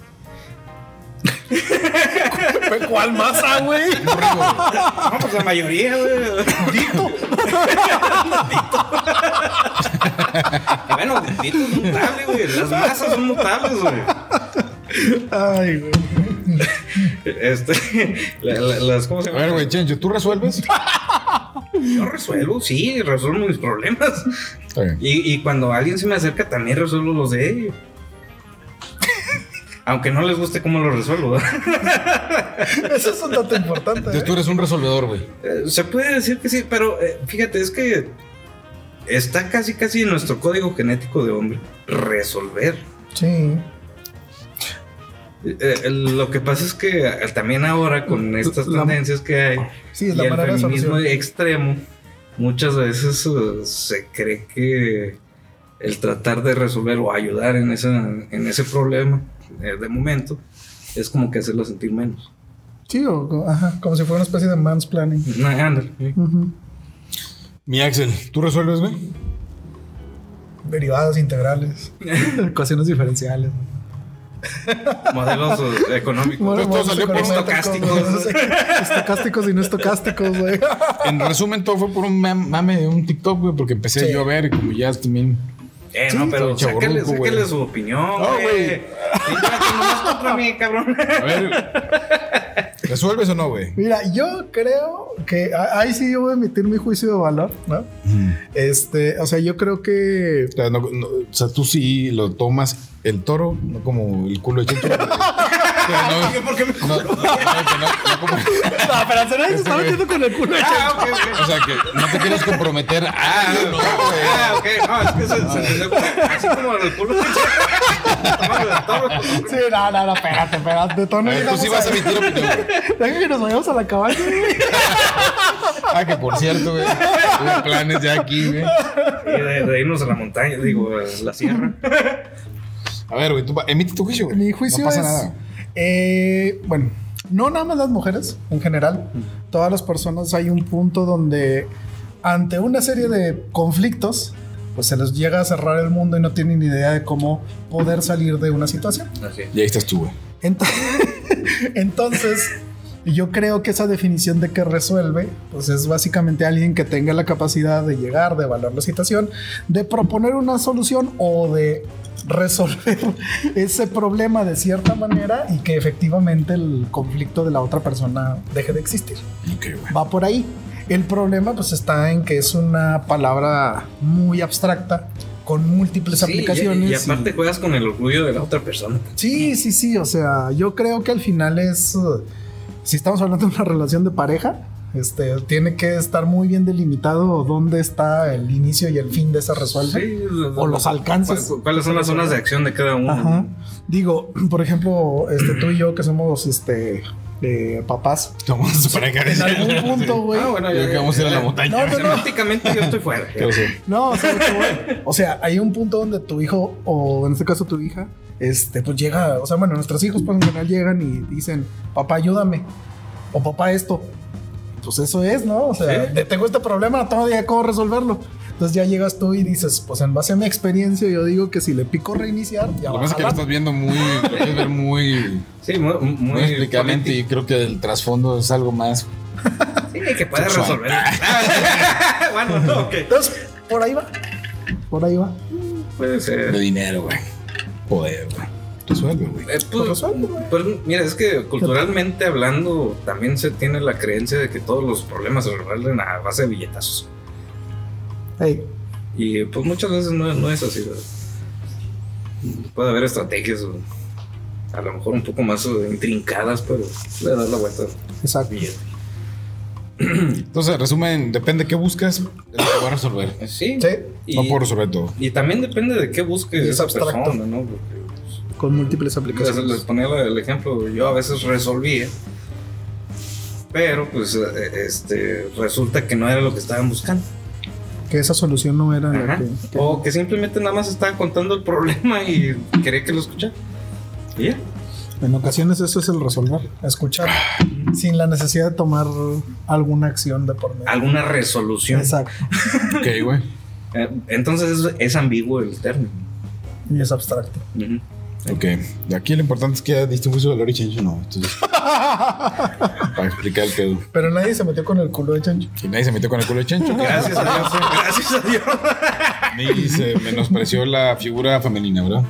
[SPEAKER 2] sabe cuál masa, güey.
[SPEAKER 3] No, pues la mayoría, güey. Dito. [LAUGHS] bueno, Dito es mutable, güey. Las masas son mutables, güey.
[SPEAKER 2] Ay, güey. [LAUGHS]
[SPEAKER 3] Este, la- la- las, ¿cómo se
[SPEAKER 1] A
[SPEAKER 3] llama?
[SPEAKER 1] ver, güey, Chencho, ¿tú resuelves?
[SPEAKER 3] Yo resuelvo, sí, resuelvo mis problemas.
[SPEAKER 1] Está bien.
[SPEAKER 3] Y, y cuando alguien se me acerca, también resuelvo los de ellos. Aunque no les guste cómo los resuelvo.
[SPEAKER 2] Eso es un dato importante.
[SPEAKER 1] Entonces tú eres un resolvedor, güey.
[SPEAKER 3] Eh, Se puede decir que sí, pero eh, fíjate, es que está casi, casi en nuestro código genético de hombre resolver.
[SPEAKER 2] Sí.
[SPEAKER 3] Eh, eh, lo que pasa es que eh, también ahora con estas
[SPEAKER 2] La-
[SPEAKER 3] tendencias que hay
[SPEAKER 2] Sí,
[SPEAKER 3] y
[SPEAKER 2] es la
[SPEAKER 3] el
[SPEAKER 2] manera de
[SPEAKER 3] feminismo
[SPEAKER 2] solución.
[SPEAKER 3] extremo, muchas veces eh, se cree que el tratar de resolver o ayudar en, esa, en ese problema eh, de momento es como que hacerlo sentir menos.
[SPEAKER 2] Sí, o, o- ajá, como si fuera una especie de mansplaining.
[SPEAKER 3] Nah, ándale.
[SPEAKER 2] Ujú.
[SPEAKER 1] Mi Axel, ¿tú resuelves, güey? [LAUGHS]
[SPEAKER 2] Derivadas integrales, ecuaciones diferenciales.
[SPEAKER 3] Modelos eh, económicos.
[SPEAKER 1] Bueno, todo salió por
[SPEAKER 3] estocásticos.
[SPEAKER 2] [LAUGHS] Estocásticos y no estocásticos, güey.
[SPEAKER 1] En resumen, todo fue por un mam- mame de un TikTok, güey, porque empecé
[SPEAKER 2] Sí.
[SPEAKER 1] yo a ver y como ya también.
[SPEAKER 3] Eh, no, pero
[SPEAKER 1] soy
[SPEAKER 3] sáquele,
[SPEAKER 1] chavorruco, güey.
[SPEAKER 3] sáquele su opinión,
[SPEAKER 1] No, güey.
[SPEAKER 3] güey. Y ya, tú nomás contra mí,
[SPEAKER 2] [LAUGHS]
[SPEAKER 3] cabrón.
[SPEAKER 1] A ver, ¿resuelves o no, güey?
[SPEAKER 2] Mira, yo creo que a- ahí sí yo voy a emitir mi juicio de valor, ¿no? Este, o sea, yo creo que
[SPEAKER 1] O sea, no- no- o sea, tú sí lo tomas el toro, no como el culo de Chencho. O sea, no-
[SPEAKER 3] ¿Por qué me
[SPEAKER 1] no- no- que no- no como-
[SPEAKER 2] No, pero se lo está metiendo con el culo.
[SPEAKER 3] Ah, ok, ok.
[SPEAKER 1] O sea, que no te quieres comprometer. Ah, no, güey.
[SPEAKER 3] Ah, ok. No, es que se, se entendió como- así como el culo. [LAUGHS] Tomando de toro.
[SPEAKER 2] Sí, no, no, no, espérate, espérate. Tú, no
[SPEAKER 1] A ver, tú
[SPEAKER 2] llegamos
[SPEAKER 1] sí vas a
[SPEAKER 2] ahí.
[SPEAKER 1] emitir opinión. güey.
[SPEAKER 2] [LAUGHS] Deja que nos vayamos a la cabaña. güey.
[SPEAKER 1] Ah, que por cierto, güey. Tuve planes ya aquí, güey. A
[SPEAKER 3] Y de, de irnos a la montaña, digo, a
[SPEAKER 1] [LAUGHS]
[SPEAKER 3] la sierra.
[SPEAKER 1] ver, güey, tú va- emite tu juicio, güey.
[SPEAKER 2] Mi juicio
[SPEAKER 1] no pasa
[SPEAKER 2] es.
[SPEAKER 1] nada.
[SPEAKER 2] eh, bueno, no nada más las mujeres, en general. Todas las personas hay un punto donde, ante una serie de conflictos, pues se les llega a cerrar el mundo y no tienen ni idea de cómo poder salir de una situación.
[SPEAKER 3] Así.
[SPEAKER 1] Y ahí estás tú, güey.
[SPEAKER 2] Ento- [LAUGHS] Entonces, yo creo que esa definición de que resuelve, pues es básicamente alguien que tenga la capacidad de llegar, de evaluar la situación, de proponer una solución o de resolver [LAUGHS] ese problema de cierta manera y que efectivamente el conflicto de la otra persona deje de existir.
[SPEAKER 1] Ok, güey.
[SPEAKER 2] Va por ahí. El problema pues está en que es una palabra muy abstracta con múltiples
[SPEAKER 3] Sí, y-
[SPEAKER 2] aplicaciones.
[SPEAKER 3] Y,
[SPEAKER 2] y-
[SPEAKER 3] aparte juegas con el orgullo de la otra persona.
[SPEAKER 2] Sí, sí, sí. O sea, yo creo que al final es. uh, Si estamos hablando de una [LAUGHS] relación de pareja, este, tiene que estar muy bien delimitado dónde está el inicio y el fin de esa resuelta. O los alcances.
[SPEAKER 3] ¿Cu- cu- ¿Cuáles son las zonas de acción de cada uno? Ah,
[SPEAKER 2] Ajá. Digo, [CLEARS THROAT] por ejemplo, este, tú y yo que somos este, eh, papás,
[SPEAKER 1] Somos su pareja. [LAUGHS]
[SPEAKER 2] en
[SPEAKER 1] Yo
[SPEAKER 2] algún punto, güey.
[SPEAKER 3] Ah, bueno,
[SPEAKER 1] creo que vamos a ir a la
[SPEAKER 3] [LAUGHS]
[SPEAKER 1] montaña.
[SPEAKER 2] No, no, no.
[SPEAKER 3] Prácticamente yo estoy fuera.
[SPEAKER 1] ¿Qué pasó?
[SPEAKER 2] No, o sea, lo que voy- o sea, hay un punto donde tu hijo, o en este caso tu hija, este, pues llega, o sea, bueno, nuestros hijos por lo general llegan y dicen, papá, ayúdame, o papá, esto. Pues eso es, ¿no? O sea,
[SPEAKER 3] Sí.
[SPEAKER 2] de- tengo este problema, todavía cómo resolverlo. Entonces ya llegas tú y dices, pues en base a mi experiencia, yo digo que si le pico reiniciar, ya
[SPEAKER 1] Lo que pasa
[SPEAKER 2] va a
[SPEAKER 1] es que lo
[SPEAKER 2] jalar".
[SPEAKER 1] estás viendo muy, lo quieres ver muy,
[SPEAKER 3] Sí, muy,
[SPEAKER 1] muy
[SPEAKER 3] muy
[SPEAKER 1] explicadamente
[SPEAKER 3] político.
[SPEAKER 1] y creo que el trasfondo es algo más.
[SPEAKER 3] Sí, que puedes
[SPEAKER 1] Sexual. [LAUGHS]
[SPEAKER 3] resolver. [LAUGHS] Ah, bueno, no, ok.
[SPEAKER 2] Entonces, por ahí va. Por ahí va.
[SPEAKER 3] Puede ser.
[SPEAKER 1] De dinero, güey. Poder, güey. Resuelve, güey.
[SPEAKER 3] Eh,
[SPEAKER 2] Pues
[SPEAKER 3] pues,
[SPEAKER 2] resuelve, güey.
[SPEAKER 3] pues, mira, es que culturalmente hablando, también se tiene la creencia de que todos los problemas se resuelven a base de billetazos.
[SPEAKER 2] Ey,
[SPEAKER 3] Y pues muchas veces no, no es así. ¿verdad? Puede haber estrategias o, a lo mejor un poco más eh, intrincadas, pero le das la vuelta al
[SPEAKER 2] exacto.
[SPEAKER 3] billete.
[SPEAKER 1] Entonces, resumen, depende qué buscas, es lo que va a resolver.
[SPEAKER 3] Sí.
[SPEAKER 2] Sí,
[SPEAKER 3] Y,
[SPEAKER 1] No puedo resolver todo.
[SPEAKER 3] y también depende de qué busque
[SPEAKER 2] Es
[SPEAKER 3] esa
[SPEAKER 2] abstracto.
[SPEAKER 3] persona, ¿no? Porque, pues,
[SPEAKER 2] con múltiples
[SPEAKER 3] Les, les
[SPEAKER 2] aplicaciones.
[SPEAKER 3] ponía el ejemplo, yo a veces resolvía, pero pues eh, este resulta que no era lo que estaban buscando.
[SPEAKER 2] Que esa solución no era la
[SPEAKER 3] Ajá. Oh,
[SPEAKER 2] que, que-
[SPEAKER 3] O que simplemente nada más estaba contando el [LAUGHS] problema y quería que lo escuchara. Y ya.
[SPEAKER 2] En ocasiones eso es el resolver, escuchar, sin la necesidad de tomar alguna acción de por medio.
[SPEAKER 3] Alguna resolución.
[SPEAKER 2] Exacto.
[SPEAKER 1] Ok, güey.
[SPEAKER 3] Eh, Entonces es, es ambiguo el término.
[SPEAKER 2] Y es abstracto.
[SPEAKER 3] Ujú.
[SPEAKER 1] Ok. Aquí lo importante es que ya diste un juicio de valor y chancho no.
[SPEAKER 3] [LAUGHS]
[SPEAKER 1] Entonces, para explicar el pedo.
[SPEAKER 2] Pero nadie se metió con el culo de Chancho.
[SPEAKER 1] Y nadie se metió con el culo de chancho. que
[SPEAKER 3] [LAUGHS] Gracias a Dios, eh, gracias a Dios.
[SPEAKER 1] Ni se menospreció la figura femenina, ¿verdad?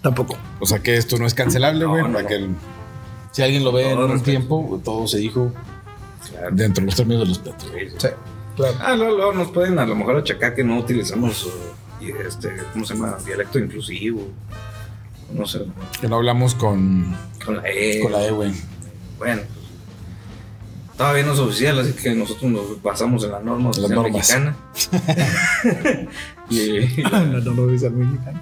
[SPEAKER 2] Tampoco.
[SPEAKER 1] O sea que esto no es cancelable,
[SPEAKER 3] No,
[SPEAKER 1] güey.
[SPEAKER 3] no,
[SPEAKER 1] para
[SPEAKER 3] no.
[SPEAKER 1] que el- si alguien lo ve
[SPEAKER 3] Todo
[SPEAKER 1] en un
[SPEAKER 3] respeto.
[SPEAKER 1] tiempo, todo se dijo
[SPEAKER 3] Claro.
[SPEAKER 1] dentro de los términos de los platos.
[SPEAKER 3] Sí, sí.
[SPEAKER 2] Sí, [LAUGHS] claro.
[SPEAKER 3] Ah, no, luego nos pueden a lo mejor achacar que no utilizamos, eh, y este, ¿cómo se llama? Dialecto inclusivo. No sé,
[SPEAKER 1] Que no hablamos con,
[SPEAKER 3] con la E.
[SPEAKER 1] con la E, güey.
[SPEAKER 3] Bueno, pues, todavía no es oficial, así que nosotros nos basamos en la norma oficial
[SPEAKER 1] normas.
[SPEAKER 3] mexicana.
[SPEAKER 1] [LAUGHS]
[SPEAKER 3] y, [LAUGHS] y
[SPEAKER 2] No,
[SPEAKER 3] la,
[SPEAKER 2] no lo dice el mexicano.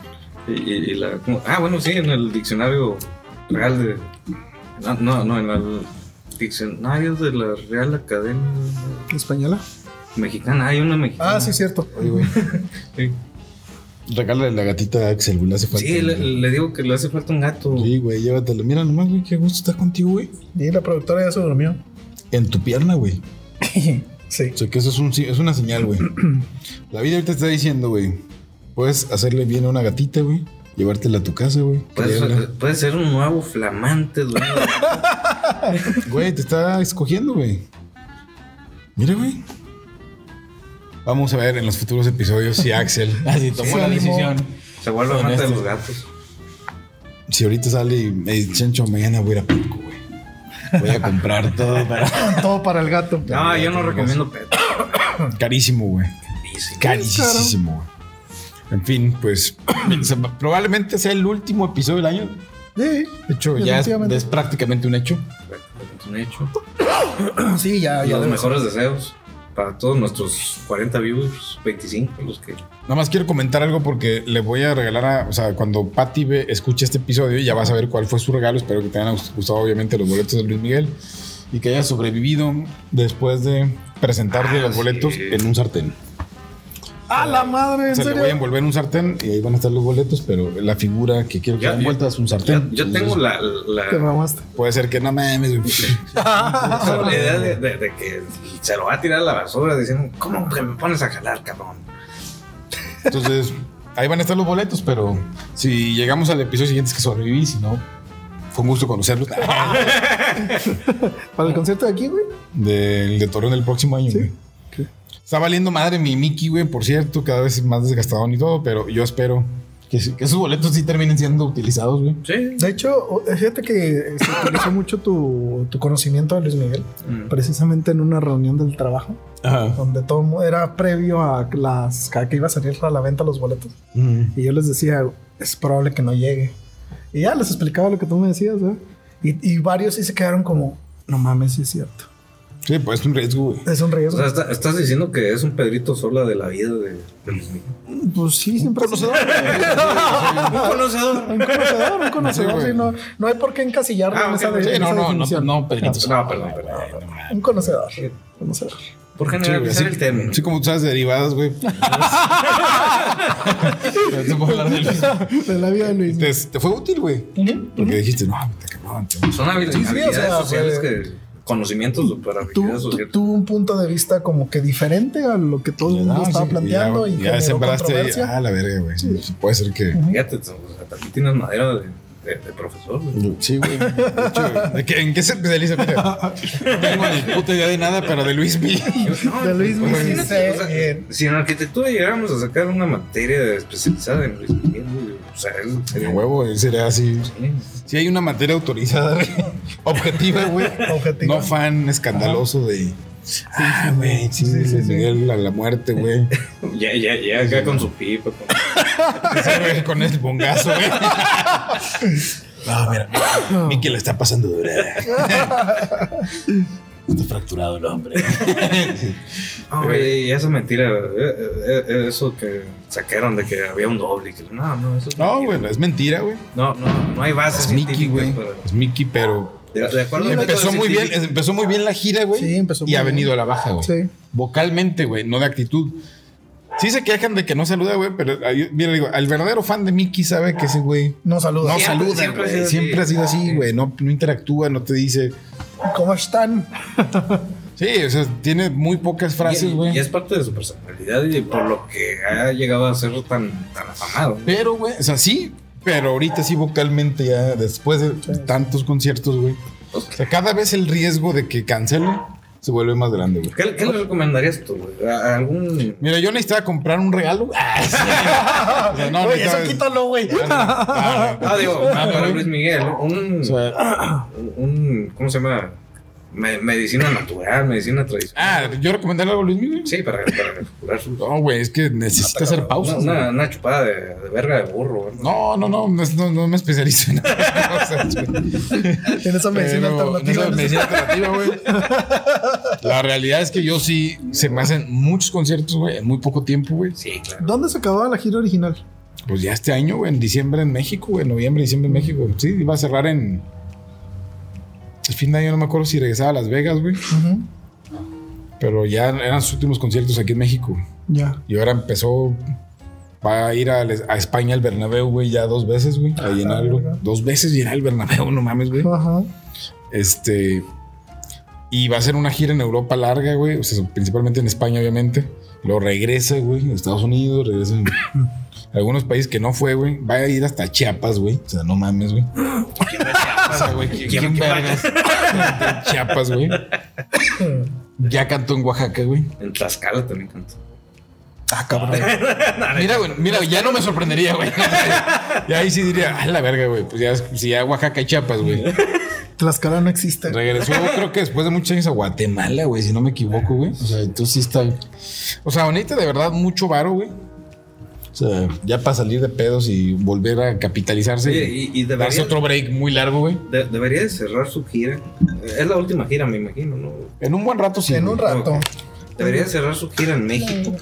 [SPEAKER 3] y- y la- ¿cómo? ah, bueno, sí, en el diccionario real de. No, no, no, en el diccionario de la Real Academia
[SPEAKER 2] ¿Española?
[SPEAKER 3] Mexicana. Hay una mexicana.
[SPEAKER 2] Ah, sí, cierto.
[SPEAKER 1] Oye, güey.
[SPEAKER 3] Sí,
[SPEAKER 1] Regálale la gatita a Axel, güey. Le hace falta.
[SPEAKER 3] Sí, le, le digo que le hace falta un gato.
[SPEAKER 1] Sí, güey, llévatelo. Mira nomás, güey, qué gusto estar contigo, güey.
[SPEAKER 2] [LAUGHS] Y la productora ya se durmió.
[SPEAKER 1] En tu pierna, güey.
[SPEAKER 2] sí.
[SPEAKER 1] O sea, que eso es, un, si- es una señal, [CLEARS THROAT] güey. La vida ahorita te está diciendo, güey. Puedes hacerle bien a una gatita, güey. Llevártela a tu casa, güey.
[SPEAKER 3] Puede
[SPEAKER 1] criarla.
[SPEAKER 3] ser, puede ser un nuevo flamante dueño de- [LAUGHS]
[SPEAKER 1] Güey, te está escogiendo, güey. Mira, güey. Vamos a ver en los futuros episodios si [LAUGHS] Axel así Ah, tomó
[SPEAKER 2] Se
[SPEAKER 1] la
[SPEAKER 2] animó.
[SPEAKER 1] decisión.
[SPEAKER 3] Se vuelve
[SPEAKER 1] Son
[SPEAKER 3] amante de
[SPEAKER 1] estos.
[SPEAKER 3] los gatos.
[SPEAKER 1] Si ahorita sale y me dice, Chencho, mañana voy a ir a Pico, güey. Voy a [LAUGHS] comprar todo para...
[SPEAKER 2] Todo para el gato.
[SPEAKER 3] No, yo no
[SPEAKER 1] gatos.
[SPEAKER 3] recomiendo pet.
[SPEAKER 1] Carísimo, güey. Carísimo, güey. En fin, pues [CLEARS THROAT] se- probablemente sea el último episodio del año.
[SPEAKER 2] Sí, [CLEARS THROAT]
[SPEAKER 1] De hecho, ya es,
[SPEAKER 2] Definitivamente.
[SPEAKER 1] es prácticamente un hecho.
[SPEAKER 3] Es un hecho.
[SPEAKER 2] sí, ya, Ah, ya.
[SPEAKER 3] los
[SPEAKER 2] debe
[SPEAKER 3] mejores deseos para todos nuestros 40 viewers, 25, los que.
[SPEAKER 1] Nada más quiero comentar algo porque le voy a regalar a. O sea, cuando Patty ve- escuche este episodio, ya va a saber cuál fue su regalo. Espero que te hayan gustado, obviamente, los boletos de Luis Miguel y que haya sobrevivido después de presentarle
[SPEAKER 3] Ah,
[SPEAKER 1] los boletos
[SPEAKER 3] sí.
[SPEAKER 1] en un sartén.
[SPEAKER 2] ser. ¡A la madre!
[SPEAKER 1] O
[SPEAKER 2] ¿En
[SPEAKER 1] sea, le voy a
[SPEAKER 2] serio?
[SPEAKER 1] envolver un sartén y ahí van a estar los boletos, pero la figura que quiero que
[SPEAKER 3] Ya,
[SPEAKER 1] sea
[SPEAKER 3] ya.
[SPEAKER 1] envuelta es un
[SPEAKER 3] Yo,
[SPEAKER 1] sartén.
[SPEAKER 3] yo
[SPEAKER 1] Entonces,
[SPEAKER 3] tengo la,
[SPEAKER 2] Te
[SPEAKER 3] la,
[SPEAKER 2] mamaste.
[SPEAKER 1] Puede ser que no mames. güey.
[SPEAKER 3] tengo la idea de, de- de que se lo va a tirar a la basura diciendo, ¿cómo que me pones a jalar, cabrón?
[SPEAKER 1] Entonces, ahí van a estar los boletos, pero si llegamos al episodio siguiente es que sobreviví, si no, fue un gusto
[SPEAKER 3] [LAUGHS]
[SPEAKER 1] conocerlos.
[SPEAKER 2] ¿Para el concierto de aquí, güey?
[SPEAKER 1] del de Torreón del próximo año,
[SPEAKER 2] Sí.
[SPEAKER 1] güey. Está valiendo madre mi Mickey, güey, por cierto, cada vez más desgastado y todo, pero yo espero que, sí- que esos boletos sí terminen siendo utilizados, güey.
[SPEAKER 3] Sí.
[SPEAKER 2] De hecho, o- eh, fíjate que se
[SPEAKER 1] [COUGHS]
[SPEAKER 2] utilizó mucho tu, tu conocimiento de Luis Miguel,
[SPEAKER 1] Mm.
[SPEAKER 2] precisamente en una reunión del trabajo,
[SPEAKER 1] Ajá.
[SPEAKER 2] donde todo mu- era previo a las a que iba a salir a la venta los boletos. Y yo les decía, es probable que no llegue. Y ya les explicaba lo que tú me decías, ¿verdad? Y, y varios sí se quedaron como, no mames, sí es cierto.
[SPEAKER 1] Sí, pues es un riesgo, güey.
[SPEAKER 2] Es un
[SPEAKER 3] O
[SPEAKER 2] riesgo.
[SPEAKER 3] sea, está- estás diciendo que es un Pedrito sola de la vida de, de Luis Miguel.
[SPEAKER 2] pues sí, siempre. Un conocedor. [LAUGHS] un conocedor, un conocedor.
[SPEAKER 1] Sí,
[SPEAKER 2] sí,
[SPEAKER 1] güey.
[SPEAKER 2] no, no hay por qué encasillarlo
[SPEAKER 3] Ah,
[SPEAKER 2] en
[SPEAKER 3] ok,
[SPEAKER 2] esa, de-
[SPEAKER 1] Sí,
[SPEAKER 2] en
[SPEAKER 1] no,
[SPEAKER 2] esa
[SPEAKER 1] no, no,
[SPEAKER 2] definición.
[SPEAKER 1] no, Pedrito.
[SPEAKER 2] Ah,
[SPEAKER 1] Sola,
[SPEAKER 3] no, perdón,
[SPEAKER 1] güey,
[SPEAKER 3] perdón,
[SPEAKER 1] no mames.
[SPEAKER 2] Un conocedor.
[SPEAKER 3] Sí.
[SPEAKER 1] [LAUGHS]
[SPEAKER 2] Conocedor.
[SPEAKER 3] ¿Por
[SPEAKER 1] Sí, güey,
[SPEAKER 3] generalizar
[SPEAKER 1] así-
[SPEAKER 3] el término?
[SPEAKER 1] así como tú sabes derivadas,
[SPEAKER 2] [LAUGHS]
[SPEAKER 1] güey. Pero te puedo hablar del mismo.
[SPEAKER 2] De la vida de Luis.
[SPEAKER 1] Te, te fue útil, güey.
[SPEAKER 2] Ujú.
[SPEAKER 1] Porque dijiste, no, te cabrón. te-
[SPEAKER 3] Son habil-
[SPEAKER 2] Sí, sí, o
[SPEAKER 3] habilidades
[SPEAKER 2] sea,
[SPEAKER 3] sociales
[SPEAKER 2] fue-
[SPEAKER 3] que. Conocimientos para
[SPEAKER 2] Tú-
[SPEAKER 3] habilidades
[SPEAKER 2] tú-
[SPEAKER 3] sociales.
[SPEAKER 2] tuvo un punto de vista como que diferente a lo que todo el
[SPEAKER 1] Ya,
[SPEAKER 2] mundo
[SPEAKER 1] no,
[SPEAKER 2] estaba
[SPEAKER 1] sí,
[SPEAKER 2] planteando
[SPEAKER 1] ya-
[SPEAKER 2] y
[SPEAKER 1] ya,
[SPEAKER 2] generó
[SPEAKER 1] sembraste
[SPEAKER 2] controversia.
[SPEAKER 1] ah la verga güey puede ser que
[SPEAKER 3] Fíjate, o sea, también tienes madera de, de- de profesor, güey.
[SPEAKER 1] Sí, güey. De hecho, [LAUGHS] ¿de qué- ¿En qué se especializa? Mira, no tengo ni puta idea de nada, pero de Luis B.
[SPEAKER 3] No,
[SPEAKER 2] [LAUGHS] De Luis Miguel,
[SPEAKER 3] imagínate,
[SPEAKER 2] sí,
[SPEAKER 3] o sea,
[SPEAKER 2] bien.
[SPEAKER 3] Si en arquitectura llegáramos a sacar una materia especializada en Luis Miguel, güey, o sea, él
[SPEAKER 1] De
[SPEAKER 3] sería
[SPEAKER 1] huevo, él sería así.
[SPEAKER 3] Sí.
[SPEAKER 1] Si hay una materia autorizada, güey, objetiva, güey.
[SPEAKER 2] Objetiva.
[SPEAKER 1] ah, No fan escandaloso de. Ah, güey, sí,
[SPEAKER 2] Sí, sí,
[SPEAKER 1] Luis
[SPEAKER 2] sí.
[SPEAKER 1] Miguel a la muerte, [LAUGHS] güey.
[SPEAKER 3] Ya, ya, ya, acá con su pipa. con-
[SPEAKER 1] Ese güey Con el bongazo, güey. No, mira, Mickey la está pasando dura. Está fracturado el hombre. Eh,
[SPEAKER 3] Ah, güey, y esa mentira, eh, eh, eh, eso que sacaron de que había un doble. que- no, no, eso es
[SPEAKER 1] No,
[SPEAKER 3] mentira.
[SPEAKER 1] güey, es mentira, güey.
[SPEAKER 3] No, no, no hay bases
[SPEAKER 1] Es Mickey,
[SPEAKER 3] científicas
[SPEAKER 1] güey.
[SPEAKER 3] para-
[SPEAKER 1] Es Mickey, pero
[SPEAKER 3] de, de acuerdo al método
[SPEAKER 1] Empezó muy bien,
[SPEAKER 3] científico.
[SPEAKER 1] empezó muy bien la gira, güey.
[SPEAKER 2] Sí, empezó
[SPEAKER 1] Y
[SPEAKER 2] muy
[SPEAKER 1] ha
[SPEAKER 2] bien.
[SPEAKER 1] venido a la baja, güey.
[SPEAKER 2] Sí.
[SPEAKER 1] Vocalmente, güey, no de actitud. Sí se quejan de que no saluda, güey, pero ahí- mira, digo, el verdadero fan de Mickey sabe que ese güey
[SPEAKER 2] No saluda.
[SPEAKER 1] no
[SPEAKER 3] Siempre,
[SPEAKER 1] saluda,
[SPEAKER 3] siempre ha sido
[SPEAKER 1] güey.
[SPEAKER 3] así.
[SPEAKER 1] Siempre ha sido así,
[SPEAKER 3] Sí.
[SPEAKER 1] güey. No, no interactúa, no te dice.
[SPEAKER 2] ¿Cómo están?
[SPEAKER 1] Sí, o sea, tiene muy pocas frases,
[SPEAKER 3] Y-
[SPEAKER 1] güey.
[SPEAKER 3] Y es parte de su personalidad y por lo que ha llegado a ser tan, tan afamado.
[SPEAKER 1] Pero, güey, o sea, sí. Pero ahorita sí vocalmente ya, después de tantos conciertos, güey. O sea, cada vez el riesgo de que cancele se vuelve más grande, güey.
[SPEAKER 3] ¿Qué, qué le recomendarías tú, güey? ¿A- a ¿Algún.?
[SPEAKER 1] Mira, yo necesitaba comprar un regalo. [LAUGHS] Ah, sí. O sea, no,
[SPEAKER 4] Güey, eso
[SPEAKER 1] necesitaba-
[SPEAKER 4] quítalo,
[SPEAKER 1] [LAUGHS]
[SPEAKER 4] güey.
[SPEAKER 1] Ah, no.
[SPEAKER 3] Ah, digo, para Luis Miguel, ¿no? un,
[SPEAKER 1] O sea,
[SPEAKER 3] un. ¿Cómo se llama? Me- medicina natural, medicina
[SPEAKER 1] ah,
[SPEAKER 3] tradicional.
[SPEAKER 1] yo recomendarle algo a Luis Miguel.
[SPEAKER 3] Sí, para, para recuperar su.
[SPEAKER 1] No, güey, es que necesita hacer
[SPEAKER 3] Una,
[SPEAKER 1] pausas.
[SPEAKER 3] una-
[SPEAKER 1] güey.
[SPEAKER 3] una chupada de, de verga de burro, ¿no?
[SPEAKER 1] No, no, no, no, no, no me especializo en [LAUGHS] cosas, güey.
[SPEAKER 2] En esa medicina
[SPEAKER 1] Pero,
[SPEAKER 2] alternativa.
[SPEAKER 1] esa medicina alternativa, güey. La realidad es que yo sí se me hacen muchos conciertos, güey, en muy poco tiempo, güey.
[SPEAKER 3] Sí, claro.
[SPEAKER 2] ¿Dónde se acababa la gira original?
[SPEAKER 1] Pues ya este año, güey, en diciembre en México, güey, en noviembre, diciembre en México. Sí, iba a cerrar en. El fin de año no me acuerdo si regresaba a Las Vegas, güey.
[SPEAKER 2] Ujú,
[SPEAKER 1] Pero ya eran sus últimos conciertos aquí en México.
[SPEAKER 2] Ya.
[SPEAKER 1] Y ahora empezó. Va a ir a, a España al Bernabéu, güey, ya dos veces, güey, a llenarlo.
[SPEAKER 2] verga.
[SPEAKER 1] Dos veces llenar el Bernabéu, no mames, güey.
[SPEAKER 2] Ajá.
[SPEAKER 1] Este. Y va a ser una gira en Europa larga, güey. O sea, principalmente en España, obviamente. Lo regresa, güey. a Estados Unidos, regresa en algunos países que no fue, güey. Va a ir hasta Chiapas, güey. O sea, no mames, güey. ¿Quién vergas? De [LAUGHS] Chiapas, güey. Ya cantó en Oaxaca, güey.
[SPEAKER 3] En Tlaxcala también cantó.
[SPEAKER 1] Ah, [LAUGHS] cabrón. mira, güey, mira, ya no me sorprendería, [LAUGHS] güey. Y ahí sí diría, a la verga, güey. Pues ya, si ya Oaxaca y Chiapas, güey.
[SPEAKER 2] Tlaxcala no existe.
[SPEAKER 1] Regresó, creo que después de muchos años a Guatemala, güey, si no me equivoco, güey. O sea, entonces sí está. O sea, ahorita de verdad mucho varo, güey. O sea, ya para salir de pedos y volver a capitalizarse.
[SPEAKER 3] Oye,
[SPEAKER 1] y
[SPEAKER 3] y, y
[SPEAKER 1] darse
[SPEAKER 3] debería,
[SPEAKER 1] otro break muy largo, güey.
[SPEAKER 3] de- debería de cerrar su gira. Eh, Es la última gira, me imagino, ¿no?
[SPEAKER 1] En un buen rato sí.
[SPEAKER 2] en
[SPEAKER 1] güey.
[SPEAKER 2] un rato.
[SPEAKER 3] Debería de cerrar su gira en México.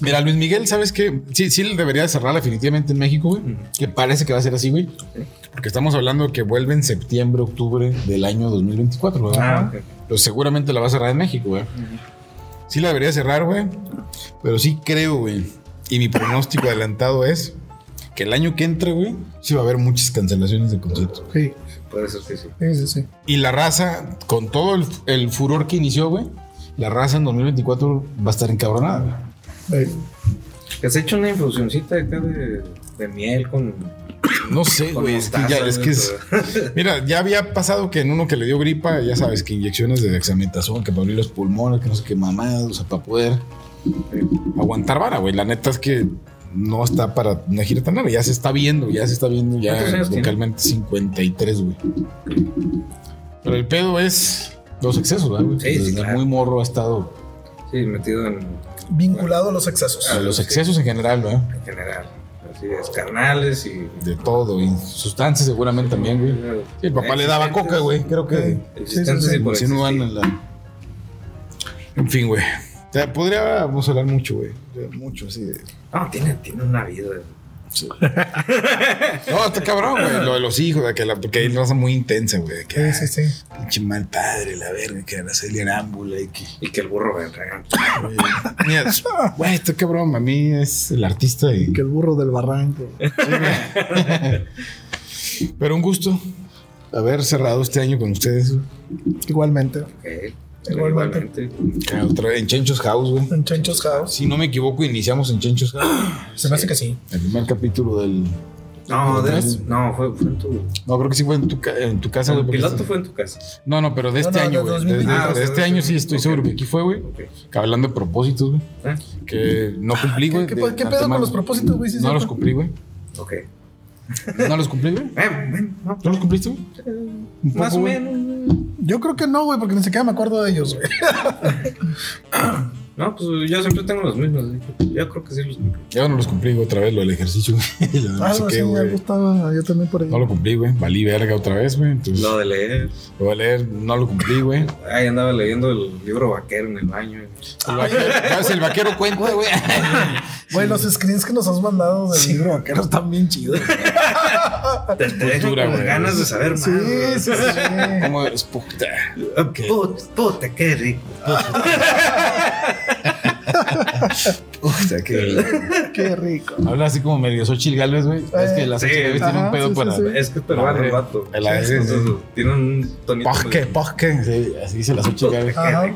[SPEAKER 1] Mira, Luis Miguel, ¿sabes qué? Sí, sí le debería de cerrar definitivamente en México, güey.
[SPEAKER 3] Ujú.
[SPEAKER 1] Que parece que va a ser así, güey. Porque estamos hablando que vuelve en septiembre, octubre del año 2024, ¿verdad?
[SPEAKER 3] Ah, ok.
[SPEAKER 1] Pero seguramente la va a cerrar en México, güey. Sí la debería cerrar, güey. Pero sí creo, güey. Y mi pronóstico adelantado es que el año que entra, güey, sí va a haber muchas cancelaciones de conciertos.
[SPEAKER 2] Sí,
[SPEAKER 3] Puede ser que sí.
[SPEAKER 2] sí, sí. sí.
[SPEAKER 1] Y la raza, con todo el, el furor que inició, güey, la raza en 2024 va a estar encabronada, güey.
[SPEAKER 2] Eh,
[SPEAKER 3] Que se hecho una infusioncita acá de, de miel con.
[SPEAKER 1] No sé,
[SPEAKER 3] con
[SPEAKER 1] güey. Es que ya,
[SPEAKER 3] mostaza,
[SPEAKER 1] es
[SPEAKER 3] güey,
[SPEAKER 1] que es.
[SPEAKER 3] pero-
[SPEAKER 1] Mira, ya había pasado que en uno que le dio gripa, ya sabes, que inyecciones de dexametasona, que para abrir los pulmones, que no sé qué mamadas, o sea, para poder aguantar vara, güey. La neta es que no está para una gira tan larga, ya se está viendo, ya se está viendo, ya
[SPEAKER 3] ¿Cuántos años tiene?
[SPEAKER 1] localmente 53, güey. Pero el pedo es los excesos, ¿verdad, güey?
[SPEAKER 3] Sí, sí,
[SPEAKER 1] Desde
[SPEAKER 3] claro.
[SPEAKER 1] muy morro ha estado
[SPEAKER 3] Sí, metido en,
[SPEAKER 2] vinculado a los excesos.
[SPEAKER 1] a los excesos en general, ¿verdad?
[SPEAKER 3] en general. Así es, carnales y.
[SPEAKER 1] De todo, y sustancias seguramente también, güey. Sí, el papá le daba
[SPEAKER 3] Existentes.
[SPEAKER 1] coca, güey, creo que.
[SPEAKER 3] Existentes
[SPEAKER 2] Sí, sí, sí.
[SPEAKER 3] y por
[SPEAKER 1] Si no van
[SPEAKER 3] existir.
[SPEAKER 1] en la. En fin, güey. O sea, podríamos hablar mucho, güey. De Mucho, así de.
[SPEAKER 3] No, tiene, tiene una vida.
[SPEAKER 1] No, está cabrón, güey. Lo de los hijos, de que, la, porque hay raza muy intensa, güey. de Que,
[SPEAKER 2] Sí, sí, sí.
[SPEAKER 1] ah, pinche mal padre, la verga, que Araceli Arámbula y que.
[SPEAKER 3] Y que el burro va a entregar.
[SPEAKER 1] Güey, Mira, pues, güey, está cabrón. A mí es el artista y.
[SPEAKER 2] Que el burro del barranco.
[SPEAKER 1] Eh. Pero un gusto haber cerrado este año con ustedes. güey.
[SPEAKER 2] Igualmente.
[SPEAKER 3] Ok.
[SPEAKER 2] Igualmente.
[SPEAKER 1] Acá otra vez En Chenchos House, güey.
[SPEAKER 2] En Chanchos House.
[SPEAKER 1] Si no me equivoco, iniciamos en Chenchos House.
[SPEAKER 2] Se me hace que sí.
[SPEAKER 1] El primer capítulo del.
[SPEAKER 3] No, de- no fue, fue en tu.
[SPEAKER 1] No, creo que sí fue en tu, ca- en tu casa,
[SPEAKER 3] El
[SPEAKER 1] güey, porque
[SPEAKER 3] piloto
[SPEAKER 1] está-
[SPEAKER 3] fue en tu casa.
[SPEAKER 1] No, no, pero de
[SPEAKER 2] No,
[SPEAKER 1] este
[SPEAKER 2] no,
[SPEAKER 1] año,
[SPEAKER 2] de
[SPEAKER 1] güey. De,
[SPEAKER 2] 2020.
[SPEAKER 1] de-
[SPEAKER 3] Ah,
[SPEAKER 1] de
[SPEAKER 3] de
[SPEAKER 1] este año sí estoy
[SPEAKER 3] ok.
[SPEAKER 1] seguro que aquí fue, güey.
[SPEAKER 3] Ok.
[SPEAKER 1] Que Hablando de propósitos, güey.
[SPEAKER 3] Ah,
[SPEAKER 1] Que no cumplí, güey.
[SPEAKER 2] Ah, ¿Qué,
[SPEAKER 1] de-
[SPEAKER 2] qué- qué
[SPEAKER 1] de
[SPEAKER 2] pedo
[SPEAKER 1] antemano.
[SPEAKER 2] con los propósitos, güey? Sí,
[SPEAKER 1] No
[SPEAKER 2] sí,
[SPEAKER 1] los
[SPEAKER 2] güey.
[SPEAKER 1] cumplí, güey.
[SPEAKER 3] ok. Eh,
[SPEAKER 1] No los cumplí, güey.
[SPEAKER 3] Ven, ven, no,
[SPEAKER 1] ¿No los cumpliste, güey?
[SPEAKER 2] Eh,
[SPEAKER 1] Un
[SPEAKER 3] Más o
[SPEAKER 1] poco, güey.
[SPEAKER 3] menos.
[SPEAKER 2] Yo creo que no, güey, porque ni siquiera me acuerdo de ellos, güey.
[SPEAKER 3] No, pues yo siempre tengo los mismos. así que Yo creo que sí los cumplí.
[SPEAKER 1] Yo no los cumplí, güey, otra vez, lo del ejercicio, güey. [LAUGHS] Lo de no
[SPEAKER 2] Ah,
[SPEAKER 1] sé
[SPEAKER 2] no,
[SPEAKER 1] qué,
[SPEAKER 2] sí,
[SPEAKER 1] güey.
[SPEAKER 2] algo estaba yo también por ahí.
[SPEAKER 1] No lo cumplí, güey. Valí verga otra vez, güey. Entonces,
[SPEAKER 3] Lo de leer.
[SPEAKER 1] lo voy a leer. No lo cumplí, güey.
[SPEAKER 3] Ahí andaba leyendo el libro vaquero en el baño.
[SPEAKER 1] El vaquero, ¿sabes? El vaquero cuenta,
[SPEAKER 2] [LAUGHS]
[SPEAKER 1] güey.
[SPEAKER 2] Güey, los screens que nos has mandado del libro vaquero están bien chidos.
[SPEAKER 3] Te, te dejan
[SPEAKER 1] Cultura,
[SPEAKER 3] con
[SPEAKER 1] güey.
[SPEAKER 3] ganas de saber más.
[SPEAKER 2] Sí,
[SPEAKER 3] güey.
[SPEAKER 2] sí, sí.
[SPEAKER 1] Como es puta.
[SPEAKER 3] Ah, put- Puta, qué rico.
[SPEAKER 1] Puta, que.
[SPEAKER 2] Qué rico.
[SPEAKER 1] Habla así como medio Xochitl Galvez, güey. Es que la
[SPEAKER 3] Sí,
[SPEAKER 1] Xochitl Galvez tiene
[SPEAKER 2] Eh, ajá,
[SPEAKER 1] un pedo
[SPEAKER 2] sí, sí,
[SPEAKER 1] para.
[SPEAKER 2] sí.
[SPEAKER 3] Es que es peruano el vato.
[SPEAKER 1] El- el-
[SPEAKER 3] Entonces, Tiene un tonito.
[SPEAKER 1] Posque, posque. Sí, así dice la Xochitl Galvez.
[SPEAKER 2] Ajá.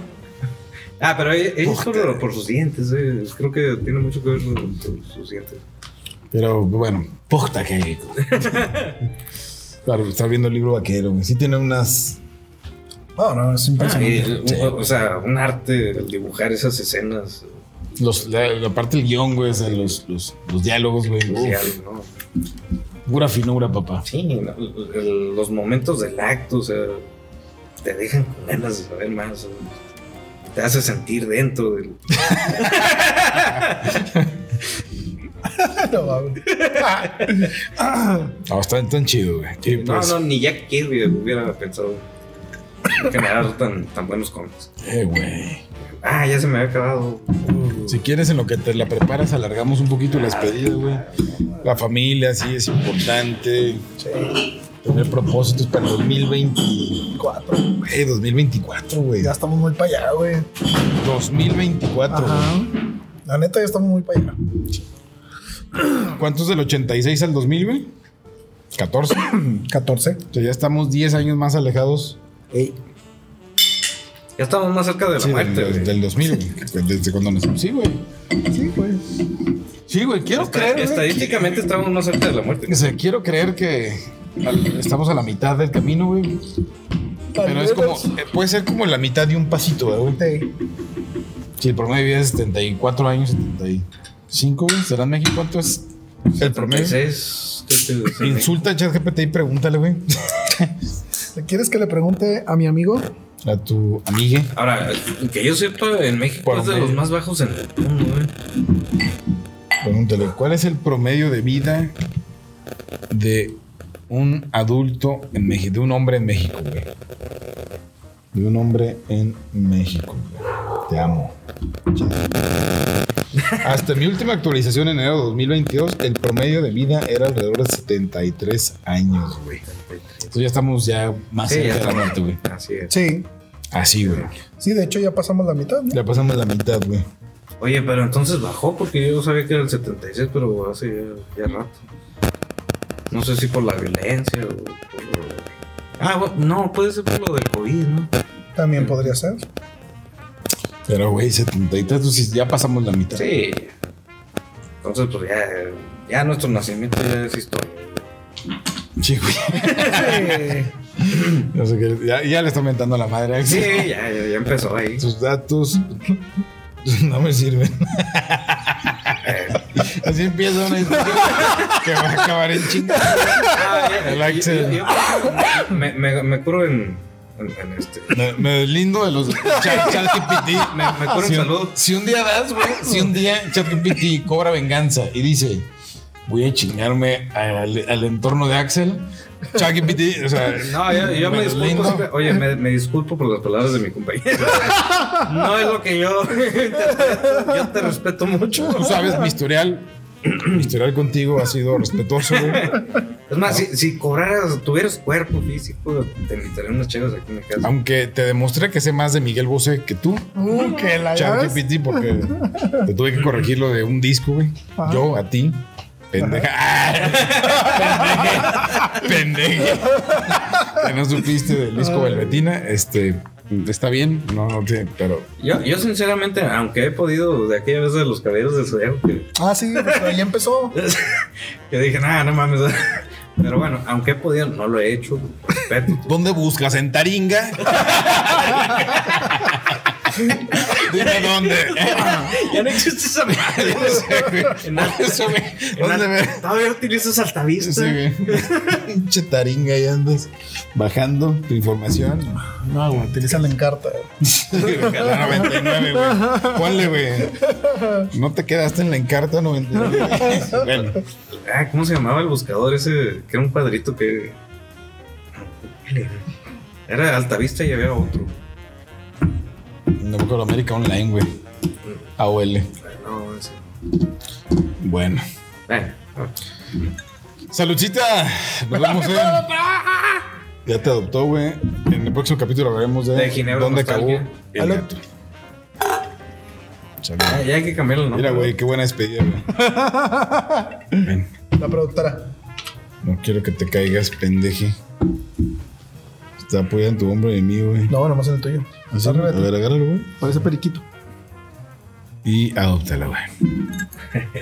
[SPEAKER 3] Ah, pero ella, ella es
[SPEAKER 1] Puta.
[SPEAKER 3] por, por sus dientes. eh. Creo que tiene mucho que ver con con sus dientes.
[SPEAKER 1] Pero bueno, puta que. Claro, estar viendo el libro vaquero, güey. Sí tiene unas.
[SPEAKER 2] No, no, es impresionante.
[SPEAKER 3] Ah, Y, o, o sea, un arte el dibujar esas escenas.
[SPEAKER 1] Los, la, la parte del guión, güey, o sea, los, los, los diálogos, güey.
[SPEAKER 3] o sea,
[SPEAKER 1] Uf,
[SPEAKER 3] ¿no?
[SPEAKER 1] pura finura, papá.
[SPEAKER 3] Sí, no, el- los momentos del acto, o sea, te dejan con ganas de saber más. o sea, te hace sentir dentro del.
[SPEAKER 2] [LAUGHS] No mames.
[SPEAKER 1] Ah, está tan chido, güey. Sí,
[SPEAKER 3] no,
[SPEAKER 1] pues,
[SPEAKER 3] no, ni Jack Kirby hubiera pensado generar tan, tan buenos cómics.
[SPEAKER 1] eh, güey.
[SPEAKER 3] Ah, ya se me había acabado.
[SPEAKER 1] Si quieres, en lo que te la preparas, alargamos un poquito las pedidas, güey. La familia, sí, es importante.
[SPEAKER 2] Sí,
[SPEAKER 1] Tener propósitos para 2020.
[SPEAKER 2] cuatro.
[SPEAKER 1] Güey, 2024, güey.
[SPEAKER 2] Ya estamos muy para allá, güey.
[SPEAKER 1] 2024.
[SPEAKER 2] Ajá.
[SPEAKER 1] güey.
[SPEAKER 2] La neta, ya estamos muy para allá.
[SPEAKER 1] ¿Cuántos del 86 al 2000, güey? 14.
[SPEAKER 2] 14.
[SPEAKER 1] [CLEARS THROAT] O sea, ya estamos 10 años más alejados
[SPEAKER 3] Ya estamos más cerca de la
[SPEAKER 1] sí, del,
[SPEAKER 3] muerte.
[SPEAKER 1] del-
[SPEAKER 3] güey.
[SPEAKER 1] del 2000, güey. Desde cuando nos. Sí, güey.
[SPEAKER 2] Sí, güey.
[SPEAKER 1] Sí, güey. Quiero creer. güey,
[SPEAKER 3] Estadísticamente estamos más cerca de la muerte.
[SPEAKER 1] que- o sea, quiero creer que al- estamos a la mitad del camino, güey. Pero es como. eh, Puede ser como la mitad de un pasito, güey.
[SPEAKER 2] Sí.
[SPEAKER 1] Si el promedio de vida es 74 años, 75, güey. ¿Será en México cuánto es el promedio?
[SPEAKER 3] 36, creo que es el-
[SPEAKER 1] Insulta a ChatGPT y pregúntale, güey.
[SPEAKER 2] ¿Quieres que le pregunte a mi amigo?
[SPEAKER 1] A tu amigue.
[SPEAKER 3] Ahora, que yo sepa, en México
[SPEAKER 1] Por
[SPEAKER 3] es de
[SPEAKER 1] medio.
[SPEAKER 3] los más bajos en el mundo, güey.
[SPEAKER 1] Pregúntale, ¿cuál es el promedio de vida de un adulto en México? De un hombre en México, güey. De un hombre en México, güey. Te amo. Hasta mi última actualización en enero de 2022, el promedio de vida era alrededor de 73 años, güey. Entonces Pues ya estamos ya más
[SPEAKER 3] Sí,
[SPEAKER 1] cerca
[SPEAKER 3] ya
[SPEAKER 1] de la
[SPEAKER 3] está.
[SPEAKER 1] muerte, güey.
[SPEAKER 3] Así es.
[SPEAKER 2] Sí.
[SPEAKER 1] Así, güey.
[SPEAKER 2] Sí, de hecho, ya pasamos la mitad, ¿no?
[SPEAKER 1] Ya pasamos la mitad, güey.
[SPEAKER 3] Oye, pero entonces bajó porque yo sabía que era el 76, pero hace ya, ya rato. No sé si por la violencia o por lo- Ah, bu- no, puede ser por lo del COVID, ¿no?
[SPEAKER 2] También podría ser.
[SPEAKER 1] Pero, güey, 73, entonces pues ya pasamos la mitad.
[SPEAKER 3] Sí. Entonces, pues ya, ya nuestro nacimiento ya es historia.
[SPEAKER 1] Sí, güey. No sé qué- ya, ya le está mentando a la madre a
[SPEAKER 3] Sí,
[SPEAKER 1] Axel.
[SPEAKER 3] ya, ya, ya empezó ahí.
[SPEAKER 1] Sus datos no me sirven. Así empieza una historia que va a acabar en chinga.
[SPEAKER 3] Ah, ya,
[SPEAKER 1] El
[SPEAKER 3] yo-
[SPEAKER 1] Axel.
[SPEAKER 3] yo- yo- me, me, me curo en, en, en este.
[SPEAKER 1] Me, me deslindo de los chat, ChatGPT.
[SPEAKER 3] Me, me curo en
[SPEAKER 1] Si un,
[SPEAKER 3] salud.
[SPEAKER 1] si un día das, güey, si un día ChatGPT cobra venganza y dice, voy a chingarme al, al entorno de Axel, ChatGPT, o sea,
[SPEAKER 3] No, yo, yo me,
[SPEAKER 1] Me
[SPEAKER 3] disculpo.
[SPEAKER 1] deslindo.
[SPEAKER 3] siempre- Oye, me, me disculpo por las palabras de mi compañero. No es lo que yo. [LAUGHS] interpreto. Yo te respeto mucho.
[SPEAKER 1] tú sabes, mi historial, mi historial contigo ha sido respetuoso, güey.
[SPEAKER 3] Es más, si, si cobraras, tuvieras cuerpo físico, te invitaría unos chicos aquí en mi casa.
[SPEAKER 1] Aunque te demostré que sé más de Miguel Bosé que tú,
[SPEAKER 2] Uh, que la llaves.
[SPEAKER 1] ChatGPT, porque te tuve que corregir lo de un disco, güey.
[SPEAKER 2] Ajá.
[SPEAKER 1] Yo a ti. Pendeja. Ah, [LAUGHS] pendeja. Pendeja. Que no supiste del disco Velvetina. Este. Está bien, no, no sé, pero.
[SPEAKER 3] Yo, yo, sinceramente, aunque he podido de aquella vez de los caballeros del zodiaco, que, [LAUGHS]
[SPEAKER 2] Ah, sí, pues ahí empezó.
[SPEAKER 3] que dije, nada, no mames. [LAUGHS] Pero bueno, aunque he podido, no lo he hecho. Respeto.
[SPEAKER 1] ¿Dónde buscas? ¿En Taringa? [LAUGHS] Dime dónde.
[SPEAKER 3] Ya no existe esa madre. [LAUGHS] En alta-
[SPEAKER 1] Eso, güey. ¿Dónde me.?
[SPEAKER 3] Todavía utilizas altavista.
[SPEAKER 1] Sí, güey. Pinche taringa, ahí andas bajando tu información.
[SPEAKER 2] No, güey, utilízala en carta.
[SPEAKER 1] La 99, güey. Ponle, güey. No te quedaste en la encarta 99. Bueno,
[SPEAKER 3] Ah, ¿cómo se llamaba el buscador ese? Que era un cuadrito que. ¿Cuál era? Era Altavista y había otro.
[SPEAKER 1] no me acuerdo América Online, güey. AOL.
[SPEAKER 3] No, ese.
[SPEAKER 1] Bueno.
[SPEAKER 3] Bueno, no.
[SPEAKER 1] Saludcita. Nos vemos, eh. Ya te adoptó, güey. En el próximo capítulo hablaremos de,
[SPEAKER 3] De Ginebra
[SPEAKER 1] dónde
[SPEAKER 3] Nostalgia.
[SPEAKER 1] acabó el
[SPEAKER 2] Aló.
[SPEAKER 1] gato. Chale.
[SPEAKER 3] Ah, ya hay que cambiarlo, ¿no?
[SPEAKER 1] Mira, güey, qué buena despedida, güey. Ven.
[SPEAKER 2] La productora.
[SPEAKER 1] No quiero que te caigas, pendeje. Está apoyado en tu hombro y en mí, güey.
[SPEAKER 2] No, nomás en el tuyo.
[SPEAKER 1] Así, a
[SPEAKER 2] Arriba de ti.
[SPEAKER 1] ver, agárralo, güey.
[SPEAKER 2] Parece periquito.
[SPEAKER 1] Y adóptala, güey.